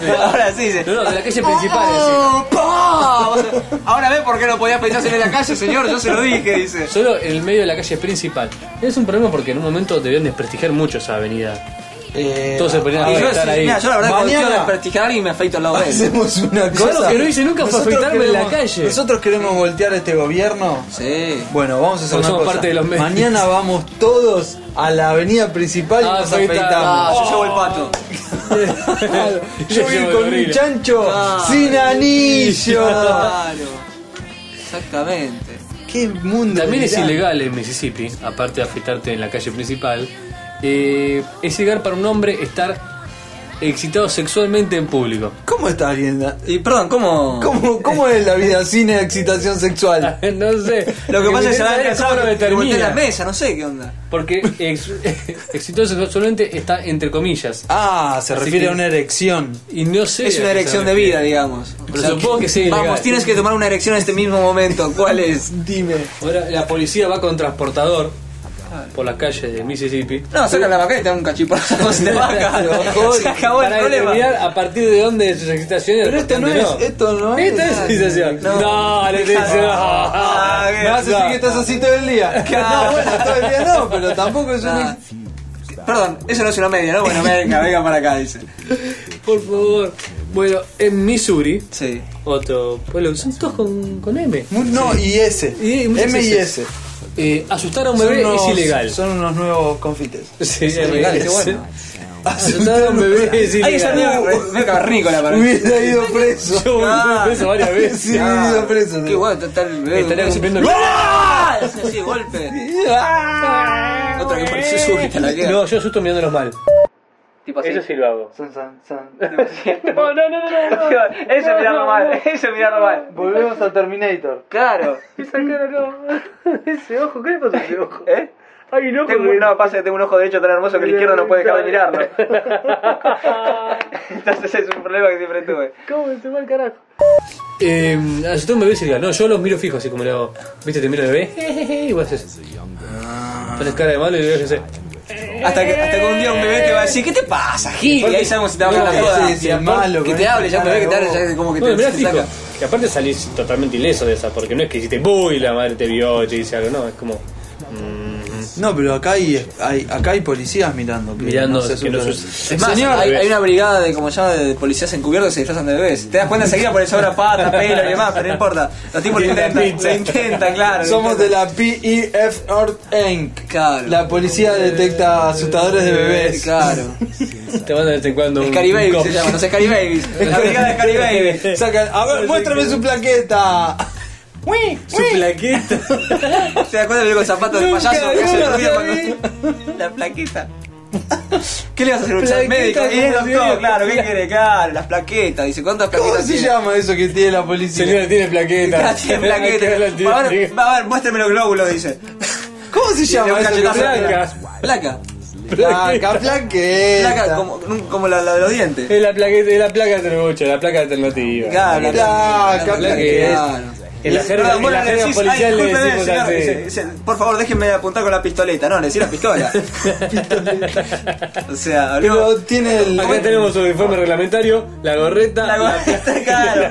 S4: sí.
S6: <laughs> Ahora sí, dice.
S4: No, no, de la calle principal. sí.
S6: ¡Oh, pa! O sea, Ahora ve por qué no podía pensarse en la calle, señor. Yo se lo dije, dice.
S4: Solo en el medio de la calle principal. Es un problema porque en un momento debían desprestigiar mucho esa
S6: <laughs>
S4: avenida.
S2: Eh,
S4: Todos se ponían
S6: Y
S4: a
S6: yo,
S4: estar
S6: sí,
S4: ahí.
S6: mira, yo la verdad que
S2: Mañana.
S6: quiero desprestigiar y me afeito al lado de
S2: <laughs>
S6: él.
S2: Hacemos una
S4: Yo
S2: cosa.
S4: lo que no hice nunca fue
S2: Nosotros
S4: afeitarme en la
S2: queremos-
S4: calle.
S2: Nosotros queremos voltear este gobierno.
S6: Sí.
S2: Bueno, vamos a hacer una
S4: Porque somos
S2: cosa.
S4: parte de los medios.
S2: Mañana vamos todos a la avenida principal y
S4: Ah,
S2: nos
S4: afeitar.
S6: Ah,
S2: afeitamos.
S6: yo llevo el pato.
S4: <laughs>
S2: Yo voy a ir
S4: llevo
S2: con
S4: gorila.
S2: un chancho
S6: Ah.
S2: sin
S6: <laughs>
S2: anillo.
S6: Claro. Exactamente.
S2: Qué mundo.
S4: También es
S2: mirá.
S4: ilegal en Mississippi, aparte de afeitarte en la calle principal, eh, es ilegal para un hombre estar excitado sexualmente en público.
S2: ¿Cómo está bien?
S6: Y perdón, ¿cómo?
S2: ¿Cómo, ¿Cómo es la vida sin excitación sexual?
S4: <laughs> no sé.
S6: Lo que pasa es que se
S4: me
S6: va a
S4: interesa saber
S6: alcanzar
S4: cómo lo
S6: que volteé la
S4: determina.
S6: mesa, no sé qué onda.
S4: Porque ex- <laughs> excitado sexualmente está entre comillas.
S2: Ah, se
S4: Así
S2: refiere
S4: que-
S2: a una erección.
S4: Y no sé.
S6: Es
S4: a
S6: una
S4: qué se
S6: erección de
S4: refiere.
S6: vida, digamos.
S4: Pero supongo que sí,
S6: Vamos,
S4: ilegal.
S6: tienes que tomar una erección en este mismo momento. ¿Cuál es?
S2: Dime.
S4: Ahora la policía va con transportador por las calles de Mississippi.
S6: No, saca la vaca y te da un <laughs> cachiporrazo y
S4: <laughs>
S6: te baja. <laughs> Se acabó el
S4: Para
S6: problema.
S4: determinar a partir de dónde de sus excitaciones.
S2: Pero esto no
S4: bastante
S2: es. Esto no es.
S4: Esta es excitación. No, le dice.
S2: Ah,
S4: No,
S2: me vas a decir que estás así todo el día. No, bueno, todo el día no, pero tampoco es una.
S6: Ah. Perdón, eso no es una media, ¿no? Bueno, venga, venga para acá, dice.
S4: Por favor. Bueno, en Missouri,
S6: Sí.
S4: otro pueblo, son todos con, con M.
S2: Mu- No, y S.
S4: Y- y muchas
S2: M y
S4: S.
S2: S.
S4: Eh, asustar a un bebé
S2: Son unos-
S4: es ilegal.
S2: Son unos nuevos confites.
S4: Sí, es
S2: ilegal,
S4: ilegal.
S2: es bueno.
S4: Asustar a un bebé es
S6: Ahí está
S4: ilegal.
S6: medio medio cavernícola para
S2: <laughs>
S6: mí.
S2: Hubiera ido preso.
S4: Yo
S6: Ah.
S4: eso varias veces.
S2: Sí, hubiera ido preso.
S6: Qué guay, está el bebé.
S4: Estaría recibiendo-
S6: ¡Ah! Hace Así, de golpe. Otra que pareció súbita la que.
S4: No, yo asusto mirándolos mal.
S6: tipo así.
S4: sí lo hago.
S2: San, san,
S4: <laughs>
S2: san.
S4: No, no, no, no. no.
S6: Eso es mirarlo mal, eso es mirarlo
S4: <laughs>
S6: mal.
S2: Volvemos a Terminator.
S6: Claro.
S4: Esa cara
S6: <laughs>
S4: no. Ese ojo, ¿qué le pasa a ese ojo?
S6: ¿Eh?
S4: Hay un ojo.
S6: Tengo, no, pasa que tengo un ojo derecho tan hermoso que el izquierdo no puede dejar de mirarlo. <laughs> Entonces es un problema que siempre tuve.
S4: ¿Cómo se va el carajo? Eh, asustar a un bebé es ilegal. No, yo los miro fijo así como le hago. ¿Viste? Te miro al bebé. <laughs> jejeje, Y vos haces. Pones cara de malo y le digo, yo sé.
S6: Hasta que, hasta que un día un bebé te va a decir, ¿qué te pasa, Gil? Y ahí sabemos si te va a hablar la
S2: No,
S6: joda.
S2: sí, sí, es malo,
S6: Que
S2: con
S6: te
S2: esa
S6: hable, ya un
S2: cara
S6: bebé que te
S2: de
S6: hable, ya como que
S4: No,
S6: te,
S4: mirá
S6: te
S4: fijo.
S6: saca.
S4: Que aparte salís totalmente ileso de esa, porque no es que hiciste ¡Buy! La madre te vio, te dice algo, no, es como.
S2: No, pero acá hay, hay- acá hay policías mirando. que
S4: Mirando
S2: se
S4: que no
S2: asusten.
S4: se-
S6: Es más,
S4: Señor.
S6: hay, hay una brigada de, como llama, de policías encubiertos que se disfrazan de bebés. Te das cuenta enseguida por el sobra
S2: <laughs>
S6: pata, pelo y demás, pero no importa. Los tipos lo intentan, lo intentan, claro. lo
S2: Somos de
S6: intentan.
S2: la PEF Earth Inc.
S6: Claro.
S2: La policía detecta asustadores de bebés. <laughs>
S6: Claro.
S4: Te mandan de vez en cuando. un-
S6: Scary
S4: un
S6: Babies
S4: cop.
S6: se llama, no sé, Scary
S2: <laughs>
S6: Babies. La brigada de Scary Babies.
S2: Sacan, a ver, muéstrame su plaqueta.
S4: Su
S6: <laughs>
S4: plaqueta.
S6: ¿Te das cuenta? Viene con zapatos de
S2: Nunca,
S6: payaso. que hace
S2: nunca
S6: ruido
S2: vi.
S6: cuando- <laughs> La plaqueta. ¿Qué le vas a hacer? ¿Un examen médico?
S2: Plaqueta,
S6: Y el
S2: como
S6: doctor,
S2: señor.
S6: claro, ¿qué quiere? Claro, las plaquetas. Dice, ¿cuántas
S2: ¿Cómo
S6: plaquetas
S2: se
S6: <laughs> tiene?
S2: llama eso que tiene la policía?
S4: Señora, tiene plaqueta.
S6: <laughs>
S2: <laughs>
S6: Tiene plaquetas.
S4: Claro,
S6: <laughs>
S4: tiene
S6: Va a ver,
S4: plaqueta.
S6: va a ver, muéstrame los glóbulos, dice.
S2: ¿Cómo se
S6: Le
S2: llama
S6: da un
S2: eso? que
S6: cachetazo.
S2: tiene?
S4: Placa.
S6: Placa. Ah,
S2: Placa, plaqueta.
S6: Placa, como, como la, la de los dientes.
S4: Es la plaqueta, es la placa alternativa, la placa alternativa.
S6: Claro, la
S2: Placa,
S6: placa,
S4: plaqueta. En la jerga,
S6: Perdón,
S4: en
S6: vos
S4: la
S6: le
S4: jerga
S6: decís,
S4: policial
S6: "Ay,
S4: le
S6: discúlpeme,
S4: decimos
S6: señor",
S4: así.
S6: dice, dice, por favor, déjenme apuntar con la pistoleta. No, le decía la pistola. o sea, habló.
S2: Pero tiene el.
S4: Acá tenemos un informe reglamentario, la gorreta,
S6: La gorrita, claro.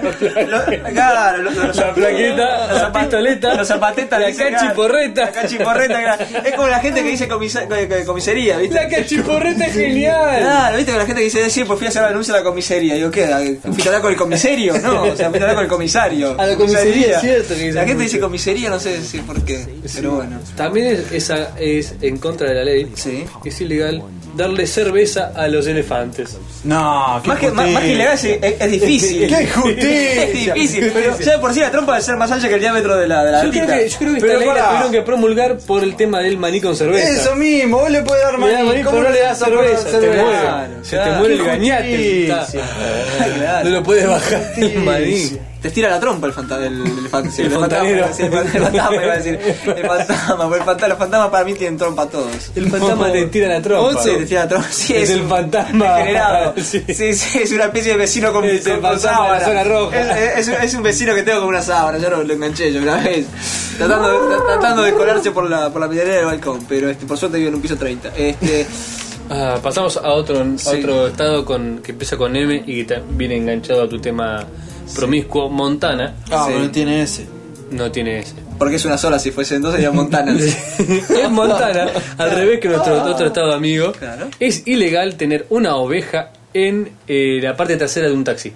S6: Lo- Claro, los, los-
S4: la plaqueta,
S6: los
S4: la
S6: zapat-
S4: pistoleta,
S6: los zapatetas,
S4: la
S6: dice, claro.
S4: cachiporreta.
S6: La cachiporreta, claro. Es como la gente que dice comisa- co- co- comisaría, ¿viste?
S4: La cachiporreta es genial.
S6: Claro, viste que la gente que dice, sí, pues fui a hacer la denuncia a la comisaría. Digo, ¿qué? ¿Fuiste a hablar con el comisario? No, o sea, fuiste a hablar con el comisario.
S2: A la comisaría, es cierto que dicen
S6: La gente
S2: mucho.
S6: dice comisaría, no sé si por qué. Pero bueno.
S4: También es, esa es en contra de la ley.
S6: Sí.
S4: Es ilegal darle cerveza a los elefantes. Ah,
S2: No,
S6: Más que, más, más que ilegal es, es-
S4: <laughs>
S6: es difícil.
S2: ¡Qué injusticia!
S6: Es difícil. Pero ya de por sí la trompa debe ser más ancha que el diámetro de la, de la
S4: Yo creo
S6: latita.
S4: que, yo creo que esta
S2: Pero
S4: ley la
S2: pará.
S4: tuvieron que promulgar por el tema del maní con cerveza.
S2: Eso mismo, vos le podés dar
S4: Le da
S2: maní.
S4: maní,
S2: ¿Cómo
S4: pero no
S2: le das a
S4: cerveza,
S2: cerveza?
S4: Te muere.
S6: Claro,
S4: Se
S6: claro.
S4: te muere el
S2: Qué
S4: gañate.
S2: justicia.
S4: está.
S6: Claro.
S4: No lo puedes bajar el maní.
S6: Te estira la trompa el fantasma, el, el, fan- sí,
S4: El
S6: el fantasma,
S4: fontanero.
S6: sí, el fan- el fantasma, iba a decir. El fantasma, porque el fantasma, los fantasmas para mí tienen trompa todos.
S4: El fantasma te tira la trompa.
S6: Sí, te tira la trompa, sí,
S4: Es el
S6: un
S4: fantasma.
S6: degenerado.
S4: <laughs> Sí.
S6: Sí. sí, es una especie de vecino con,
S4: Es el
S6: con- con
S4: fantasma de la
S6: sábana.
S4: zona roja.
S6: Es, es- es un vecino que tengo con una sábana, yo lo, lo enganché yo una vez. Tratando, de- tratando de colarse por la, por la vidriera del balcón, pero este, por suerte vivo en un piso 30.
S4: <laughs>
S6: Este,
S4: Ah, pasamos a otro, a otro estado con, que empieza con M y que ta- viene enganchado a tu tema promiscuo. Montana
S2: Ah,
S6: Sí.
S2: pero no tiene ese.
S4: no tiene ese.
S6: porque es una sola, si fuese entonces sería
S4: <laughs>
S6: Montana.
S4: en Montana, al revés que nuestro otro estado amigo,
S6: Claro.
S4: es ilegal tener una oveja en eh, la parte trasera de un taxi.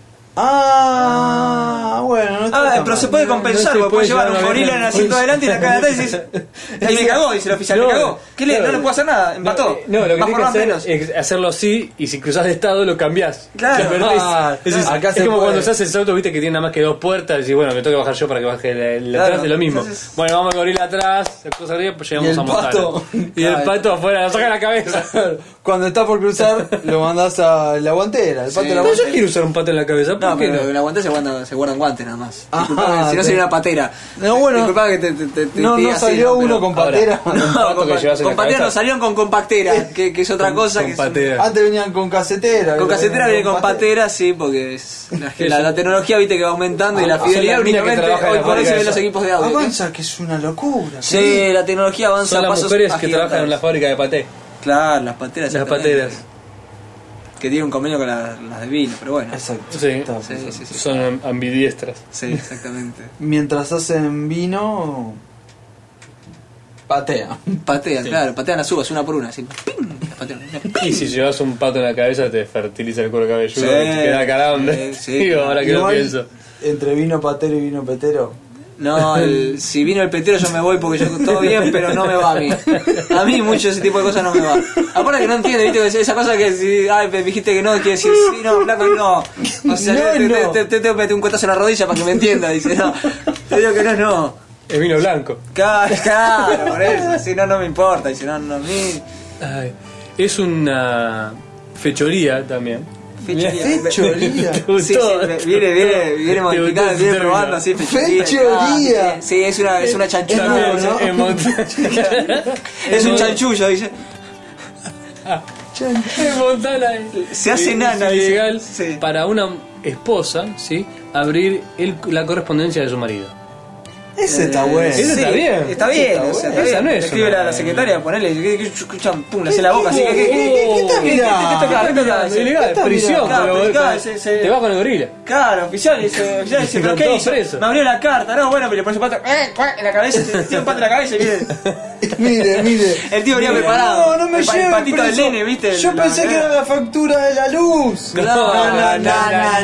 S2: Ah, bueno, no está
S6: Ah,
S2: tan
S6: pero se
S2: mal.
S6: puede
S4: no
S6: compensar,
S4: se
S6: porque
S4: puede
S6: puede llevar
S4: llevar
S6: un
S4: una
S6: gorila
S4: vez-
S6: en el asiento adelante y la cara atrás y dices.
S4: <laughs>
S6: Ahí me cagó, dice el oficial,
S4: No,
S6: me cagó. ¿Qué le? No
S4: claro.
S6: le puedo hacer nada, empató.
S4: No, eh, no, lo que tienes
S6: Más por
S4: que
S6: más
S4: hacer
S6: menos.
S4: es hacerlo así y si cruzas de estado lo cambiás.
S6: Claro.
S4: Lo perdés.
S2: Ah,
S4: es, es-
S2: acá
S4: es
S2: se
S4: como
S2: puede.
S4: cuando se hace el auto, viste que tiene nada más que dos puertas y decís, bueno, me toca bajar yo para que baje la, la
S6: Claro.
S4: atrás, es lo mismo.
S6: Entonces-
S4: Bueno, vamos a gorila atrás, la cosa arriba, pues llegamos
S2: Y el
S4: a montar.
S2: pato.
S4: Y el pato afuera, saca la cabeza. Eh,
S2: Cuando está por cruzar,
S6: <laughs>
S2: lo mandás a la guantera. El pato de la
S4: Pero yo
S2: guantera.
S4: quiero usar un pato en la cabeza, ¿por
S6: No,
S4: qué
S6: pero
S4: no? Ah,
S6: la aguanta se guardan, se guardan elefante nada más. Disculpame, si no sería una patera.
S2: No, bueno.
S6: Disculpa que te, te, te- te-
S2: No,
S6: te
S2: no
S6: así,
S2: salió
S6: ¿no? Pero-
S2: uno con patera.
S6: <laughs> No,
S4: pato
S6: con,
S4: que llevas en la
S6: con patera
S4: cabeza.
S6: no salieron
S4: <laughs>
S6: con compactera, que, que es otra cosa. que es-
S4: patera.
S2: Antes venían con casetera.
S6: Con
S2: ahora
S6: casetera
S2: venían
S6: viene con patera, sí, porque es-
S4: <laughs>
S6: la, la- la tecnología viste que va aumentando y
S4: Ah,
S6: la
S4: son las
S6: fidelidad
S4: minas que
S6: únicamente
S4: trabajan en
S6: hoy
S4: la
S6: por hoy
S4: fábrica
S6: se
S4: de
S6: ven los
S4: eso.
S6: equipos de audio. ¿qué?
S2: Avanza, que es una locura.
S6: Sí, la tecnología avanza
S4: Son
S6: a
S4: las
S6: pasos
S4: mujeres que
S6: agigantados.
S4: trabajan en la fábrica de paté.
S6: Claro, las pateras.
S4: Las
S6: exactamente.
S4: pateras.
S6: Que tienen un convenio con la- las de vino, pero bueno.
S2: Exacto.
S4: Sí.
S2: Está
S6: Sí,
S2: perfecto.
S6: sí, sí.
S4: Son am- ambidiestras.
S6: Sí, exactamente.
S2: Mientras hacen vino. Patea.
S4: <laughs>
S6: Patean, claro, patean las uvas una por una, así. ¡pim! Las patean.
S4: Y si llevas un pato en la cabeza te fertiliza el cuero cabelludo.
S6: Sí.
S4: te queda calambre.
S6: Sí, sí.
S4: <laughs> Digo, ahora que lo
S2: Igual,
S4: pienso.
S2: Entre vino patero y vino petero.
S6: No, el- si vino el petero yo me voy porque yo todo bien, pero no me va a mí. A mí mucho ese tipo de cosas no me va. Aparte que no entiende, viste, esa cosa que si, ay, me dijiste que no, quiere decir sí, no, flaco, no. O sea,
S2: No,
S6: te,
S2: no.
S6: te- te tengo que meter un cuetazo en la rodilla para que me entienda, dice, no. Te digo que no, no.
S4: Es vino blanco.
S6: Claro, claro, por eso, si no, no me importa, dice, no, no, a mí.
S4: Ay, es una fechoría también.
S6: Fechoría.
S2: Fechoría.
S4: <laughs> ¿Te
S6: Sí, sí,
S4: gustó?
S6: viene, viene, viene
S4: Te gustó
S6: modificado,
S4: ese
S6: viene
S4: término.
S6: probando así, fechoría.
S2: Fechoría.
S6: Sí, es una, es una chanchulla.
S4: También
S2: No, ¿no?
S4: en
S6: <laughs>
S4: Montana.
S6: Es un chanchullo, dice.
S4: en Montana es-
S6: Se hace
S4: es
S6: nana, dice.
S4: ilegal
S6: Sí.
S4: para una esposa, ¿sí? Abrir el- la correspondencia de su marido.
S2: Ese está
S6: Eh,
S2: bueno.
S4: Ese está bien.
S6: Está bien,
S4: Ese está
S6: o sea, está
S4: bueno. Esa
S6: bien.
S4: no
S6: Le
S4: es
S6: escribe
S4: una-
S6: la, la secretaria, ponele, que- que- que- cham, pum, le hace la boca, así que... que- que- que- que-
S2: ¿Qué
S6: que- que-
S2: está
S6: que- que-
S2: mirando?
S6: que- que- que-
S4: Es
S6: que-
S4: ilegal,
S2: está
S4: prisión,
S6: mirando.
S4: pero
S6: Claro,
S4: vos-
S6: claro, sí, sí.
S4: te vas con el gorila.
S6: Claro, oficial, dice,
S2: <laughs>
S6: oficial, dice, pero
S4: Con
S6: ¿qué
S4: todo
S6: hizo?
S4: preso.
S6: Me abrió la carta, no, bueno, pero le pone su pato, eh, cuac, en la cabeza, se- tiene un pato en la cabeza y viene.
S2: <laughs> Mire, mire.
S6: El tío venía
S2: Mira,
S6: preparado.
S2: No, no me
S6: el, pa- el
S2: lleven
S6: patito del
S2: preso.
S6: nene, ¿viste?
S2: Yo
S6: La-
S2: pensé que era la factura de la
S6: <laughs>
S2: luz.
S6: No, no, no, no, no, no,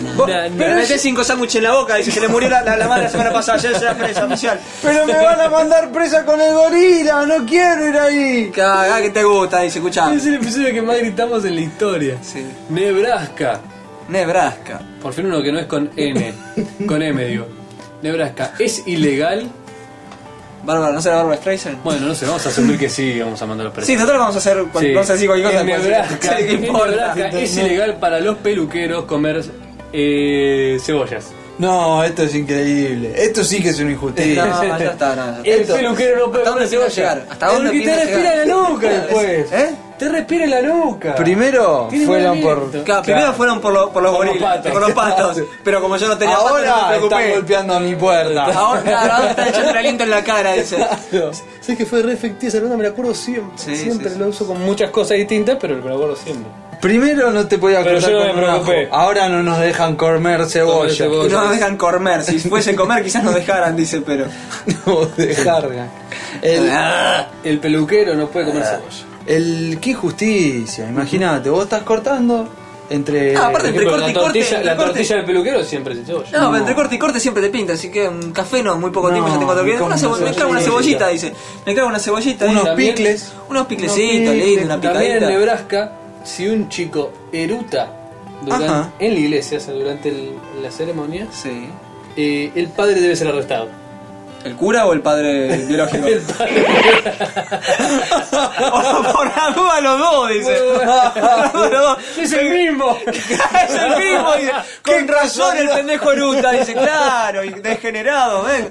S6: no. Vos-
S4: No, no.
S6: Le metés cinco sándwiches en la boca, dice, se le murió la, la, la madre la semana pasada, ya ya presa oficial.
S2: Pero me van a mandar presa con el gorila. No quiero ir ahí.
S6: Cagá <laughs> que te gusta, dice, escuchá.
S4: Es el episodio que más gritamos en la historia.
S6: Sí.
S4: Nebraska.
S6: Nebraska.
S4: Por fin uno que no es con N. con M, digo. Nebraska. ¿Es ilegal?
S6: Bárbara, ¿no será Bárbara Streisand?
S4: Bueno, no sé, vamos a asumir que sí, vamos a mandar los
S6: Sí,
S4: presos.
S6: total vamos a hacer, cual- vamos a decir cualquier cosa.
S4: En
S6: pues,
S4: Nebraska,
S6: sí, ¿qué
S4: <laughs> en
S6: importa?
S4: Nebraska es ilegal para los peluqueros comer eh, cebollas.
S2: No, esto es increíble. Esto sí que es una
S6: No,
S2: injusticia.
S6: ya está, no, ya está.
S4: El peluquero no puede
S6: ¿hasta
S4: comer
S6: dónde piensa
S4: cebolla.
S6: llegar? ¿Hasta dónde
S4: Porque te
S6: piensa
S4: respira
S6: llegar?
S4: en la nuca después.
S2: ¿Eh?
S4: Te respira en la nuca.
S2: Primero
S4: Tiene
S2: fueron por.
S4: movimiento.
S6: Claro, primero fueron por, lo- por los
S4: Por los
S6: gorilas,
S4: patos.
S6: por los patos. Pero como yo no tenía patos, no
S2: Ahora
S6: me
S2: están
S6: preocupé.
S2: golpeando a mi puerta.
S6: Ahora, claro, ahora están echando el aliento en la cara, dice.
S12: Sé que fue re efectiva esa pregunta, me la acuerdo siempre.
S6: Sí,
S12: siempre
S6: sí, sí.
S12: lo uso como.
S4: Con muchas cosas distintas, pero me lo acuerdo siempre.
S2: Primero no te podía
S4: Pero
S2: acordar
S4: yo no
S2: con
S4: me
S2: un ajo.
S4: preocupé.
S2: Ahora no nos dejan comer cebolla.
S4: cebolla.
S6: Y no nos dejan comer. Si fuesen comer, quizás nos dejaran, dice, pero.
S2: <laughs> No, de jarga. El,
S6: Ah.
S4: El peluquero no puede comer cebolla.
S2: el- qué injusticia, imagínate, vos estás cortando entre.
S6: Ah, aparte- Entre
S4: Pero
S6: corte
S4: la
S6: y corte,
S4: tortilla,
S6: entre
S4: la
S6: corte.
S4: tortilla del peluquero siempre es de cebolla.
S6: No, pero entre corte y corte siempre te pinta, así que un café no, muy poco
S2: No,
S6: tiempo ya tengo otro
S2: me
S6: que.
S2: como
S6: Una cebo-
S2: una
S6: Me clavo una
S4: cebollita.
S6: cebollita, dice. Me clavo una cebollita.
S2: unos
S6: dice.
S4: también-
S2: picles.
S6: Unos
S2: unos
S6: piclecitos,
S2: picles.
S6: lindo, una
S4: También en
S6: picadita.
S4: Nebraska, si un chico eruta durante-
S2: Ajá.
S4: en la iglesia, o sea, durante el- la ceremonia,
S6: Sí.
S4: eh, el padre debe ser arrestado.
S6: ¿El cura o el padre biológico?
S4: El padre.
S6: <laughs> por, por la duda los dos, dice. <laughs> Por la duda.
S4: es el <laughs> mismo.
S6: es el mismo, dice. Con razón el pendejo eruta, dice, claro, y degenerado, ven.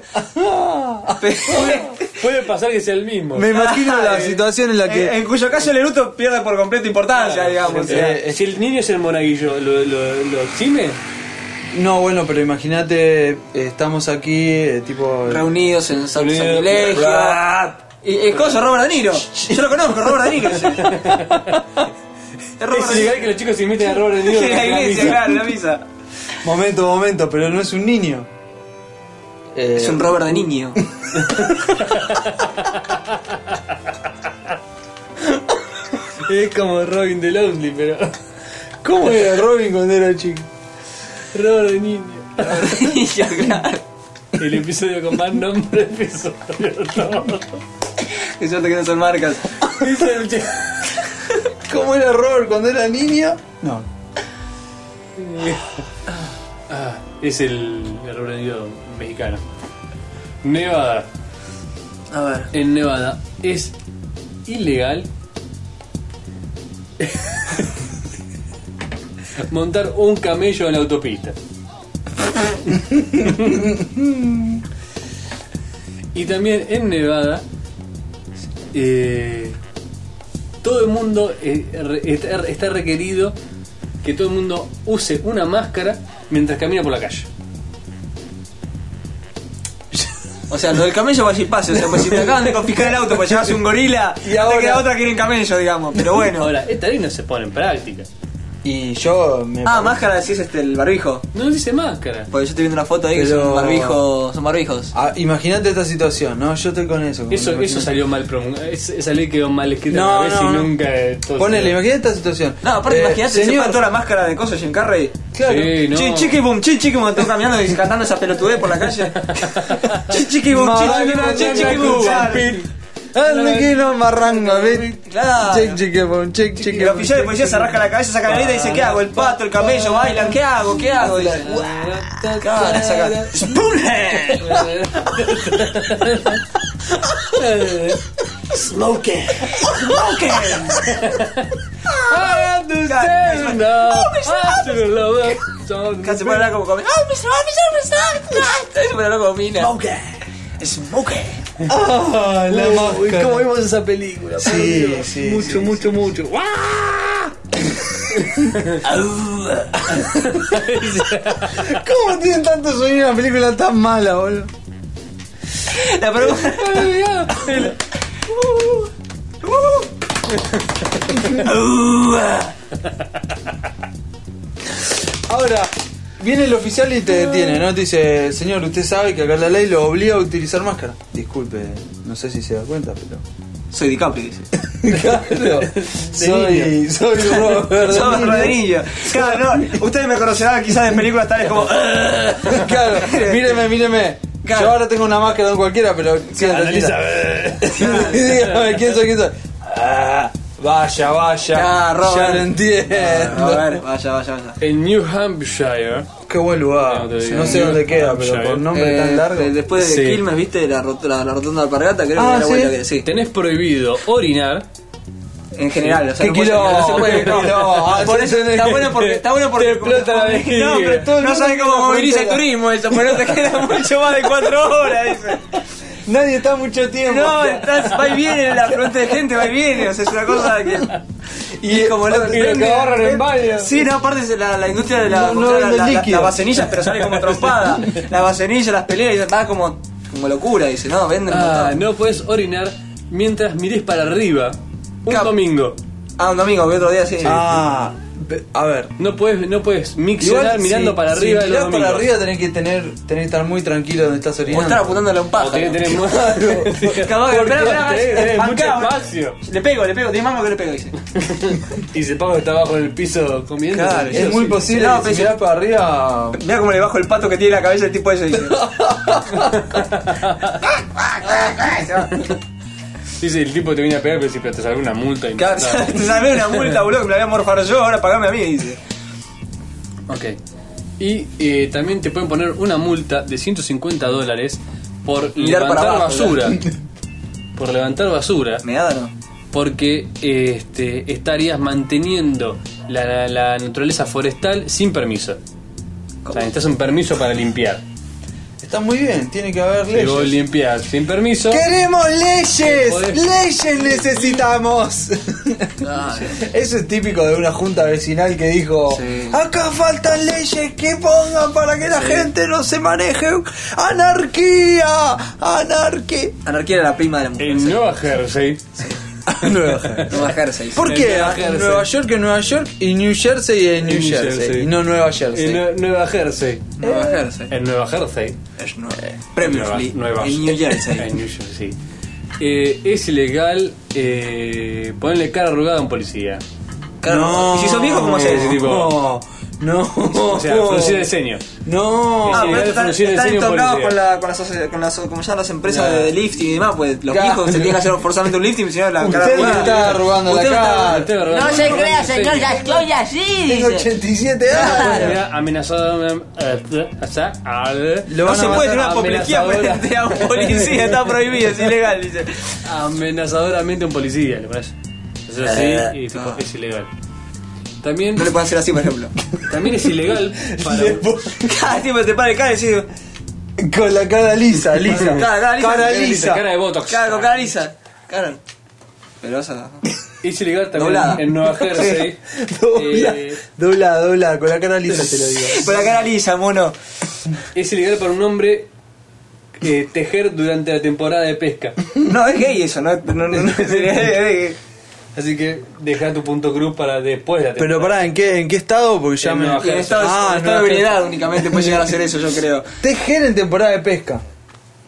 S4: Puede pasar que sea el mismo.
S2: Me imagino la
S6: Eh,
S2: situación en la Ah, que.
S6: En, en cuyo caso el eruto pierde por completo importancia, digamos. o sea.
S4: Eh, si el niño es el monaguillo, ¿lo, lo, lo exime?
S2: No, bueno, pero imagínate, eh, estamos aquí, eh, tipo.
S6: Reunidos en San
S4: Reunidos.
S6: Sacrilegio. Y es cosa Robert De Niro. Yo lo conozco, Robert De Niro. ese. Es Robert
S4: Es
S6: De Niro.
S4: ilegal que los chicos imiten a Robert De Niro.
S6: En <laughs> la iglesia, claro, en la misa.
S2: Momento, momento, pero no es un niño. Eh,
S6: Es un Robert <laughs> de niño.
S4: Es como Robin de Lonely, pero.
S6: <laughs>
S2: ¿Cómo era Robin cuando era chico?
S4: Robert De Niño.
S6: Niño, claro.
S4: El episodio con más nombre episodio. todo.
S6: Que suerte que no son marcas.
S4: Es el chico.
S2: ¿Cómo era Robert cuando era niño? No.
S4: Ah, es el, el Robert De Niro mexicano. Nevada.
S6: A ver.
S4: En Nevada es ilegal <laughs> montar un camello en la autopista. Y también en Nevada, eh, todo el mundo eh, re- está está requerido que todo el mundo use una máscara mientras camina por la calle.
S6: O sea, lo del camello va allí pase. O sea, pues si te acaban de confiscar el auto para llevarse un gorila, y ahora... te queda otra que ir en camello, digamos. Pero bueno.
S4: Ahora, esta ley no se pone en práctica.
S2: Y yo me.
S6: Ah, máscara decís este, el barbijo.
S4: No dice máscara.
S6: Porque yo estoy viendo una foto ahí que
S2: Pero-
S6: son barbijos. Son barbijos.
S2: Ah, Imagínate esta situación, ¿no? Yo estoy con eso. con-
S4: Eso,
S2: imagínate.
S4: eso salió mal promu- es- Esa ley quedó mal escrita
S2: No,
S4: una vez
S2: no,
S4: y
S2: no.
S4: nunca. eh, todo
S2: Ponele,
S4: se-
S2: imagínate esta situación.
S6: No, aparte,
S2: Eh,
S6: imagínate, se
S2: señor,
S6: sepa toda la máscara de cosas Jim Carrey.
S2: claro.
S4: Sí, no.
S6: Chi, chiqui bum, chi, chiqui bum, estoy caminando y cantando esa pelotudez por la calle. Chi, chiqui bum, chi, chiqui bum, chi, chiqui bum.
S2: Ande que no marranga, ¿ves?
S6: Claro.
S2: Check, check, check, check, check.
S6: El oficial de policía se arrasca la cabeza, saca la vida y dice, ¿qué hago? El pato, el camello, bailan, ¿qué hago? ¿Qué hago? Y dice, "Guau". Cara, saca. ¡Spoonhead!
S1: Smoking.
S6: ¡Smoking!
S4: Understand now. After love, so-
S6: Acá se pone hablar como comina. ¡Oh, Mr. Officer, Mr. Se pone hablar como mina.
S1: Smoking.
S6: ¡Smoking!
S2: Ah, la
S3: Uy,
S2: máscara.
S3: ¿Cómo vimos esa película? por
S2: Sí,
S3: Dios.
S2: sí,
S3: Mucho,
S2: sí,
S3: mucho, mucho.
S2: ¿Cómo tienen tanto sueño en una película tan mala, boludo?
S6: La pregunta...
S2: Ahora, viene el oficial y te detiene, ¿no? Te dice, señor, usted sabe que acá la ley lo obliga a utilizar máscara. Disculpe, no sé si se da cuenta, pero...
S6: Soy DiCaprio, dice.
S2: claro, soy, soy Robert.
S6: Soy
S2: De Niro.
S6: Rodrigo. Claro, no, ustedes me conocerán quizás de películas tales como...
S2: <laughs> Claro, míreme, míreme.
S6: Claro.
S2: Yo ahora tengo una máscara de cualquiera, pero... quédate <laughs> quieta. Dígame, ¿quién soy, quién soy? Ah, vaya, vaya.
S6: Ah, Robert.
S2: ya lo entiendo.
S6: eh, A ver, vaya, vaya, vaya.
S4: En New Hampshire.
S2: Qué buen lugar.
S4: Ah. No te
S2: No,
S4: digo.
S2: sé dónde queda, pero
S4: Hampshire.
S2: por nombre tan
S6: Eh,
S2: largo.
S6: eh, Después de
S4: Sí.
S6: Quilmes, viste la, rot- la, la rotonda de Alpargata, creo
S2: Ah,
S6: que era la
S2: ¿sí?
S6: vuelta que sí.
S4: Tenés prohibido orinar.
S6: En general, o sea,
S2: ¿Qué quilombo?
S6: no puede ser- no se puede,
S2: ¿Qué <laughs>
S6: no.
S2: quilombo? Ah,
S6: Por
S2: sí,
S6: eso
S2: tenés
S6: está
S2: que-
S6: bueno porque está bueno porque
S4: explota la vejiga.
S6: No, pero
S2: todo el
S6: no
S2: mundo
S6: sabes cómo
S2: tiene la
S6: moviliza el
S2: frontera.
S6: turismo eso, <laughs> pero no te queda mucho más de cuatro horas, dice.
S2: Nadie está mucho tiempo.
S6: <laughs> No, estás, va y viene la frontera de gente, va y viene, o sea, es una cosa que
S2: Y,
S6: es como
S2: y lo que ahorran en baño.
S6: Sí, no, aparte es la, la industria de la,
S2: No, no
S6: la- la-
S2: venden
S6: la-
S2: líquido.
S6: las vasenillas, pero sale
S2: <laughs>
S6: como trompada. Las vasenillas, las peleas, y está como, como locura, dice, no, venden un
S4: Ah,
S6: montón.
S4: no puedes orinar mientras mires para arriba. Un
S6: Cap-
S4: domingo.
S6: Ah, un domingo, que otro día sí.
S2: Ah, pe- a ver.
S4: No puedes, no puedes miccionar
S2: Igual,
S4: mirando
S2: si-
S4: para
S2: si
S4: arriba de los
S2: mirás para
S4: domingos.
S2: arriba tenés que tener tenés que estar muy tranquilo donde estás
S6: o estar
S2: orinando.
S6: apuntándole a un
S4: O tenés
S6: pájaro.
S4: que
S2: <laughs>
S4: tener mu- <laughs> Porque
S6: Capaz que- espera, espera,
S4: tenés- tenés
S6: espera,
S4: mucho
S6: acá, boludo.
S4: espacio.
S6: Le pego, le pego, te mamo que le pego, <laughs> dice.
S4: Y se paga que está abajo en el piso comiendo.
S6: Claro,
S2: Es muy posible
S6: No,
S2: que
S6: pero-
S2: si mirás para arriba
S6: Mira cómo le bajo el pato que tiene la cabeza el tipo ese, <laughs> dice.
S4: Dice el tipo te viene a pegar, pero si pero te sale una multa. Y
S6: Claro,
S2: <laughs>
S6: te salvé una multa, boludo, que me la voy a morfar yo, ahora pagame a mí, dice.
S4: Ok. Y eh, también te pueden poner una multa de 150 dólares por
S6: Mirar para
S4: levantar
S6: abajo,
S4: basura. Por levantar basura.
S6: ¿Me da o no?
S4: Porque eh, este, estarías manteniendo la, la naturaleza forestal sin permiso. O sea, necesitas un permiso para limpiar.
S2: está muy bien, tiene que haber
S4: Si vos
S2: leyes.
S4: limpias sin permiso.
S2: ¡Queremos leyes!
S4: Podés-
S2: ¡Leyes necesitamos! Eso es típico de una junta vecinal que dijo:
S6: Sí.
S2: Acá faltan leyes que pongan para que la gente no se maneje. ¡Anarquía!
S4: <laughs>
S2: ¡Anarquía!
S6: Anarquía era la prima de la mujer.
S4: En Nueva Jersey.
S2: Nueva Jersey.
S6: No bajarse, dice.
S2: ¿Por qué?
S4: Nueva
S2: En
S4: Jersey.
S2: Nueva York, en Nueva York y New Jersey en New,
S4: New
S2: Jersey.
S4: Jersey.
S2: Y no Nueva Jersey.
S4: En Nue- Nueva Jersey.
S6: No bajarse.
S4: En Nueva Jersey.
S6: Es nuevo.
S4: Nueva,
S6: Previously,
S4: Nueva-
S6: en New
S4: en
S6: <laughs> Jersey.
S4: New Jersey. Eh, es ilegal eh, ponerle cara arrugada a un policía.
S6: Claro,
S2: No.
S6: ¿Y si sos viejo, cómo se
S4: Ese tipo.
S2: No, no.
S4: O sea, fruncir el ceño.
S2: No.
S6: Ah, pero
S4: ilegal
S6: están,
S4: función de
S6: están
S4: diseño
S6: entornados
S4: policía.
S6: con, la, con, las, asoci- con las, como ya las empresas
S2: Nah.
S6: de lifting y demás, pues los
S2: Claro.
S6: viejos se tienen que <laughs> hacer forzadamente un lifting, si no la
S2: Usted
S6: cara
S2: me
S6: arrugada.
S2: está robando
S6: Usted
S2: la
S6: me está-
S2: cara.
S4: Este arrugado.
S11: estoy así.
S2: Tengo 87 años.
S4: Era Amenazado. eh, O sea, al-
S2: Lo
S6: No
S2: van a
S6: se puede tener una
S4: matar.
S6: apoplejía
S4: Amenazadora.
S6: frente a un policía, está prohibido, es ilegal, dice. Eh,
S4: amenazadoramente a un policía, ¿le parece? Eso sí, y tipo, es ilegal. También,
S6: No le pueden hacer así, por ejemplo.
S4: también es ilegal
S6: <laughs>
S4: para.
S2: <laughs> Ah,
S6: Cada tiempo te para el cara y decís,
S2: Con la cara lisa, lisa.
S6: Cara, cara lisa.
S2: Cara lisa.
S4: cara de Botox.
S6: cara con cara lisa. Cara. Pero esa.
S4: Es ilegal también
S6: Doblada.
S4: en
S6: <laughs>
S4: Nueva Jersey.
S2: <laughs> Dobla,
S4: Eh,
S2: dobla, dobla, con la cara lisa te lo digo.
S6: Con la cara lisa, mono.
S4: es ilegal para un hombre eh, tejer durante la temporada de
S6: <laughs>
S4: pesca.
S6: No, es gay eso, no, no, no, no,
S4: Así que deja tu punto cruz para después de la temporada.
S2: Pero pará, ¿en qué, ¿en qué estado? Porque ya
S4: En
S2: me.
S4: Nueva
S6: Y en estado,
S2: Ah,
S6: en estado
S2: no,
S6: de ebriedad únicamente puede llegar a hacer eso, yo creo.
S2: Tejer en temporada de pesca.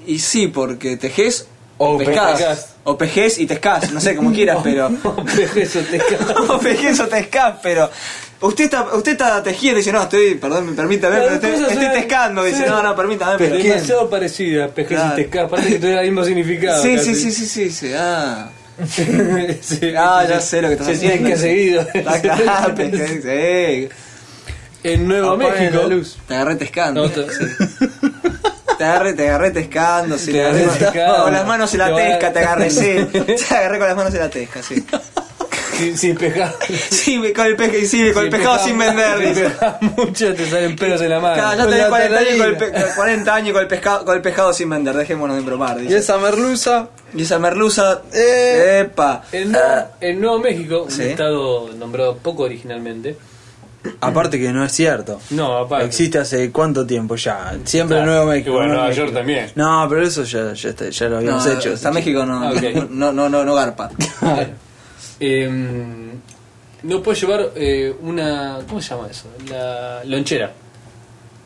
S6: Y sí, porque tejés
S2: O
S6: o
S4: pescás.
S6: pescás. O pejés y pescás, no sé, como quieras, <laughs> pero...
S4: <laughs> Eso te cago.
S6: o pejés o pescás, pero... Usted está, usted está tejiendo y dice, no, estoy, perdón, permítame,
S4: Las
S6: pero estoy,
S4: cosas
S6: estoy
S4: son-
S6: pescando. Dice,
S4: son-
S6: no, no, permítame, pero...
S4: Demasiado parecida, pescar
S6: Claro.
S4: y pescar, parece que tuviera el mismo significado.
S6: Sí,
S4: casi.
S6: sí, sí, sí, sí, sí, ah...
S4: <laughs> Sí,
S6: Ah,
S4: sí,
S6: ya
S4: sí.
S6: sé lo que estás
S4: Se tienen
S6: haciendo. Ah,
S4: que
S6: <laughs>
S4: seguido.
S6: Acá, pesqué, sí.
S4: En Nuevo
S2: Apaguen
S4: México.
S2: la luz.
S6: Te agarré pescando.
S4: No, te-
S6: Te agarré, te agarré pescando, si
S4: Te
S6: le agarré
S4: agarré pescando.
S6: con las manos en
S4: Te
S6: la
S4: va-
S6: tesca, te agarré, sí. Te agarré con las manos en la tesca, sí.
S4: si, si pescas.
S6: Sí, me- con el, pesca, sí, con el
S4: si
S6: pescado
S4: pescas-
S6: sin vender,
S4: Si
S6: dice.
S4: pescas mucho te salen pelos en la mano.
S6: Claro, ya
S2: con
S6: tenés
S2: la
S6: 40 años, con el,
S2: tartarina.
S6: pe- 40 años con el, pescado, con el pescado sin vender, dejémonos de bromar,
S2: Y
S6: dice.
S2: esa merluza.
S6: Y esa merluza,
S2: Eh.
S6: epa.
S4: En, Nuevo- en Nuevo México, un
S6: Sí.
S4: estado nombrado poco originalmente. Mm.
S2: Aparte que no es cierto.
S4: No, aparte.
S2: Existe hace cuánto tiempo ya. Siempre
S4: Claro.
S2: Nuevo México.
S4: Y bueno,
S2: Nuevo
S4: Nueva
S2: México.
S4: York también.
S2: No, pero eso ya, ya, está- ya lo
S6: No,
S2: habíamos hecho.
S6: hasta México no,
S4: Ah, ok. Ah,
S6: no, no, no, no garpa.
S4: Eh, no puedes llevar eh, una. ¿Cómo se llama eso? La lonchera.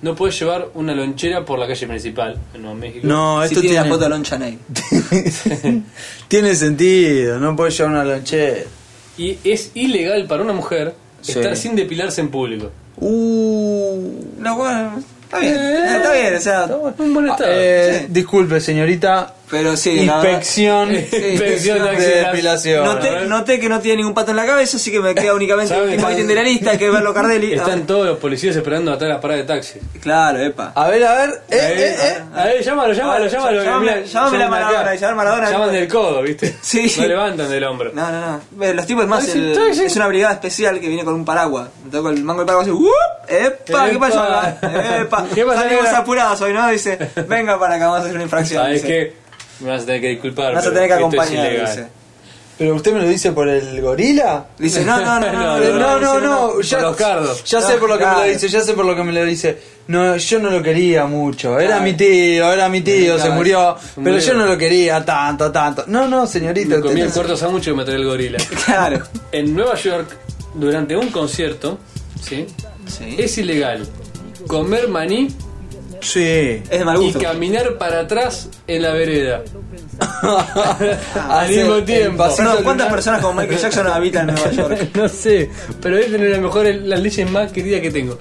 S4: No puedes llevar una lonchera por la calle principal en Nuevo México.
S2: No,
S6: Si
S2: esto
S6: tiene
S2: tiene,
S6: la foto de Lon Chaney.
S2: <laughs> tiene sentido. No puedes llevar una lonchera.
S4: Y es ilegal para una mujer
S2: Sí.
S4: estar sin depilarse en público.
S2: Uh,
S6: No, bueno, está bien, está bien, o sea...
S4: Un buen estado.
S2: eh,
S6: Sí.
S2: Disculpe, señorita.
S6: Pero sí, la verdad-
S2: Inspección
S4: eh, Inspección Eh,
S2: de
S4: axilar.
S2: depilación.
S4: a
S6: Noté,
S4: ver.
S6: noté que no tiene ningún pato en la cabeza, así que me queda únicamente
S4: ¿Sabe
S6: el último
S4: cuál?
S6: ítem de la lista, que es verlo
S4: <laughs>
S6: Cardelli.
S4: Están todos los policías esperando atrás de las paradas de taxi.
S6: Ah, claro, epa.
S2: A ver, a ver. eh,
S4: Ahí,
S2: eh, eh.
S4: ahí, llámalo, llámalo,
S6: Ah,
S4: llámalo.
S6: llámame-
S4: mira,
S6: llámame la
S4: llaman de acá.
S6: Maradona, llamar Maradona.
S4: Llaman del codo, ¿viste?
S6: <laughs> Sí, sí.
S4: No levantan del hombro.
S6: No, no, no. Ve, Los tipos es más,
S4: Ay, sí,
S6: el-
S4: estoy, sí.
S6: es una brigada especial que viene con un paraguas. Me toco el mango del paraguas y ¡wup! ¡Epa! ¿Qué
S4: Epa.
S6: pasó acá? ¡Epa!
S4: ¿Qué pasó,
S6: Salimos
S4: negra?
S6: apurados hoy, ¿no? Dice, venga para acá, vamos a hacer una infracción.
S4: Sabes
S6: dice.
S4: que me vas a tener que disculpar.
S6: Me Vas a
S4: pero
S6: tener que
S4: esto es
S6: acompañar,
S4: ilegal.
S6: dice.
S2: Pero usted me lo dice por el gorila.
S6: Dice, no,
S4: <laughs>
S6: no, no, no,
S2: Eh, No, no,
S6: dice,
S2: no, ya,
S4: Por los cardos.
S2: ya sé por lo que me lo
S6: Claro.
S2: dice, ya sé por lo que me lo dice. No, yo no lo quería mucho. Era
S6: Claro.
S2: mi tío, era mi tío, se
S6: Claro.
S2: murió. Pero
S4: murió.
S2: yo no lo quería tanto, tanto. No, no, señorita.
S4: Me comí el
S2: tenés-
S4: cuarto sándwich y me maté el gorila.
S6: <laughs> Claro.
S4: En Nueva York, durante un concierto, ¿sí?
S6: Sí.
S4: es ilegal comer maní
S2: Sí.
S6: Es de mal
S4: y
S6: gusto.
S4: caminar para atrás en la
S6: <laughs>
S4: vereda. Al
S2: sí,
S4: mismo
S2: el
S4: tiempo.
S2: paseo
S6: No,
S2: lunar.
S6: ¿Cuántas personas como Michael Jackson habitan en Nueva York?
S4: <laughs> No sé, pero es de las mejores, las leyes más queridas que tengo.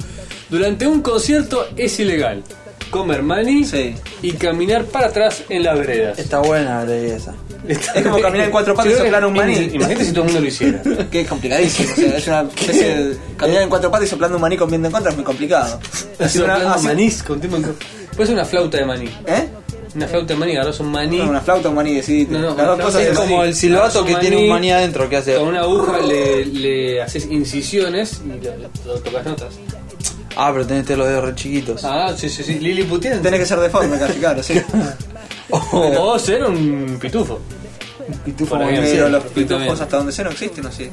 S4: Durante un concierto es ilegal comer maní
S6: Sí.
S4: y caminar para atrás en las veredas.
S2: Está buena la teoría esa.
S6: Es como caminar en cuatro patas
S4: Yo
S6: y
S4: creo que
S6: soplar un
S4: es
S6: maní.
S4: in- Imagínate si todo el mundo lo
S6: <laughs>
S4: hiciera.
S6: Que es complicadísimo, o sea, es una especie de <laughs> caminar en cuatro patas y soplando un maní con viento en contra es muy complicado. Hacer una-
S4: Soplando
S6: hacer-
S4: maní con tiempo en co- Puede ser una flauta de maní.
S6: ¿Eh?
S4: Una flauta de maní, agarras un maní.
S6: No, una flauta o un maní, sí.
S4: No, no,
S6: las dos
S4: flauta
S6: cosas
S4: es
S6: es
S2: Es
S4: así.
S2: como el silbato
S6: Ah,
S4: Agarras
S2: que tiene un maní adentro que hace.
S4: Con una aguja le, le haces incisiones y lo, lo tocas notas.
S2: Ah, pero tenés los dedos re chiquitos.
S4: Ah, sí, sí, sí. Lili <laughs> Putien.
S6: Tenés que ser deforme, casi claro, sí.
S4: O Oh, ser un pitufo.
S2: Pitufo
S4: Por ahí
S2: movimiento.
S6: Pero los
S4: Sí,
S6: pitufos
S4: también.
S6: hasta donde sé no existen, ¿o sí?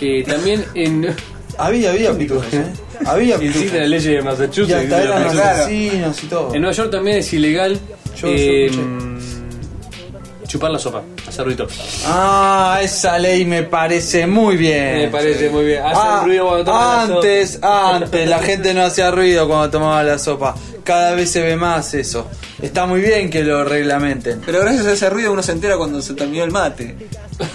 S4: Eh, también en. <laughs>
S2: Había, había pitufos, eh. Había
S4: Existe
S2: pitufos.
S4: la ley de Massachusetts.
S2: Y hasta
S4: dice la
S2: eran
S4: pitufo.
S6: claro.
S2: asesinos y todo.
S4: En Nueva York también es ilegal
S2: Yo- yo
S4: eh,
S2: escuché.
S4: chupar la sopa, hacer ruido.
S2: Ah, esa ley me parece muy bien.
S4: Me parece muy bien. Hacer
S2: Ah,
S4: ruido cuando toman la sopa.
S2: antes, antes, la gente no hacía ruido cuando tomaba la sopa. Cada vez se ve más eso. Está muy bien que lo reglamenten.
S6: Pero gracias a ese ruido uno se entera cuando se terminó el mate.
S4: <laughs>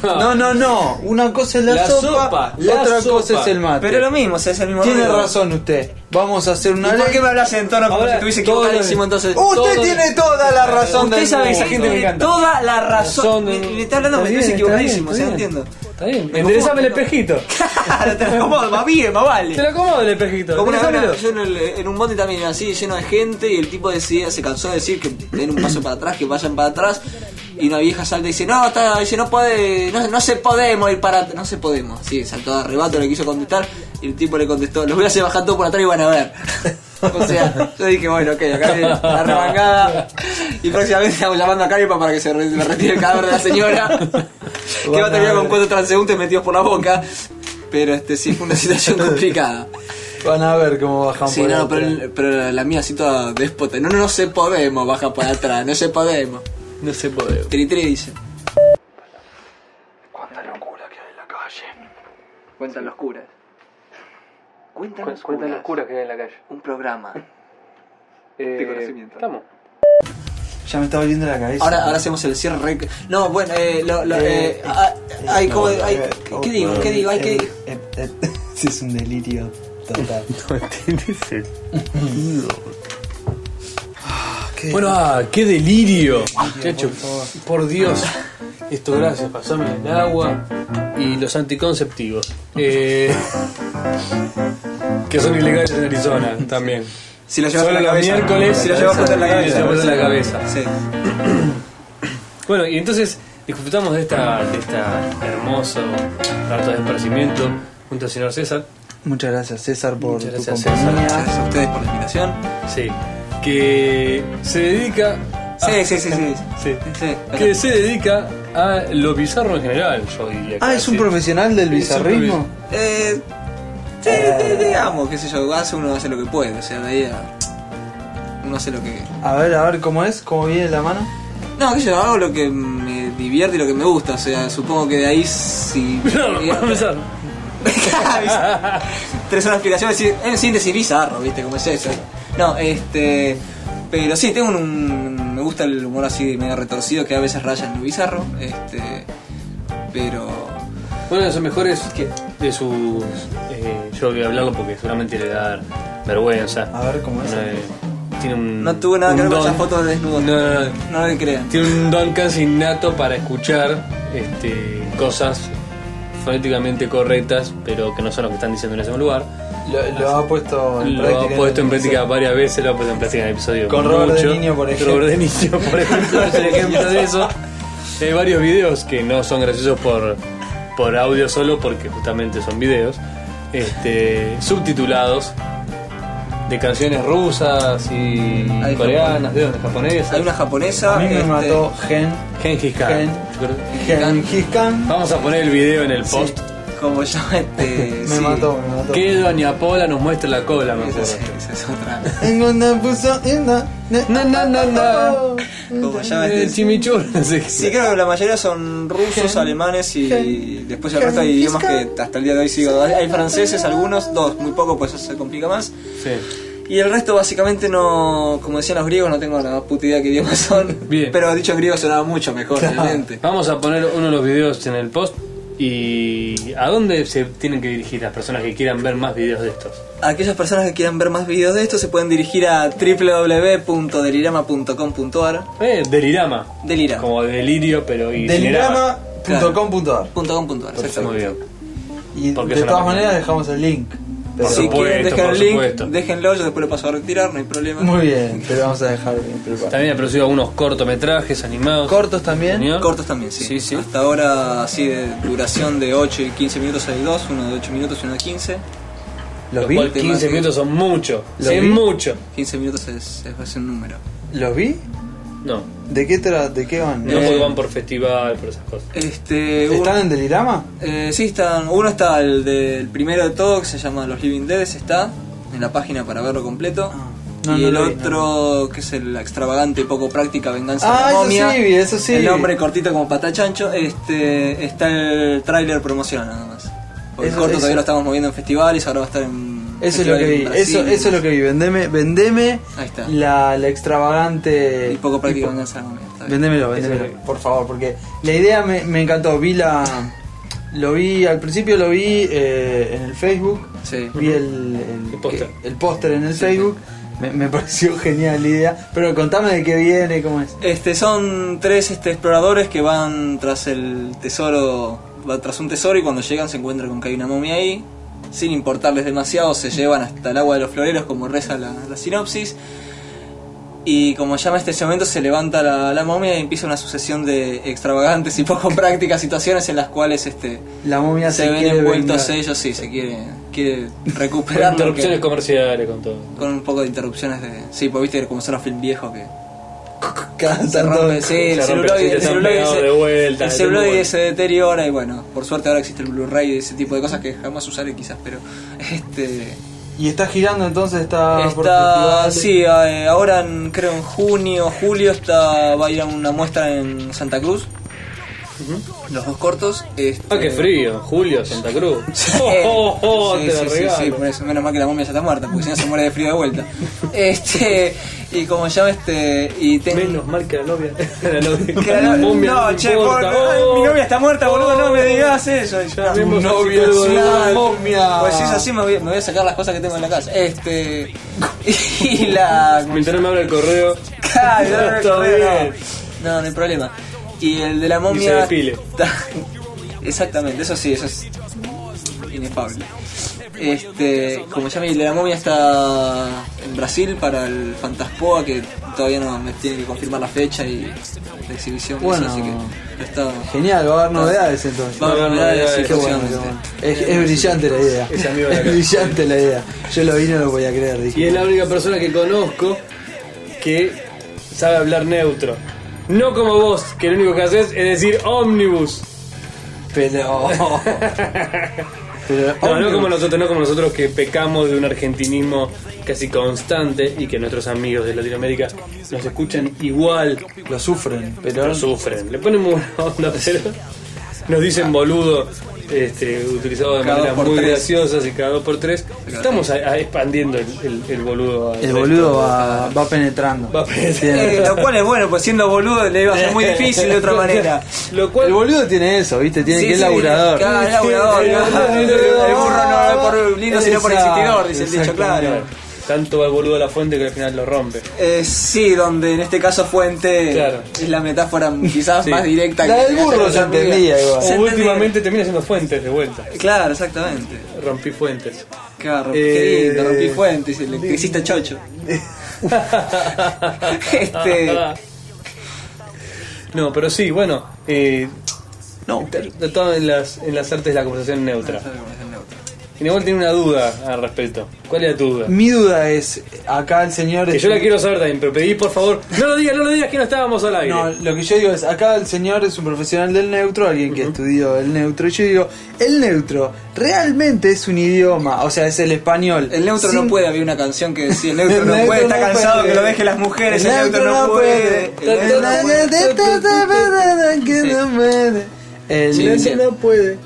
S2: No, no, no. Una cosa es la,
S4: La
S2: sopa,
S4: sopa,
S2: la
S4: la
S2: otra
S4: sopa.
S2: cosa es el mate.
S6: Pero lo mismo, o sea, es el mismo
S2: Tiene
S6: ruido.
S2: razón usted. Vamos a hacer
S6: ¿Y
S2: una
S6: por
S2: ley.
S6: qué me hablas en tono como
S4: Ahora,
S6: si estuviese
S4: todo
S6: equivocadísimo entonces?
S4: Uh,
S2: Usted
S4: Todo-
S2: tiene toda la razón
S6: Usted
S2: del
S6: sabe que
S2: mundo.
S6: esa gente
S4: me encanta.
S6: toda la razón.
S4: Razón,
S6: Me,
S4: no, no.
S6: me está hablando como si estuviese equivocadísimo, o sea, entiendo. <laughs>
S4: Está bien.
S6: Me
S4: Enderezame el
S6: confundo.
S4: espejito.
S6: Claro, te lo acomodo, más bien, más vale.
S4: Te lo acomodo el espejito.
S6: Como una vez,
S4: Enderezámelo.
S6: yo en, el- en un bondi también así, lleno de gente, y el tipo decía, se cansó de decir que den un paso para atrás, que vayan para atrás, y una vieja salta y dice, no, está, dice, no puede, no, no se podemos ir para atrás, no se podemos, sí, saltó de arrebato, le quiso contestar, Y el tipo le contestó, los voy a hacer bajar todo por atrás y van a ver. <laughs> O sea, yo dije, bueno, ok, acá viene la remangada. Y próximamente estamos llamando a Caripa para que se re- me retire el cadáver de la señora. que va a terminar con cuatro transeúntes metidos por la boca. Pero este sí fue una situación complicada.
S2: Van a ver cómo bajan
S6: Sí,
S2: por
S6: no,
S2: la
S6: pero,
S2: otra.
S6: pero la mía así toda déspota. No, no, no se podemos baja para atrás, no se podemos.
S4: No se puede.
S6: Tri tri dice.
S13: Cuánta locura que hay en la calle.
S6: Cuentan los curas. Cuentan los
S13: Cuánta
S6: curas.
S13: locura que hay en la calle.
S6: Un programa.
S13: De
S6: conocimiento.
S13: Estamos.
S2: Ya me está volviendo la cabeza.
S6: Ahora, ahora hacemos el cierre. re- No, bueno, eh, lo, lo- eh, ah, ay, ¿cómo- ay,
S2: Eh,
S6: ¿qué- ¿qué digo? ¿Qué digo? Ay, ¿qué digo?
S2: Ese es un delirio total.
S4: Bueno, ah, qué delirio. Chacho,
S2: por favor.
S4: por Dios. Esto, gracias. Pasame el agua y los anticonceptivos. Eh, que son ilegales en Arizona también.
S6: Si lo llevas
S4: Solo
S6: en la
S4: los
S6: cabeza.
S4: miércoles.
S6: Si lo llevas puesto en la
S4: Sí,
S6: cabeza.
S4: lo llevas en la cabeza.
S6: Sí.
S4: Bueno, y entonces disfrutamos de esta, de esta hermoso rato de esparcimiento junto al señor César.
S2: Muchas gracias, César, por tu
S4: Muchas gracias, César.
S2: compañía.
S6: Gracias a ustedes por la invitación.
S4: Sí. Que se dedica. a-
S6: Sí, sí, sí, sí.
S4: Sí.
S6: sí.
S4: Que se dedica a lo bizarro en general, yo diría.
S2: Ah, es un
S4: <laughs> casi.
S2: profesional del
S4: Es un
S2: bizarrismo.
S6: Eh, sí,
S2: Eh.
S6: sí, digamos, qué sé yo, hace uno hace lo que puede, o sea, de ahí a... Uno hace lo que...
S2: A ver, a ver cómo es, cómo viene la mano.
S6: No, qué sé yo, hago lo que me divierte y lo que me gusta, o sea, supongo que de ahí si...
S2: <laughs>
S6: <laughs>
S4: Bizarro.
S6: Tres horas de explicación, sí, en síntesis bizarro, viste, como es eso. No, este... Pero sí, tengo un, un- Me gusta el humor así medio retorcido que a veces raya en lo bizarro, este... Pero...
S4: Uno de sus mejores de sus. eh, yo voy a hablarlo porque seguramente le da vergüenza.
S2: A ver cómo es.
S4: Uno de- tiene un,
S6: No tuve nada que
S4: un
S6: ver con
S4: don-
S6: esas fotos de desnudo.
S4: No, no, no.
S6: No le crean.
S4: Tiene un don casi innato para escuchar este, cosas fonéticamente correctas, pero que no son lo que están diciendo en ese lugar.
S2: Lo, lo ha puesto en
S4: Lo ha
S2: práctica.
S4: puesto en práctica varias veces, lo ha puesto en práctica en el episodio.
S2: Con Robert De
S4: mucho.
S2: Niro, por ejemplo.
S4: Robert De Niro, por
S2: <laughs>
S4: ejemplo, es el ejemplo de eso. Hay varios videos que no son graciosos por, por audio solo, porque justamente son videos. Este, subtitulados de canciones rusas y
S6: Hay
S4: coreanas, de dónde, japonesas.
S6: Hay una japonesa.
S2: A mí me
S6: este,
S2: mató Gen.
S4: Gengis Khan.
S2: Gen.
S4: Yo creo-
S2: Gengis Khan.
S4: Vamos a poner el video en el post.
S6: Como se llama este.
S2: <laughs> Me
S6: sí.
S2: mató, me mató.
S4: Que Doña Paula nos muestra la cola, me
S6: Esa
S4: acuerdo.
S6: es, esa es otra.
S2: <laughs> En una puso en la-
S4: No, no, no, no.
S6: Como se llama
S4: El
S6: este.
S4: chimichurri, <laughs> no sé qué.
S6: Sí, creo que la mayoría son rusos, alemanes y después el resto hay idiomas que hasta el día de hoy sigo. Hay hay franceses, algunos, dos, muy poco, pues eso se complica más.
S4: Sí.
S6: Y el resto básicamente no, como decían los griegos, no tengo la más puta idea qué idiomas son.
S4: Bien.
S6: Pero dicho en griego sonaba mucho mejor, evidente.
S4: Vamos a poner uno de los videos en el post. ¿Y a dónde se tienen que dirigir las personas que quieran ver más videos de estos?
S6: Aquellas personas que quieran ver más videos de esto se pueden dirigir a www.delirama.com.ar
S4: Eh, delirama.
S6: Delirama.
S4: Como delirio, pero y cinerama.
S2: Delirama.com.ar.
S6: .com.ar,
S4: Pues Muy
S6: exactamente.
S4: bien.
S2: Y
S4: Porque
S2: de
S4: es una
S2: todas
S4: página.
S2: maneras dejamos el link. Pero-
S6: si
S4: supuesto,
S6: quieren dejar
S4: por
S6: el link,
S4: supuesto.
S6: déjenlo, yo después lo paso a retirar, no hay problema.
S2: Muy bien, pero vamos a dejar bien preparado.
S4: También ha producido algunos cortometrajes animados.
S2: Cortos también.
S4: Señor.
S6: Cortos también, sí.
S4: Sí, sí.
S6: Hasta ahora, así de duración de 8 y 15 minutos hay dos, uno de 8 minutos y uno de 15.
S2: ¿Los
S4: Lo
S2: vi?
S4: cual 15 minutos son mucho.
S2: Lo
S4: Sí,
S2: vi.
S4: mucho.
S6: 15 minutos es, es, es un número.
S2: ¿Los vi?
S4: No,
S2: ¿De qué, tra de qué van?
S6: Eh.
S4: no porque van por festival, por esas cosas.
S6: Este, un-
S2: ¿Están en Delirama?
S6: Eh, sí, están. Uno está el del primero de todo, que se llama Los Living Deads, está en la página para verlo completo.
S2: Ah. no,
S6: y
S2: no
S6: el
S2: lo vi,
S6: otro, que es el extravagante, poco práctica, Venganza
S2: Ah,
S6: de la
S2: eso
S6: Momia.
S2: sí vi, eso sí
S6: El
S2: vi.
S6: nombre cortito como patachancho. Este, está el tráiler promocional nada más. Porque
S2: Eso-
S6: el corto
S2: eso-
S6: todavía lo estamos moviendo en festivales, ahora va a estar en.
S2: Eso es lo que vi, eso, eso es lo que vi. Vendeme, vendeme
S6: Ahí está.
S2: la, la extravagante.
S6: Y poco práctica, Venganza de la Momia. está bien.
S2: Vendémelo, vendémelo, por favor, porque la idea me, me encantó. Vi la. Lo vi, al principio lo vi eh, en el Facebook.
S6: Sí.
S2: Vi el, el,
S4: El póster.
S2: que- el póster en el Facebook. Me, me <laughs> pareció genial la idea. Pero contame de qué viene, cómo es.
S6: Este, son tres este, exploradores que van tras el tesoro, va tras un tesoro y cuando llegan se encuentran con que hay una momia ahí. Sin importarles demasiado, se llevan hasta el agua de los floreros, como reza la, la sinopsis. Y como llama este ese momento, se levanta la, la momia y empieza una sucesión de extravagantes <laughs> y poco prácticas situaciones en las cuales este,
S2: La momia se,
S6: se ven
S2: quiere
S6: envueltos
S2: vengar.
S6: ellos, sí, se quiere que
S4: Con <laughs>
S6: recuperar lo
S4: interrupciones
S6: que,
S4: comerciales, con todo.
S6: con un poco de interrupciones de. Sí, pues viste como son los films viejos que. <laughs> Se rompe, sí, el
S4: Se rompe, sí, están
S6: celuloide, el celuloide,
S4: pegados
S6: se,
S4: de vuelta,
S6: el
S4: de
S6: celuloide
S4: tiempo.
S6: se deteriora y bueno, por suerte ahora existe el Blu-ray y ese tipo de cosas que jamás usaré quizás, pero este
S2: Y está girando entonces,
S4: Ah,
S2: está. por
S6: Está,
S2: festivales.
S6: sí, eh, ahora en- creo en junio, julio, está, va a ir a una muestra en Santa Cruz. Los dos cortos. Este,
S4: Ah, qué frío, Julio, Santa Cruz.
S6: <laughs> eh,
S4: <laughs> Oh, oh, oh,
S6: sí,
S4: te
S6: sí,
S4: la
S6: sí,
S4: regalo.
S6: sí, por eso, menos mal que la momia ya está muerta, porque si no se muere de frío
S4: <laughs>
S6: de vuelta. Este, y como llama este, y ten-
S4: Menos mal que la novia. <laughs> la novia.
S6: <laughs> que la no-
S4: Momia,
S6: no, che, por-
S4: importa.
S6: ay,
S4: Oh,
S6: mi novia está muerta, boludo, no me
S4: oh.
S6: digas eso. Y yo,
S4: Ya vemos al
S2: novia,
S4: psicólogo de
S2: sí.
S4: Google.
S2: momia.
S6: Pues si es así, me voy, me voy a sacar las cosas que tengo en la casa. Este, <laughs> y la,
S4: Mientras me abre el correo.
S6: Claro, no, no,
S4: Todo
S6: no, no.
S4: bien.
S6: No, no hay problema. Y el de la momia.
S4: se depile.
S6: está- Exactamente, eso sí, eso es inefable. Este, como ya me el de la momia está en Brasil para el Fantaspoa, que todavía no me tiene que confirmar la fecha y la exhibición. y eso,
S2: Bueno.
S6: así que está.
S2: Genial, va a haber novedades entonces.
S6: Va a haber novedades,
S2: sí, qué bueno,
S6: excepciones,
S2: qué bueno. Es, es brillante la idea.
S4: Es amigo de
S2: <laughs> Es
S4: la casa.
S2: brillante la idea. Yo lo vi y no lo voy a creer.
S4: Y
S2: Dije.
S4: es la única persona que conozco que sabe hablar neutro. No como vos, que lo único que haces es decir ómnibus.
S2: <laughs> Pero. Pero.
S4: No, no como nosotros, no como nosotros que pecamos de un argentinismo casi constante y que nuestros amigos de Latinoamérica nos escuchan igual,
S2: Lo sufren, pero.
S4: pero sufren. Le ponemos una onda, pero nos dicen boludo, este, utilizado de
S6: Cada
S4: maneras
S6: dos por
S4: muy
S6: tres.
S4: graciosas y cada dos por tres. Estamos a- a- expandiendo el, el- el boludo. al
S2: El
S4: resto.
S2: boludo va, va penetrando.
S4: Va a aparecer.
S6: Eh, lo cual es bueno, pues siendo boludo le iba a ser muy difícil de otra manera.
S4: Lo
S2: El
S4: cual
S2: boludo tiene eso, ¿viste? Tiene
S6: Sí,
S2: que es
S6: sí,
S2: laburador.
S6: claro, es laburador,
S4: El
S6: claro.
S4: boludo.
S6: El burro no es por lindo, sino por
S2: Exacto,
S6: existidor, dice el dicho, claro.
S4: tanto va el boludo a la fuente que al final lo rompe.
S6: Eh, sí, donde en este caso fuente
S4: Claro.
S6: es la metáfora quizás
S4: Sí.
S6: más directa.
S2: La
S6: que-
S2: del burro se entendía igual.
S6: Se
S4: O
S6: entendía.
S4: últimamente termina siendo fuentes de vuelta.
S6: Claro, exactamente.
S4: Rompí fuentes.
S6: Claro,
S2: Eh,
S6: qué lindo, rompí fuentes, el electricista chocho. <laughs> Este-
S4: No, pero sí, bueno. Eh,
S6: No,
S4: tratado en las, en las artes de la conversación neutra. Y Igual tiene una duda al respecto. ¿Cuál era tu duda?
S2: Mi duda es, acá el señor... este
S4: Que yo la quiero saber también, pero pedí por favor. No lo digas, no lo digas que no estábamos al aire.
S2: No, lo que yo digo es, acá el señor es un profesional del neutro, alguien que estudió el neutro. Y yo digo, el neutro realmente es un idioma, o sea, es el español.
S6: El neutro
S2: Sin-
S6: no puede, había una canción que decía, el neutro
S2: El
S6: no
S2: neutro
S6: puede, está
S2: no
S6: cansado
S2: puede.
S6: que lo dejen las mujeres, el, neutro, no, puede. El neutro no puede.
S2: El
S6: Sí, sí.
S2: neutro no puede.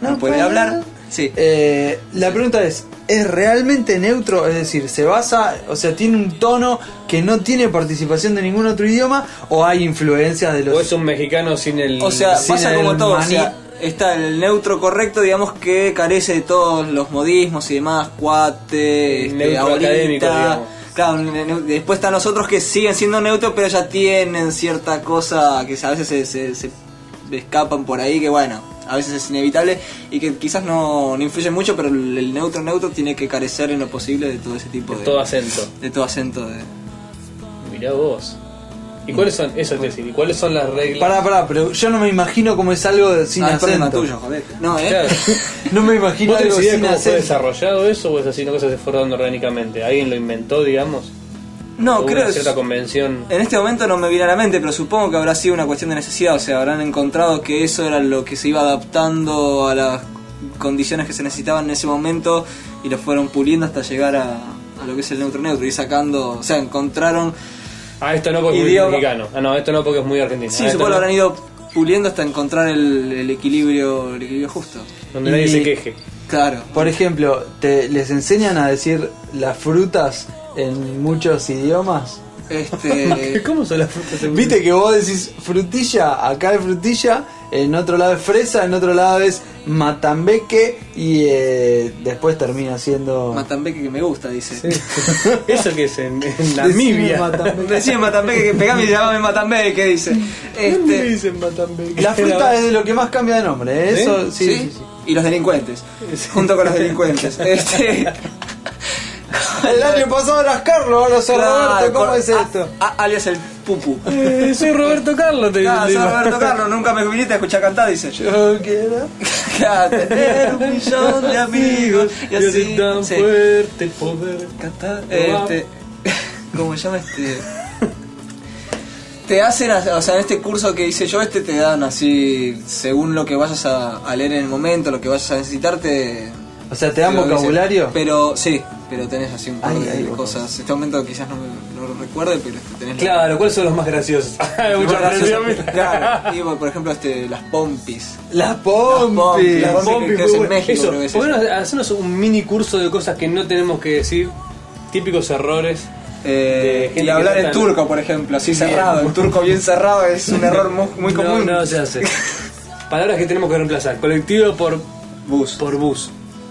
S6: No puede hablar. Sí.
S2: Eh, la pregunta es, ¿es realmente neutro? Es decir, ¿se basa, o sea, tiene un tono que no tiene participación de ningún otro idioma o hay influencias de los...
S4: O es un mexicano sin el.
S6: O sea,
S2: Sin
S6: pasa
S2: el
S6: como todo. o sea,
S2: maní.
S6: está el neutro correcto, digamos que carece de todos los modismos y demás, cuate, este,
S4: Neutro
S6: ahorita.
S4: académico, digamos.
S6: Claro, ne- ne- después están los otros que siguen siendo neutros, pero ya tienen cierta cosa que a veces se, se- se escapan por ahí, que bueno, a veces es inevitable y que quizás no, no influye mucho, pero el el neutro neutro tiene que carecer en lo posible de todo ese tipo de,
S4: todo acento.
S6: de todo acento. De...
S4: Mirá vos. ¿Y cuáles son, eso es decir, ¿y cuáles son las reglas?
S2: Pará, pará, pero yo no me imagino cómo es algo de- sin
S6: Ah, es
S2: acento.
S6: problema tuyo, joder. No, eh.
S4: Claro.
S6: <laughs>
S2: No me imagino
S4: ¿Vos tenés
S2: algo
S4: idea
S2: sin
S4: cómo fue
S2: acento.
S4: desarrollado eso o es así una cosa que se fue dando orgánicamente? ¿Alguien lo inventó, digamos? ¿Hubo
S6: No, creo
S4: una
S6: que
S4: cierta convención.
S6: En este momento no me viene a la mente, pero supongo que habrá sido una cuestión de necesidad, o sea, habrán encontrado que eso era lo que se iba adaptando a las condiciones que se necesitaban en ese momento y lo fueron puliendo hasta llegar a, a lo que es el neutro neutro y sacando, o sea, encontraron,
S4: Ah, esto no porque es
S6: Idioma.
S4: muy mexicano. Ah, no, esto no porque es muy argentino.
S6: sí,
S4: Ah, esto
S6: supongo
S4: no,
S6: lo habrán ido puliendo hasta encontrar el, el equilibrio, el equilibrio justo.
S4: Donde nadie
S2: y-
S4: se queje.
S6: Claro.
S2: Por ejemplo, te, ¿les enseñan a decir las frutas en muchos idiomas?
S4: <laughs>
S6: Este,
S4: ¿Cómo son las frutas en
S2: Viste que vos decís frutilla, acá es frutilla, en otro lado es fresa, en otro lado es matambeque y eh, después termina siendo...
S6: Matambeque que me gusta, dice.
S4: ¿Eso que es en, en
S2: Decime
S4: Namibia?
S2: matambeque.
S6: <laughs> Decía Matambeque que pegame y llamame Matambeque, que dice.
S4: ¿Dónde
S6: Este,
S4: dicen <laughs> Matambeque?
S2: La fruta es de lo que más cambia de nombre, ¿eh? eso sí.
S6: ¿Sí?
S2: sí, sí. <laughs>
S6: Y los delincuentes. Junto con los delincuentes. Este.
S2: El año pasado eras Carlos, ahora soy
S6: Claro, ah.
S2: Roberto, ¿cómo
S6: por-
S2: es esto?
S6: a- a- alias el Pupu.
S4: Eh, soy Roberto Carlos, te
S6: Claro, Ah, soy
S4: digo. <laughs>
S6: Roberto Carlos, nunca me viniste a escuchar cantar, dice.
S2: Yo quiero.
S6: Claro, tener un millón de amigos y
S4: Yo soy
S6: así.
S4: tan
S6: sí.
S4: fuerte poder cantar.
S6: Este, ¿Cómo se llama este? Te hacen, as- o sea, en este curso que hice yo, este te dan así, según lo que vayas a, a leer en el momento, lo que vayas a necesitar, te...
S2: O sea, ¿te dan
S6: lo dicen.
S2: vocabulario?
S6: Pero sí, pero tenés así un par
S2: Ay,
S6: de
S2: ay,
S6: cosas. Este momento quizás no, me- no lo recuerde, pero este, tenés... la-
S3: Claro, ¿cuáles son los más graciosos?
S4: Muchas gracias.
S6: Claro, <laughs> y, por ejemplo, este, las pompis.
S2: Las
S6: pompis,
S2: pompis.
S6: las pompis. que es en México,
S4: Eso,
S6: creo que es
S4: por lo menos hacernos un mini curso de cosas que no tenemos que decir, típicos errores. De
S6: Eh,
S4: gente
S6: y
S4: que
S6: hablar
S4: no
S6: en
S4: está-
S6: turco, por ejemplo, así cerrado. El turco bien cerrado
S4: <laughs>
S6: es un error muy, muy
S4: No,
S6: común.
S4: No, se
S6: <laughs>
S4: hace. Palabras que tenemos que reemplazar. Colectivo por,
S6: Bus.
S4: por bus.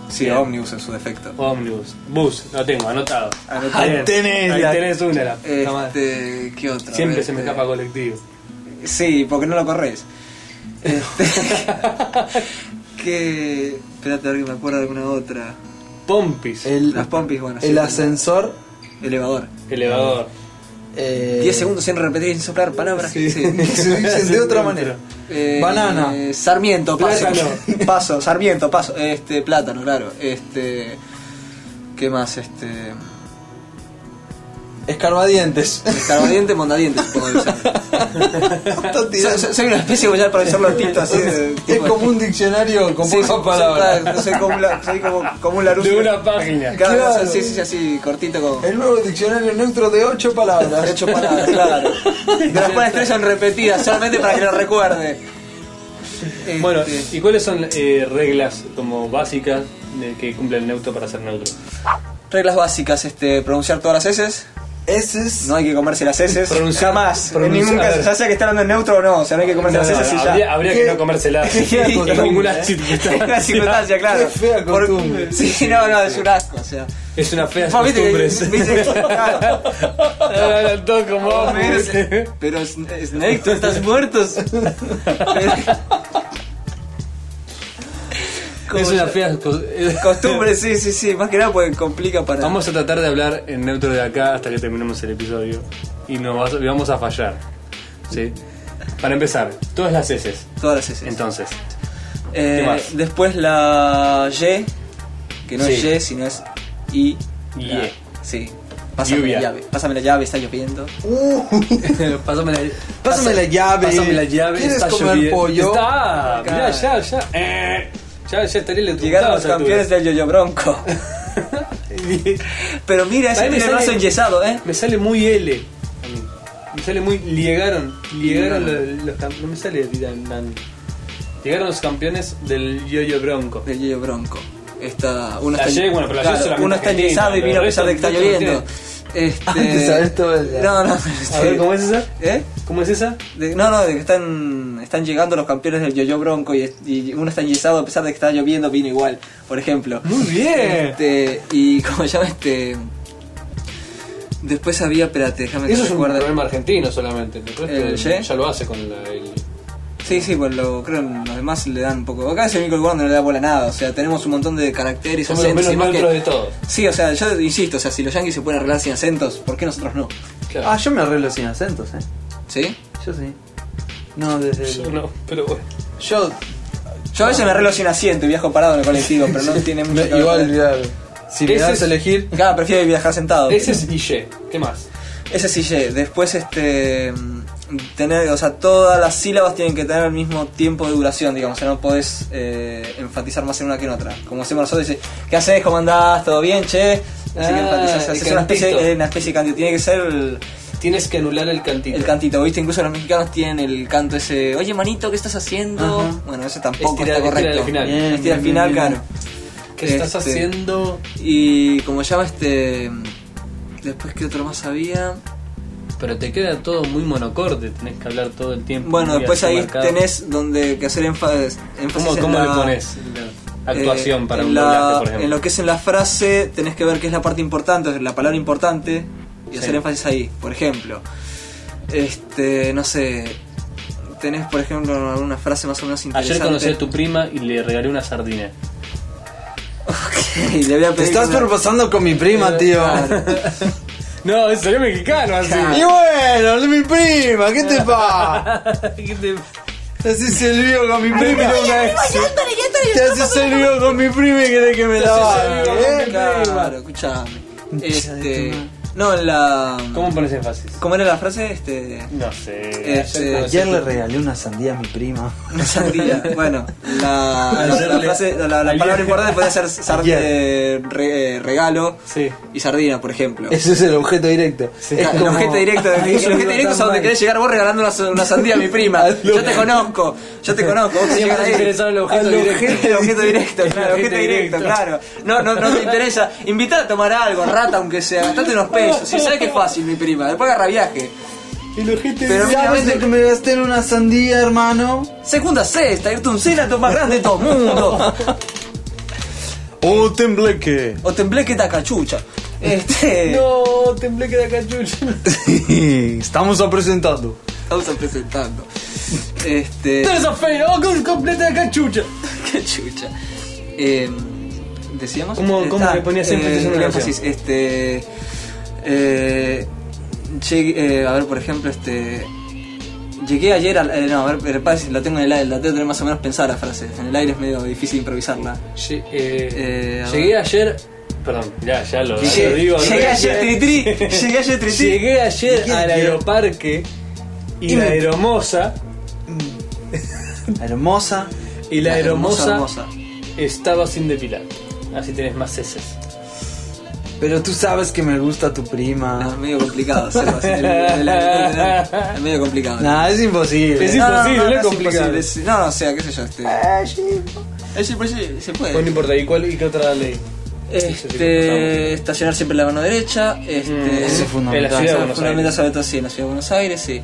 S6: Sí,
S4: Bien.
S6: ómnibus en su defecto.
S4: Ómnibus. Bus, lo tengo, anotado.
S6: Anotado.
S4: Bien.
S2: Ahí tenés
S4: Ahí
S2: la-
S4: tenés una. la puta madre.
S6: Este, ¿Qué otra?
S4: Siempre
S6: Este,
S4: se me escapa colectivo.
S6: Sí, porque no lo
S4: <laughs>
S6: corres. Este, <laughs> que. Espérate a ver que me acuerdo de alguna otra.
S4: Pompis.
S2: El,
S6: Las pompis, bueno. sí,
S2: el ascensor.
S6: Elevador.
S4: Elevador.
S2: Eh,
S6: 10 segundos sin repetir, sin soplar palabras.
S2: Sí,
S6: <laughs> Sí.
S2: se dicen de otra manera.
S6: Eh,
S2: Banana.
S6: eh, Sarmiento, paso.
S4: Plátano.
S6: <laughs> paso, Sarmiento, paso. Este, plátano, claro. Este. ¿Qué más? Este.
S2: Escarbadientes.
S6: Escarbadiente, mondadiente, supongo que <laughs> soy. soy, soy- soy una especie de para profesor Lortito, así. de-
S2: es
S6: tipo-
S2: como un diccionario con
S6: Sí,
S2: pocas
S6: soy-
S2: palabras.
S6: soy- Soy como un, la- soy como, como un laruso.
S4: De una página.
S6: Claro,
S2: Claro.
S6: Sí, sí, sí, así, cortito como.
S2: El nuevo diccionario neutro de ocho palabras.
S6: De ocho palabras,
S4: <laughs>
S6: claro. De las cuales tres son repetidas, solamente para que lo recuerde. Este,
S4: Bueno, ¿y cuáles son eh, reglas como básicas de que cumple el neutro para ser neutro?
S6: reglas básicas, este, pronunciar todas las heces.
S2: Ese es.
S6: No hay que comerse las heces.
S4: Pronunciar-
S6: jamás.
S4: pronunciar-
S6: en ningún caso. Ya sea que esté hablando en neutro o no. O sea, no hay que comerse
S4: No,
S6: las
S4: no,
S6: heces y ya.
S4: Ah, habría, habría que no comérsela en
S6: <laughs>
S4: ninguna
S6: Es
S4: circunstancia.
S6: una circunstancia, claro.
S2: Qué fea
S6: Por-
S2: costumbre.
S6: <laughs> Sí, no, no, es un asco. O sea,
S4: Es una fea
S6: Vos Ah, viste que-
S4: costumbre.
S6: <laughs> viste que-
S4: <laughs>
S6: Ah, claro.
S4: Hablan todos como hombres.
S6: pero, pero Sn- Snake, tú estás
S4: <laughs>
S6: muerto. Pero- Como
S4: Es una
S6: ya-
S4: fea cos-
S6: <laughs> Costumbre, sí, sí, sí. Más que nada porque complica para.
S4: Vamos a tratar de hablar en neutro de acá hasta que terminemos el episodio. Y nos vas- y vamos a fallar. ¿Sí? Para empezar, todas las heces.
S6: todas las heces.
S4: Entonces,
S6: Eh,
S4: ¿qué más?
S6: Después la Y, que no es
S4: Sí.
S6: Y, sino es I.
S4: Y. E.
S6: La- Sí. Pásame
S4: Lluvia.
S6: la llave. Pásame la llave, está lloviendo.
S4: Pásame la,
S2: Pásame la llave.
S4: Pásame la llave.
S2: ¿Quieres
S4: está
S2: comer
S4: lloviendo.
S2: pollo?
S4: Está. Mirá, ya, ya. Eh, ya, ya estaría el
S6: Llegaron los campeones del yoyo bronco. <laughs> Pero mira, ese
S4: Ahí me
S6: tiene el brazo
S4: sale-
S6: enyesado, ¿eh?
S4: <laughs> Me sale muy L. a mí. Me sale muy. Llegaron.
S2: Mm.
S4: Llegaron los, los cam- No me sale Didan Dan. Llegaron los campeones del Yoyo Bronco.
S6: Del yoyo bronco. Está, uno
S4: La
S6: está,
S4: Y, bueno, pero la Y
S6: claro,
S4: solamente
S6: uno está
S4: argentina,
S6: enyesado y
S4: pero
S6: vino a
S4: el
S6: pesar de que
S4: resto
S6: está
S4: no tiene-
S6: lloviendo.
S4: <laughs>
S2: Antes
S6: Este...
S2: sabés todo el-
S6: No, no,
S4: A ver, ¿cómo es esa?
S6: ¿Eh?
S4: ¿Cómo es esa?
S6: De- no, no, de que están, están llegando los campeones del yoyo bronco y, y uno está enyesado a pesar de que está lloviendo, vino igual, por ejemplo.
S4: Muy bien.
S6: Este, y como llama este. Después había, espérate, déjame que
S4: Eso es un
S6: recuerde.
S4: problema argentino solamente. El resto
S6: ¿El
S4: ya,
S6: Y?
S4: lo hace con la L.
S6: Sí, sí, pues lo, creo que los demás le dan un poco. Acá es el único lugar donde no le da bola a nada, o sea, tenemos un montón de caracteres,
S4: Somos los
S6: acentos
S4: menos
S6: y más que-
S4: neutros de todos.
S6: Sí, o sea, yo insisto, o sea, si los yankees se pueden arreglar sin acentos, ¿por qué nosotros no?
S4: Claro.
S2: Ah, yo me arreglo sin acentos, eh.
S6: ¿Sí?
S2: Yo sí. No, desde. el-
S4: Yo no, pero bueno.
S2: Yo.
S6: Yo a veces me arreglo sin asiento y viajo parado en el colectivo,
S4: <laughs>
S6: pero no tiene mucho
S2: me-
S6: que ver
S2: igual,
S6: con-
S2: mirá, si me
S4: Ese
S2: das
S4: es-
S2: a elegir.
S6: Claro, prefiero viajar sentado.
S4: Ese es Y. ¿Qué más?
S6: Ese sí, ye. después este mm, tener, o sea, todas las sílabas tienen que tener el mismo tiempo de duración, digamos, o sea, no podés eh, enfatizar más en una que en otra. Como hacemos nosotros, dice, ¿qué haces? ¿Cómo andás? ¿Todo bien, che? Así que
S4: Ah,
S6: enfatizás,
S4: el
S6: haces una
S4: cantito.
S6: especie, eh, una especie de cantito, tiene que ser el,
S4: Tienes que anular el cantito.
S6: el cantito, ¿viste? Incluso los mexicanos tienen el canto ese, oye manito, ¿qué estás haciendo?
S2: Ajá.
S6: Bueno, eso tampoco
S4: Estira-
S6: está
S4: estira
S6: correcto.
S4: al final. Mm.
S2: Bien,
S6: Estira al
S2: bien,
S6: final,
S2: bien, bien.
S6: claro.
S4: ¿Qué estás
S6: Este,
S4: haciendo?
S6: Y como llama este... Después, ¿qué otro más había?
S4: Pero te queda todo muy monocorde, tenés que hablar todo el tiempo.
S6: Bueno,
S4: muy
S6: después
S4: así
S6: ahí
S4: marcado.
S6: tenés donde que hacer enfa- énfasis.
S4: ¿Cómo,
S6: en
S4: cómo
S6: la-
S4: le pones la
S6: eh,
S4: actuación para
S6: en
S4: un
S6: la-
S4: doblaje, por
S6: En
S4: ejemplo?
S6: lo que es en la frase, tenés que ver qué es la parte importante, la palabra importante, y
S4: Sí.
S6: hacer énfasis ahí. Por ejemplo, este, no sé, tenés por ejemplo alguna frase más o menos
S4: Ayer
S6: interesante.
S4: conocí a tu prima y le regalé una sardina.
S6: <laughs> Y le voy a
S2: Te
S6: pedir
S2: estás
S6: que me-
S2: propasando con mi prima, tío. <laughs>
S4: No, sería mexicano así. <laughs>
S6: <laughs>
S2: Y bueno, es mi prima, ¿qué te pasa?
S5: ¿Qué te-
S2: Te haces el vivo con mi prima.
S6: Anthony, Anthony,
S2: Te haces el vivo con mi prima y querés que me la
S6: Claro,
S2: baje, ¿eh?
S6: Claro, escuchame. Este. No, en la.
S4: ¿Cómo pones énfasis?
S6: ¿Cómo era la frase? Este.
S4: No sé.
S6: Este,
S4: ayer
S2: Ayer
S4: conocí-
S2: le regalé una sandía a mi prima.
S6: Una
S2: <laughs>
S6: sandía. Bueno, la, la- la frase, la, la palabra importante podría ser sar-
S2: Ayer.
S6: eh, re- eh, regalo
S4: Sí.
S6: y sardina, por ejemplo.
S2: Ese es el objeto directo.
S6: el
S2: Es como-
S6: objeto
S2: <laughs>
S6: directo, el
S2: Eso
S6: objeto
S2: no
S6: directo
S2: tan
S6: es a donde
S2: mal.
S6: querés llegar vos regalando una, una sandía a mi
S2: <laughs>
S6: prima. Yo te conozco, yo te conozco. Vos querés
S4: Siempre te
S6: llegar ahí.
S4: interesaba el objeto
S2: Al
S4: directo.
S2: objeto.
S6: El
S4: <laughs>
S6: objeto directo, claro, el
S4: objeto
S6: objeto directo,
S4: directo.
S6: claro. No, no, no te interesa. Invitá a tomar algo, rata, aunque sea, gastate unos pesos. Si sabes que es fácil, mi prima, después agarra viaje. Pero
S2: ¿Sabes lo
S6: obviamente-
S2: que me gasté en una sandía, hermano?
S6: Segunda sexta, irte a un cena más grande de todo el mundo.
S2: Oh, <laughs> tembleque.
S6: O tembleque tacachucha. Este.
S4: <laughs> No, "Oh, temblé que era cachucha. <laughs>
S2: Estamos a presentando.
S6: Estamos presentando.
S4: <laughs>
S6: Este.
S4: ¡Eres a feo! ¡Oh, completa de cachucha!
S6: Qué chucha. Eh, Decíamos.
S4: ¿Cómo- cómo le ponías énfasis en una
S6: Eh, énfasis, Este. eh, llegué- eh, a ver, por ejemplo, este. Llegué ayer al. eh, no, a ver, pero parece- lo tengo en el aire, la tengo que tener más o menos pensada la frase. En el aire es medio difícil improvisarla.
S4: Lle- eh,
S6: Eh, a
S4: llegué
S6: ver.
S4: ayer. Perdón, ya, ya lo,
S6: Llegué,
S4: Ah, lo digo. al
S6: llegué
S4: revés,
S6: ayer,
S4: eh. <laughs>
S6: tritri, llegué ayer, tritri.
S4: Llegué ayer al aeroparque y la
S2: me-
S4: aeromosa.
S2: Hermosa.
S4: Y la aeromosa,
S6: hermosa.
S4: estaba sin depilar. Así tenés más heces.
S6: Eh.
S2: Pero tú sabes que me gusta tu
S6: No, es
S2: prima.
S6: medio complicado hacerlo así. en el- en el- en el- Es medio complicado.
S2: Nah, es imposible.
S4: Es
S6: No, no, no,
S4: imposible,
S6: no,
S4: es
S6: no,
S4: complicado.
S6: imposible, es- No, no, o sea, qué sé yo, este. Es imposible, se
S4: Pues no
S6: puede.
S4: importa, ¿y cuál y qué otra ley?
S6: Este, estacionar siempre la mano derecha.
S4: Mm,
S6: Este,
S2: Eso es
S4: En la
S2: fundamental.
S4: ciudad de Buenos
S6: fundamental
S4: Aires.
S6: sobre todo sí, en la ciudad de Buenos Aires, sí.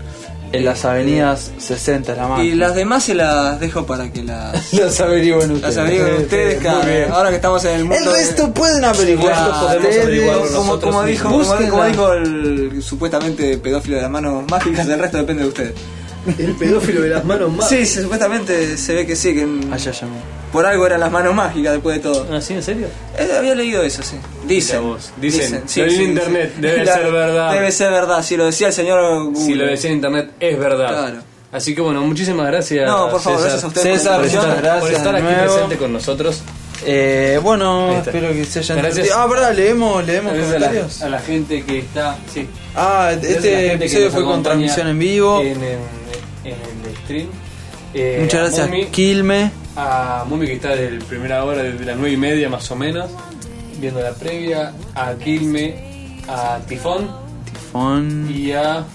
S2: En las avenidas 60, la
S4: Ah,
S2: más.
S6: Y las demás se las dejo para que las,
S2: Las averigüen ustedes.
S6: las averigüen ustedes,
S2: Muy
S6: cada-
S2: bien.
S6: ahora que estamos en el mundo.
S2: El
S6: de-
S2: resto pueden averiguar.
S6: Claro,
S4: podemos
S2: ustedes.
S4: averiguarlo
S6: como,
S4: nosotros
S6: como dijo, como-
S2: Búsquenla.
S6: como dijo el supuestamente pedófilo de las manos mágicas, el resto depende de ustedes.
S3: El pedófilo de las manos más.
S6: Sí, se- supuestamente se ve que sí, que en-
S2: Ah, ya llamó.
S6: por algo eran las manos mágicas después de todo.
S4: ¿Así en serio?
S6: Eh, había leído eso, sí. Dicen.
S4: Ah. Mira vos, dicen. Lo leí en internet, debe
S6: <laughs> Claro,
S4: ser verdad.
S6: Debe ser verdad, si lo decía el señor Google.
S4: Si lo decía en internet, es verdad.
S6: eh. Claro.
S4: Así que bueno, muchísimas gracias.
S6: No, por
S4: César,
S6: favor, gracias a ustedes
S2: César,
S6: por la
S4: por
S6: invitación.
S4: estar, por
S2: Gracias
S4: estar
S2: de
S4: aquí
S2: nuevo.
S4: presente con nosotros.
S2: Eh, bueno,
S4: Ahí está.
S2: espero que se hayan
S4: Gracias.
S2: entendido. Ah, verdad, leemos, leemos
S4: Gracias a
S2: comentarios.
S4: la, a la gente que está. Sí.
S2: Ah,
S4: Gracias a la gente
S2: este
S4: que
S2: episodio
S4: nos
S2: fue con
S4: acompaña eh,
S2: transmisión en vivo.
S4: En, el- en el stream. Eh,
S2: Muchas
S4: a
S2: gracias,
S4: Mumi,
S2: Quilme.
S4: a Mumi que está desde la primera hora, desde las nueve y media más o menos, viendo la previa, a Quilme, a Tifón
S2: Fon.
S4: y a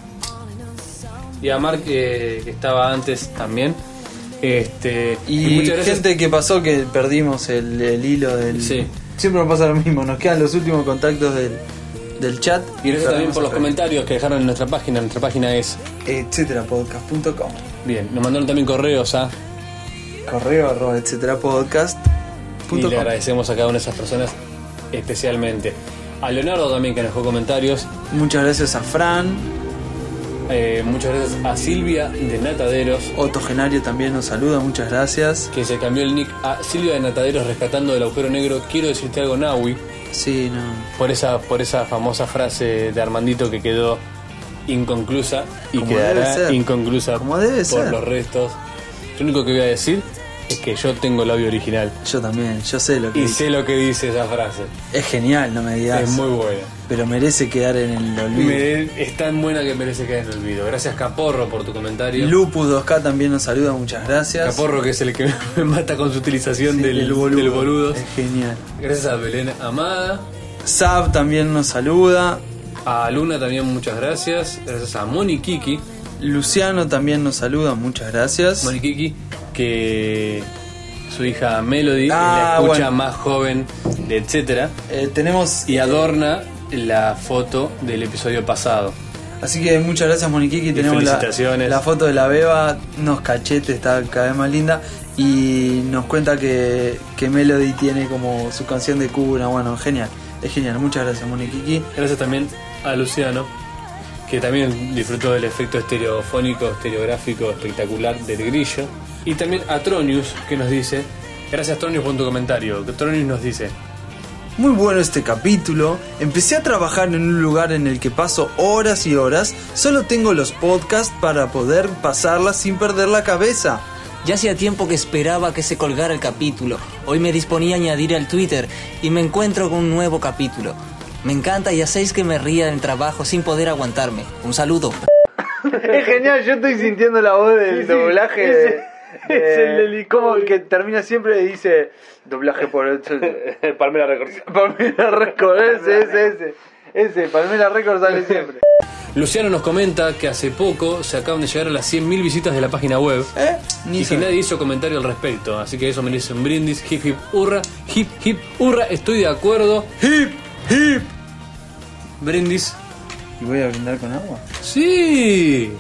S4: y a Mark eh, que estaba antes también. Este
S2: Y, gente que pasó que perdimos el, el hilo del.
S4: Sí.
S2: Siempre nos pasa lo mismo, nos quedan los últimos contactos del, del chat.
S4: y gracias también
S2: Perdemos
S4: por
S2: otra
S4: los
S2: vez.
S4: comentarios que dejaron en nuestra página. Nuestra página es
S2: Etcéterapodcast.com.
S4: bien. Nos mandaron también correos ¿ah? a
S2: Correo arroba etcéterapodcast.com.
S4: y le agradecemos a cada una de esas personas especialmente. A Leonardo también que nos dejó comentarios.
S2: Muchas gracias a Fran.
S4: Eh, muchas gracias a Silvia de Nataderos
S2: Otto Genario también nos saluda, muchas gracias.
S4: que se cambió el nick a Silvia de Nataderos rescatando del agujero negro. Quiero decirte algo, Nahui,
S2: Sí, no.
S4: por esa, por esa famosa frase de Armandito que quedó inconclusa y
S2: Como debe
S4: quedará
S2: ser.
S4: inconclusa
S2: Como debe
S4: por
S2: ser.
S4: los restos. Lo único que voy a decir es que yo tengo labio original
S2: Yo también, yo sé lo que
S4: y
S2: dice.
S4: sé lo que dice esa frase.
S2: Es genial, no me digas.
S4: Es muy buena.
S2: Pero merece quedar en el olvido.
S4: Me- es tan buena que merece que en el olvido. Gracias Caporro por tu comentario.
S2: Lupus 2K también nos saluda, muchas gracias.
S4: Caporro que <laughs> es el que me mata con su utilización
S2: Sí,
S4: del,
S2: el
S4: del boludo.
S2: Es genial.
S4: Gracias a Belén Amada.
S2: Sab también nos saluda.
S4: A Luna también muchas gracias. Gracias a Moni Kiki.
S2: Luciano también nos saluda, muchas gracias.
S4: Moni Kiki, que su hija Melody es
S2: Ah,
S4: la escucha
S2: bueno.
S4: más joven de etcétera.
S2: Eh, tenemos.
S4: Y adorna la foto del episodio pasado.
S2: Así que muchas gracias, Moniquiqui. Tenemos la,
S4: felicitaciones.
S2: la foto de la beba, nos cachete, está cada vez más linda. Y nos cuenta que, que Melody tiene como su canción de cuna. Bueno, genial. Es genial. Muchas gracias, Moniquiqui.
S4: Gracias también a Luciano, que también disfrutó del efecto estereofónico, estereográfico espectacular del grillo. Y también a Tronius, que nos dice, gracias Tronius por tu comentario, que Tronius nos dice,
S2: Muy bueno este capítulo. Empecé a trabajar en un lugar en el que paso horas y horas. Solo tengo los podcasts para poder pasarlas sin perder la cabeza.
S14: Ya hacía tiempo que esperaba que se colgara el capítulo. Hoy me disponía a añadir al Twitter y me encuentro con un nuevo capítulo. Me encanta y hacéis que me ría en el trabajo sin poder aguantarme. Un saludo.
S2: Es genial, yo estoy sintiendo la voz del doblaje. de-
S14: es
S2: de-
S14: el del
S2: como que termina siempre y dice doblaje por
S5: <laughs> Palmera Records.
S2: Palmera Records, <laughs> ese, ese, ese. Ese, Palmera Records sale siempre.
S4: Luciano nos comenta que hace poco se acaban de llegar a las 100.000 visitas de la página web
S2: ¿Eh?
S4: y que nadie hizo comentario al respecto. Así que eso merece un brindis. Hip, hip, hurra. Hip, hip, hurra. Estoy de acuerdo. Hip, hip. Brindis.
S2: <laughs> ¿Y voy a brindar con agua?
S4: Sí.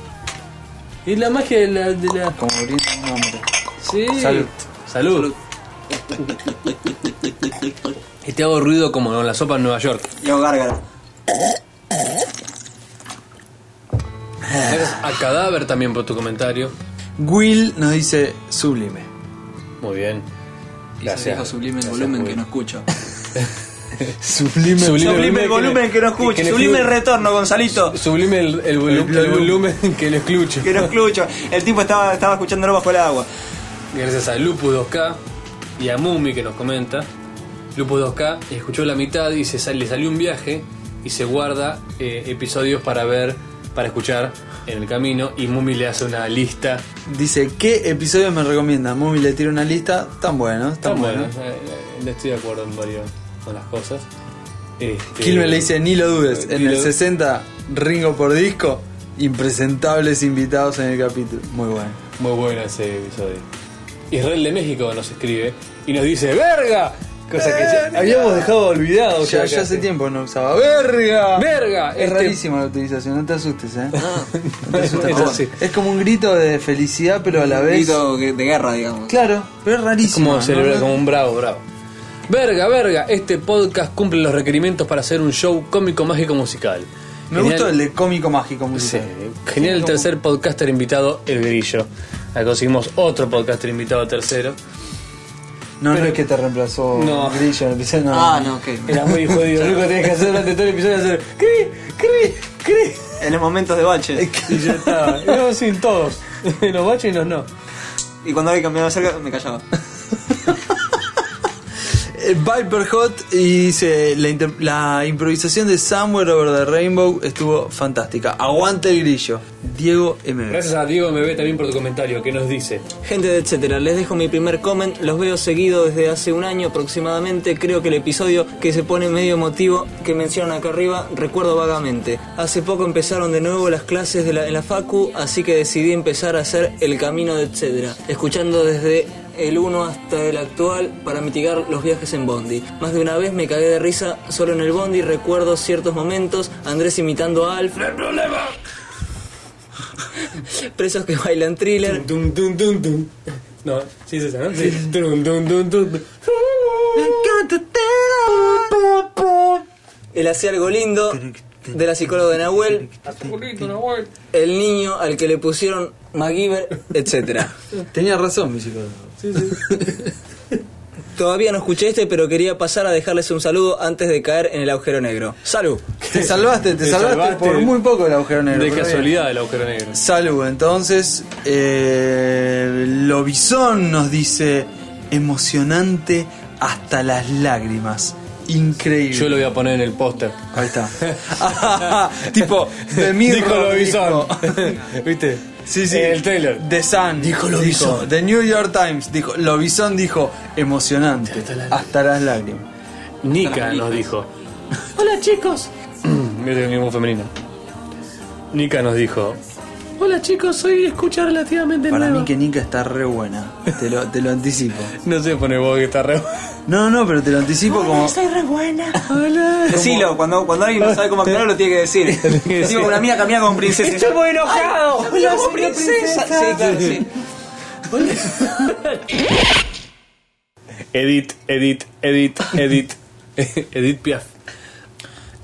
S4: Y la magia de la... De la...
S2: Como brindo un hombre.
S4: Sí.
S2: Salud.
S4: Salud. <laughs> Y te hago ruido como en la sopa en Nueva York.
S6: Yo gárgara. Ah.
S4: Gracias a Cadáver también por tu comentario.
S2: Will nos dice sublime.
S4: Muy bien.
S3: Gracias. Dijo sublime el volumen que no escucho.
S2: Sublime.
S6: Sublime el volumen que no escucho. Sublime el retorno, Gonzalito.
S4: Sublime el, el volu- el volumen <laughs> que lo escucho.
S6: <laughs> Que no escucho. El tipo estaba, estaba escuchándolo bajo el agua.
S4: Gracias a Lupus 2K y a Mumi que nos comenta. Lupus 2K escuchó la mitad y se sal- le salió un viaje y se guarda eh, episodios para ver, para escuchar en el camino. Y Mumi le hace una lista.
S2: Dice, ¿qué episodios me recomienda? Mumi le tira una lista. Tan buenos, tan,
S4: Está bueno,
S2: buenos.
S4: eh, eh, no estoy de acuerdo en varios con las cosas. Este,
S2: Kilmer le dice, ni lo dudes, en
S4: Ni
S2: el
S4: lo-
S2: 60, Ringo por disco, impresentables invitados en el capítulo. Muy bueno.
S4: Muy bueno ese episodio. Israel de México nos escribe y nos dice ¡Verga! Cosa que ya habíamos dejado olvidado.
S2: Eh, ya, ya hace
S4: casi.
S2: tiempo no usaba. ¡Verga!
S4: ¡Verga!
S2: Es
S4: Este-
S2: rarísima la utilización, no te asustes,
S4: <laughs>
S2: ¿eh? No te asustes.
S4: Es así.
S2: Es como un grito de felicidad, pero a la
S6: Un
S2: vez...
S6: grito que- de guerra, digamos.
S2: Claro, pero es rarísimo.
S4: Como
S2: ¿no?
S4: celebrar como un bravo, bravo. Verga, verga, este podcast cumple los requerimientos para hacer un show cómico mágico musical.
S2: Me gustó el de cómico mágico
S4: Sí,
S2: musical.
S4: genial el tercer podcaster invitado, El Grillo. Ahí conseguimos otro podcaster invitado tercero.
S2: No, no es que te reemplazó
S4: No.
S2: Grillo en el episodio, no.
S6: Ah, no, ok.
S4: Era muy jodido, lo único que tenías que hacer durante todo el episodio era hacer cri, cri, cri.
S6: En los momentos de bache.
S4: Y ya estaba. Íbamos sin todos. <laughs> Los baches y los no.
S6: Y cuando había cambiado de cerca, me <laughs> callaba.
S2: Eh, Viper Hot y dice la, inter- la improvisación de Somewhere Over the Rainbow estuvo fantástica. Aguante el grillo. Diego M.
S4: Gracias a Diego MB también por tu comentario, que nos dice.
S14: Gente de etcétera, les dejo mi primer comment, los veo seguido desde hace un año aproximadamente, creo que el episodio que se pone medio emotivo que mencionan acá arriba, recuerdo vagamente. Hace poco empezaron de nuevo las clases de la, en la Facu, así que decidí empezar a hacer el camino de etcétera, escuchando desde el 1 hasta el actual para mitigar los viajes en Bondi. Más de una vez me cagué de risa solo en el Bondi, recuerdo ciertos momentos, Andrés imitando a Alf, <laughs> presos que bailan thriller.
S4: Tum, tum, tum, tum. No, sí es esa, ¿no? Sí. Tum, tum, tum, tum.
S14: El hace algo lindo de la psicóloga de Nahuel, el niño al que le pusieron MacGyver, etc.
S2: Tenía razón, mi psicólogo.
S14: Todavía no escuché este, pero quería pasar a dejarles un saludo antes de caer en el agujero negro. ¡Salud!
S2: Te salvaste, te,
S4: Te
S2: salvaste,
S4: salvaste.
S2: por muy poco el agujero negro.
S4: De
S2: pero
S4: casualidad el agujero negro.
S2: bien. Salud, entonces. Eh, Lobizón nos dice: emocionante hasta las lágrimas. Increíble.
S4: Yo lo voy a poner en el póster.
S2: Ahí está. <laughs> tipo, de mi
S4: Dijo lo
S2: dijo.
S4: Bison. ¿Viste?
S2: Sí, sí.
S4: En el trailer.
S2: The Sun. Dijo Lobison. The New York Times. Dijo, Lobison dijo, emocionante. Hasta las lágrimas.
S4: Nika nos dijo. Hola chicos. <clears throat> Mira mi voz femenina. Nika nos dijo. Hola chicos, soy escucha relativamente
S2: Para
S4: nueva.
S2: mí que Nika está re buena. Te lo, te lo anticipo.
S4: No sé poner voz que está re.
S2: No, no, pero te lo anticipo como...
S6: Decilo, cuando, cuando alguien no sabe cómo aclarar <laughs> lo tiene que decir. Este Digo, una mía camina con princesa. Estoy muy enojado. Hola, princesa. Sí, claro, sí.
S4: Edit, edit, edit, <laughs> edit. edit Piaf.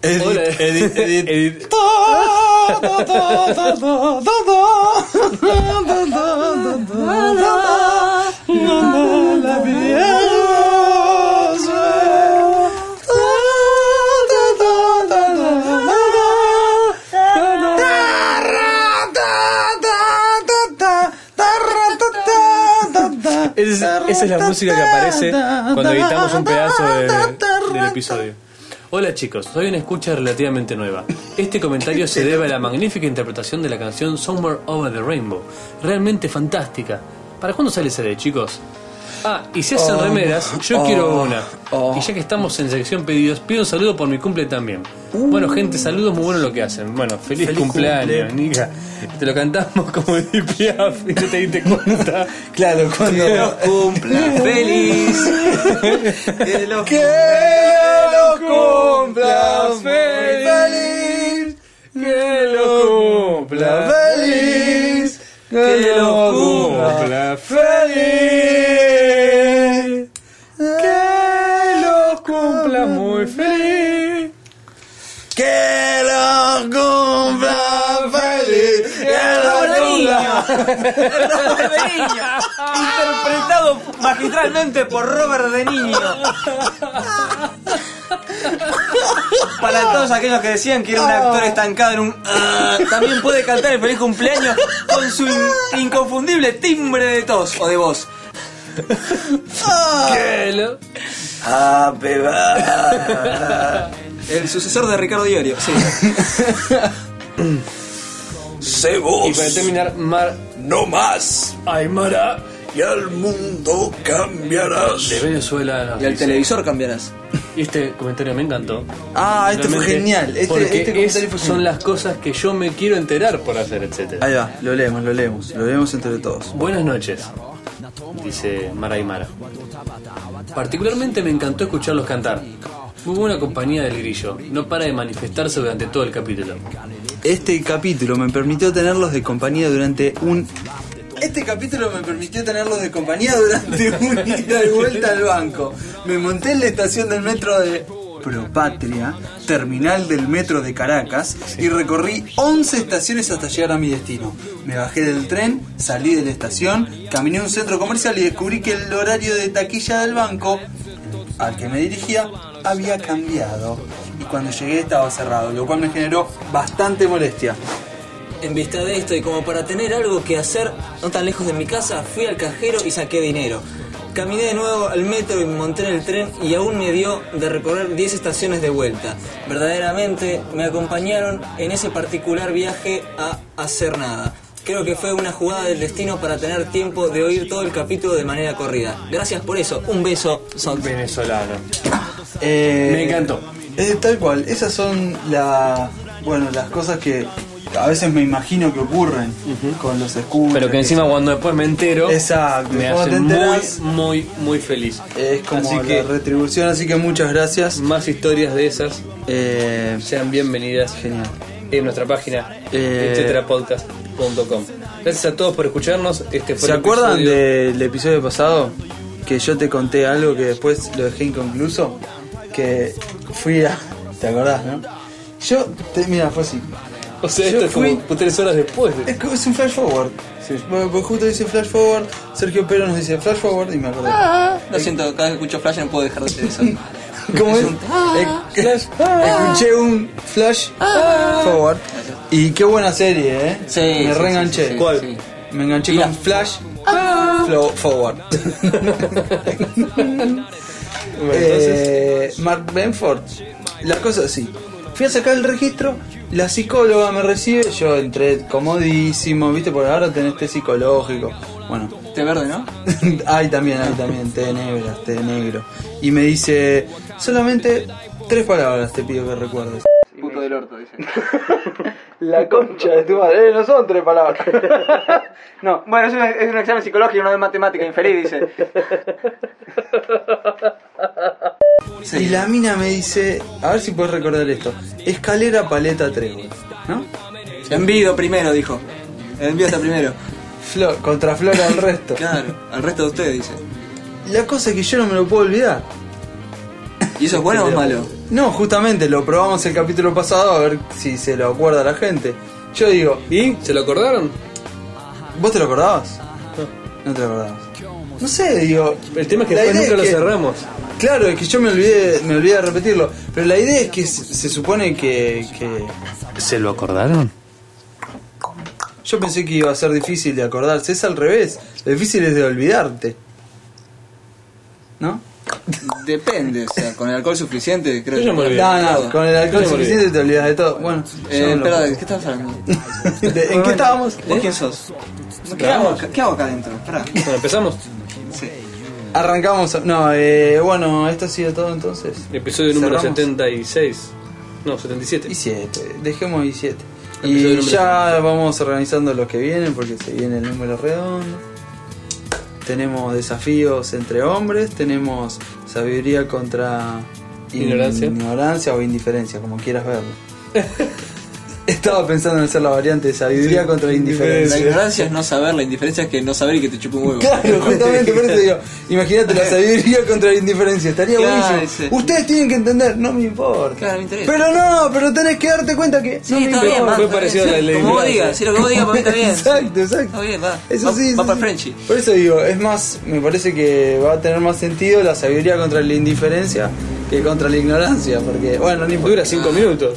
S2: Edit,
S4: Hola.
S2: edit, edit.
S4: <laughs> Edit. Es- esa es la música que aparece cuando editamos un pedazo de- del episodio. Hola chicos, soy una escucha relativamente nueva. Este comentario se debe a la magnífica interpretación de la canción Somewhere Over the Rainbow. Realmente fantástica. ¿Para cuándo sale ese de chicos? Ah, y si hacen
S15: Oh,
S4: remeras, yo
S15: oh,
S4: quiero una. Y ya que estamos en sección pedidos, pido un saludo por mi cumple también. Bueno, gente, saludos, muy bueno lo que hacen. Bueno, feliz,
S2: Feliz
S4: cumpleaños,
S2: cumple.
S4: Nica. Te lo cantamos como <laughs> de Piaf y no te diste cuenta.
S2: Claro, cuando.
S4: Que los
S6: <laughs>
S2: cumpla
S6: feliz.
S2: que los cumpla feliz.
S4: Que lo cumpla
S2: feliz. Que
S4: lo cumpla
S2: feliz.
S4: Que lo cumpla muy feliz.
S2: Que lo cumpla feliz.
S6: Robert de Niño. Interpretado magistralmente por Robert de Niño. Para todos aquellos que decían que era un actor estancado en un... "Ah", también puede cantar el feliz cumpleaños con su in- inconfundible timbre de tos o de voz.
S4: Que lo-
S6: Ah, El sucesor de Ricardo Iorio,
S16: <laughs>
S6: sí.
S4: Y para terminar, Mar.
S16: No más.
S4: Aymara.
S16: Y al mundo cambiarás.
S4: De Venezuela. nos
S6: Y al
S4: dice.
S6: televisor cambiarás.
S4: Y este comentario me encantó.
S2: Ah, este fue
S4: Realmente,
S2: genial. Este-
S4: porque
S2: este comentario
S4: es-
S2: fue
S4: son
S2: genial.
S4: las cosas que yo me quiero enterar por hacer, etcétera.
S2: Ahí va, lo leemos, lo leemos, lo leemos entre todos.
S4: Buenas noches, dice Mara Aymara. Particularmente me encantó escucharlos cantar. Muy buena compañía del grillo. No para de manifestarse durante todo el capítulo.
S2: Este capítulo me permitió tenerlos de compañía durante un. Este capítulo me permitió tenerlos de compañía durante un ida y vuelta al banco. Me monté en la estación del metro de Propatria, terminal del metro de Caracas, y recorrí 11 estaciones hasta llegar a mi destino. Me bajé del tren, salí de la estación, caminé a un centro comercial y descubrí que el horario de taquilla del banco al que me dirigía había cambiado y cuando llegué estaba cerrado, lo cual me generó bastante molestia.
S14: En vista de esto y como para tener algo que hacer, no tan lejos de mi casa, fui al cajero y saqué dinero. Caminé de nuevo al metro y me monté en el tren y aún me dio de recorrer 10 estaciones de vuelta. Verdaderamente me acompañaron en ese particular viaje a hacer nada. Creo que fue una jugada del destino para tener tiempo de oír todo el capítulo de manera corrida. Gracias por eso. Un beso, Sot.
S4: Venezolano. Eh,
S2: Me
S4: encantó.
S2: Eh, tal cual, esas son la, bueno, las cosas que a veces me imagino que ocurren con los escudos.
S4: Pero que encima cuando después me entero,
S2: Exacto,
S4: me
S2: cuando
S4: hace
S2: te
S4: muy,
S2: enterás-
S4: muy, muy feliz.
S2: es como
S4: Así
S2: la
S4: que- Mm.
S2: retribución, así que muchas gracias. Eh,
S4: Más historias de esas sean bienvenidas
S2: genial.
S4: en nuestra página
S2: Eh,
S4: etcéterapodcast.com. Gracias a todos por escucharnos. Este fue
S2: ¿Se
S4: el
S2: acuerdan
S4: episodio-
S2: del episodio pasado que yo te conté algo que después lo dejé inconcluso? Que fui a... <laughs> ¿Te acordás, no? Yo, te- mira, fue así.
S4: O sea,
S2: Yo
S4: esto es
S2: fui-
S4: como tres horas después.
S2: Es, como- es un flash forward. Bueno, pues justo dice flash forward, Sergio Pérez nos dice flash forward y me acordé.
S6: Lo siento, cada vez que escucho Flash no puedo dejar de hacer <laughs> eso.
S2: ¿Cómo es? Eh, Escuché un flash forward. Y qué buena serie, ¿eh?
S6: Sí, sí,
S2: me
S6: sí,
S2: reenganché.
S6: sí, sí,
S2: ¿Cuál?
S6: sí.
S2: Me enganché con flash flow- forward. Eh, Mark Benford. La cosa es así. Fui a sacar el registro, la psicóloga me recibe, yo entré comodísimo, viste, por ahora tenés té psicológico. Bueno, <laughs>
S6: Te verde, ¿no?
S2: hay también, hay también, té negras, té negro. Y me dice, solamente tres palabras te pido que recuerdes.
S6: Puto del orto, dice.
S2: La concha de tu madre, Eh, no son tres palabras.
S6: No, bueno, es un, es un examen psicológico, no de matemática, infeliz, dice. <laughs>
S2: Y la mina me dice, a ver si puedes recordar esto, escalera paleta 3, ¿no?
S6: Envido primero, dijo. Envido hasta primero.
S2: Flor, contra Flor al resto.
S6: Claro, al resto de ustedes, dice.
S2: La cosa es que yo no me lo puedo olvidar.
S6: ¿Y eso es bueno o es malo?
S2: No, justamente, lo probamos el capítulo pasado a ver si se lo acuerda la gente. Yo digo,
S4: ¿Y? ¿Se lo acordaron?
S2: ¿vos te lo acordabas? No te lo acordabas. No sé, digo.
S4: El tema es que
S2: la
S4: después
S2: idea
S4: nunca
S2: es
S4: lo
S2: que-
S4: cerramos.
S2: Claro, es que yo me olvidé, me olvidé de repetirlo. Pero la idea es que se, se supone que, que.
S4: ¿Se lo acordaron?
S2: Yo pensé que iba a ser difícil de acordarse. Es al revés. Lo difícil es de olvidarte. ¿No?
S6: Depende, o sea, con el alcohol suficiente, creo que.
S2: No, no, con el alcohol suficiente te olvidas de todo. Bueno,
S6: Eh, espera, ¿de qué estabas hablando?
S2: <laughs> ¿De- ¿En qué estábamos?
S6: ¿Vos quién sos? ¿Qué hago, acá- qué hago acá adentro? Pará.
S4: Bueno, empezamos.
S2: Arrancamos. No, eh, bueno, esto ha sido todo entonces.
S4: Episodio número
S2: Cerramos.
S4: 76. No, 77.
S2: Y 7, dejemos y 7.
S4: Episodio
S2: Y
S4: número
S2: ya vamos organizando los que vienen porque se viene el número redondo. Tenemos desafíos entre hombres, tenemos sabiduría contra in-
S4: Ignorancia.
S2: ignorancia o indiferencia, como quieras verlo. <laughs> Estaba pensando en hacer la variante de sabiduría contra
S6: La
S2: indiferencia.
S6: ignorancia es no saber, la indiferencia es que no saber y que te chupa un huevo.
S2: Claro, justamente por eso digo, imagínate
S6: <laughs>
S2: la sabiduría contra la indiferencia, estaría
S6: Claro,
S2: buenísimo.
S6: ese.
S2: Ustedes tienen que entender, no me importa.
S6: Claro, me interesa.
S2: Pero no, pero tenés que darte cuenta que.
S6: Sí,
S2: no me
S6: está
S2: importa.
S6: bien, va,
S4: Fue
S6: está
S4: parecido
S6: bien.
S4: a la ley
S6: Como vos
S4: Miranda.
S6: digas, si lo que vos digas para mí está bien.
S2: Exacto, exacto.
S6: Está bien, va.
S2: Eso
S6: va,
S2: sí.
S6: Va
S2: eso
S6: para
S2: sí.
S6: Frenchy.
S2: Por eso digo, es más, me parece que va a tener más sentido la sabiduría contra la indiferencia que contra la ignorancia, porque, bueno, no importa.
S4: Dura
S6: Ah.
S4: 5 minutos.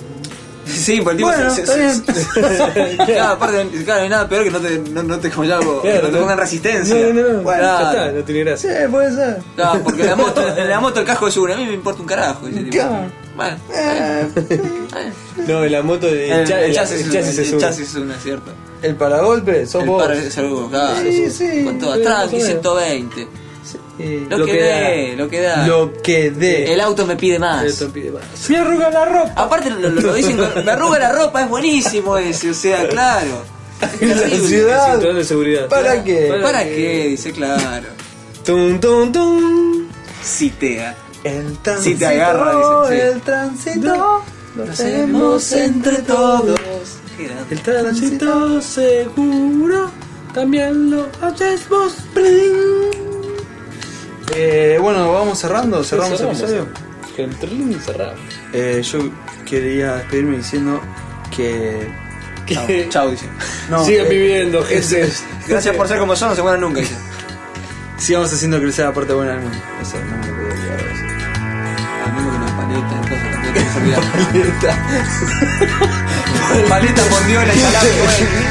S6: Sí, por el tipo.
S2: Bueno,
S6: se-
S2: está
S6: se-
S2: bien.
S6: Claro, aparte, claro, no hay nada peor que no te, no, no te, como ya, no te pongan resistencia.
S4: No, no, no.
S6: Bueno,
S4: ya
S6: nada.
S4: está, no tiene gracia.
S2: Sí, puede ser.
S6: Claro, porque la moto, <laughs> en la moto el casco es uno, a mí me importa un carajo. y ese tipo.
S2: Claro. Eh,
S6: Bueno,
S4: No, la moto de.
S6: el,
S4: cha-
S6: el chasis,
S4: el
S6: es
S4: chasis
S6: uno,
S4: es
S6: el
S4: uno.
S6: chasis es uno, es cierto.
S2: El paragolpe, sos
S6: El
S2: vos.
S6: par es algo, claro.
S2: Sí, sí,
S6: Con todo
S2: pero
S6: atrás,
S2: más o menos.
S6: 120.
S2: Sí.
S6: Lo, que, dé, lo que da.
S2: Lo que dé.
S6: El auto me pide más.
S2: Me arruga la ropa.
S6: Aparte lo, lo- lo dicen, con- me arruga la ropa, es buenísimo ese, o sea, claro. Es
S2: En la
S6: terrible.
S2: ciudad.
S4: Cinturón de seguridad.
S2: ¿Para qué?
S6: ¿Para qué? Dice, claro.
S4: Tum, tum, tum.
S6: Citea.
S2: El
S6: Sí, te agarra, dice, sí.
S2: El tránsito. Lo hacemos entre todos.
S6: Qué grande.
S4: El tránsito seguro también lo haces vos.
S2: Eh, bueno, vamos cerrando, cerramos, el episodio.
S4: El trín cerrado.
S2: Eh, yo quería despedirme diciendo que.
S4: Que-
S6: Chau, dice.
S2: No,
S4: Sigan
S2: eh,
S4: viviendo, gente.
S6: Gracias por ser como yo, no se mueran nunca, dice.
S2: sigamos haciendo crecer la parte buena del mundo. Eso no me lo puedo olvidar. de eso.
S6: Al mismo que las paletas, entonces también te Paleta. Paleta, <laughs> bondiola y salami, güey.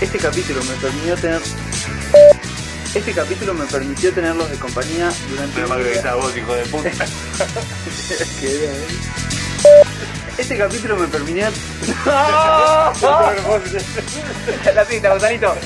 S2: Este capítulo me permitió tener. Este capítulo me permitió tenerlos de compañía durante.
S13: Menos mal que estás vos, hijo de
S2: <laughs>
S13: puta.
S2: Este capítulo
S13: <laughs>
S2: me permitió. <laughs>
S6: La cinta, gusanito.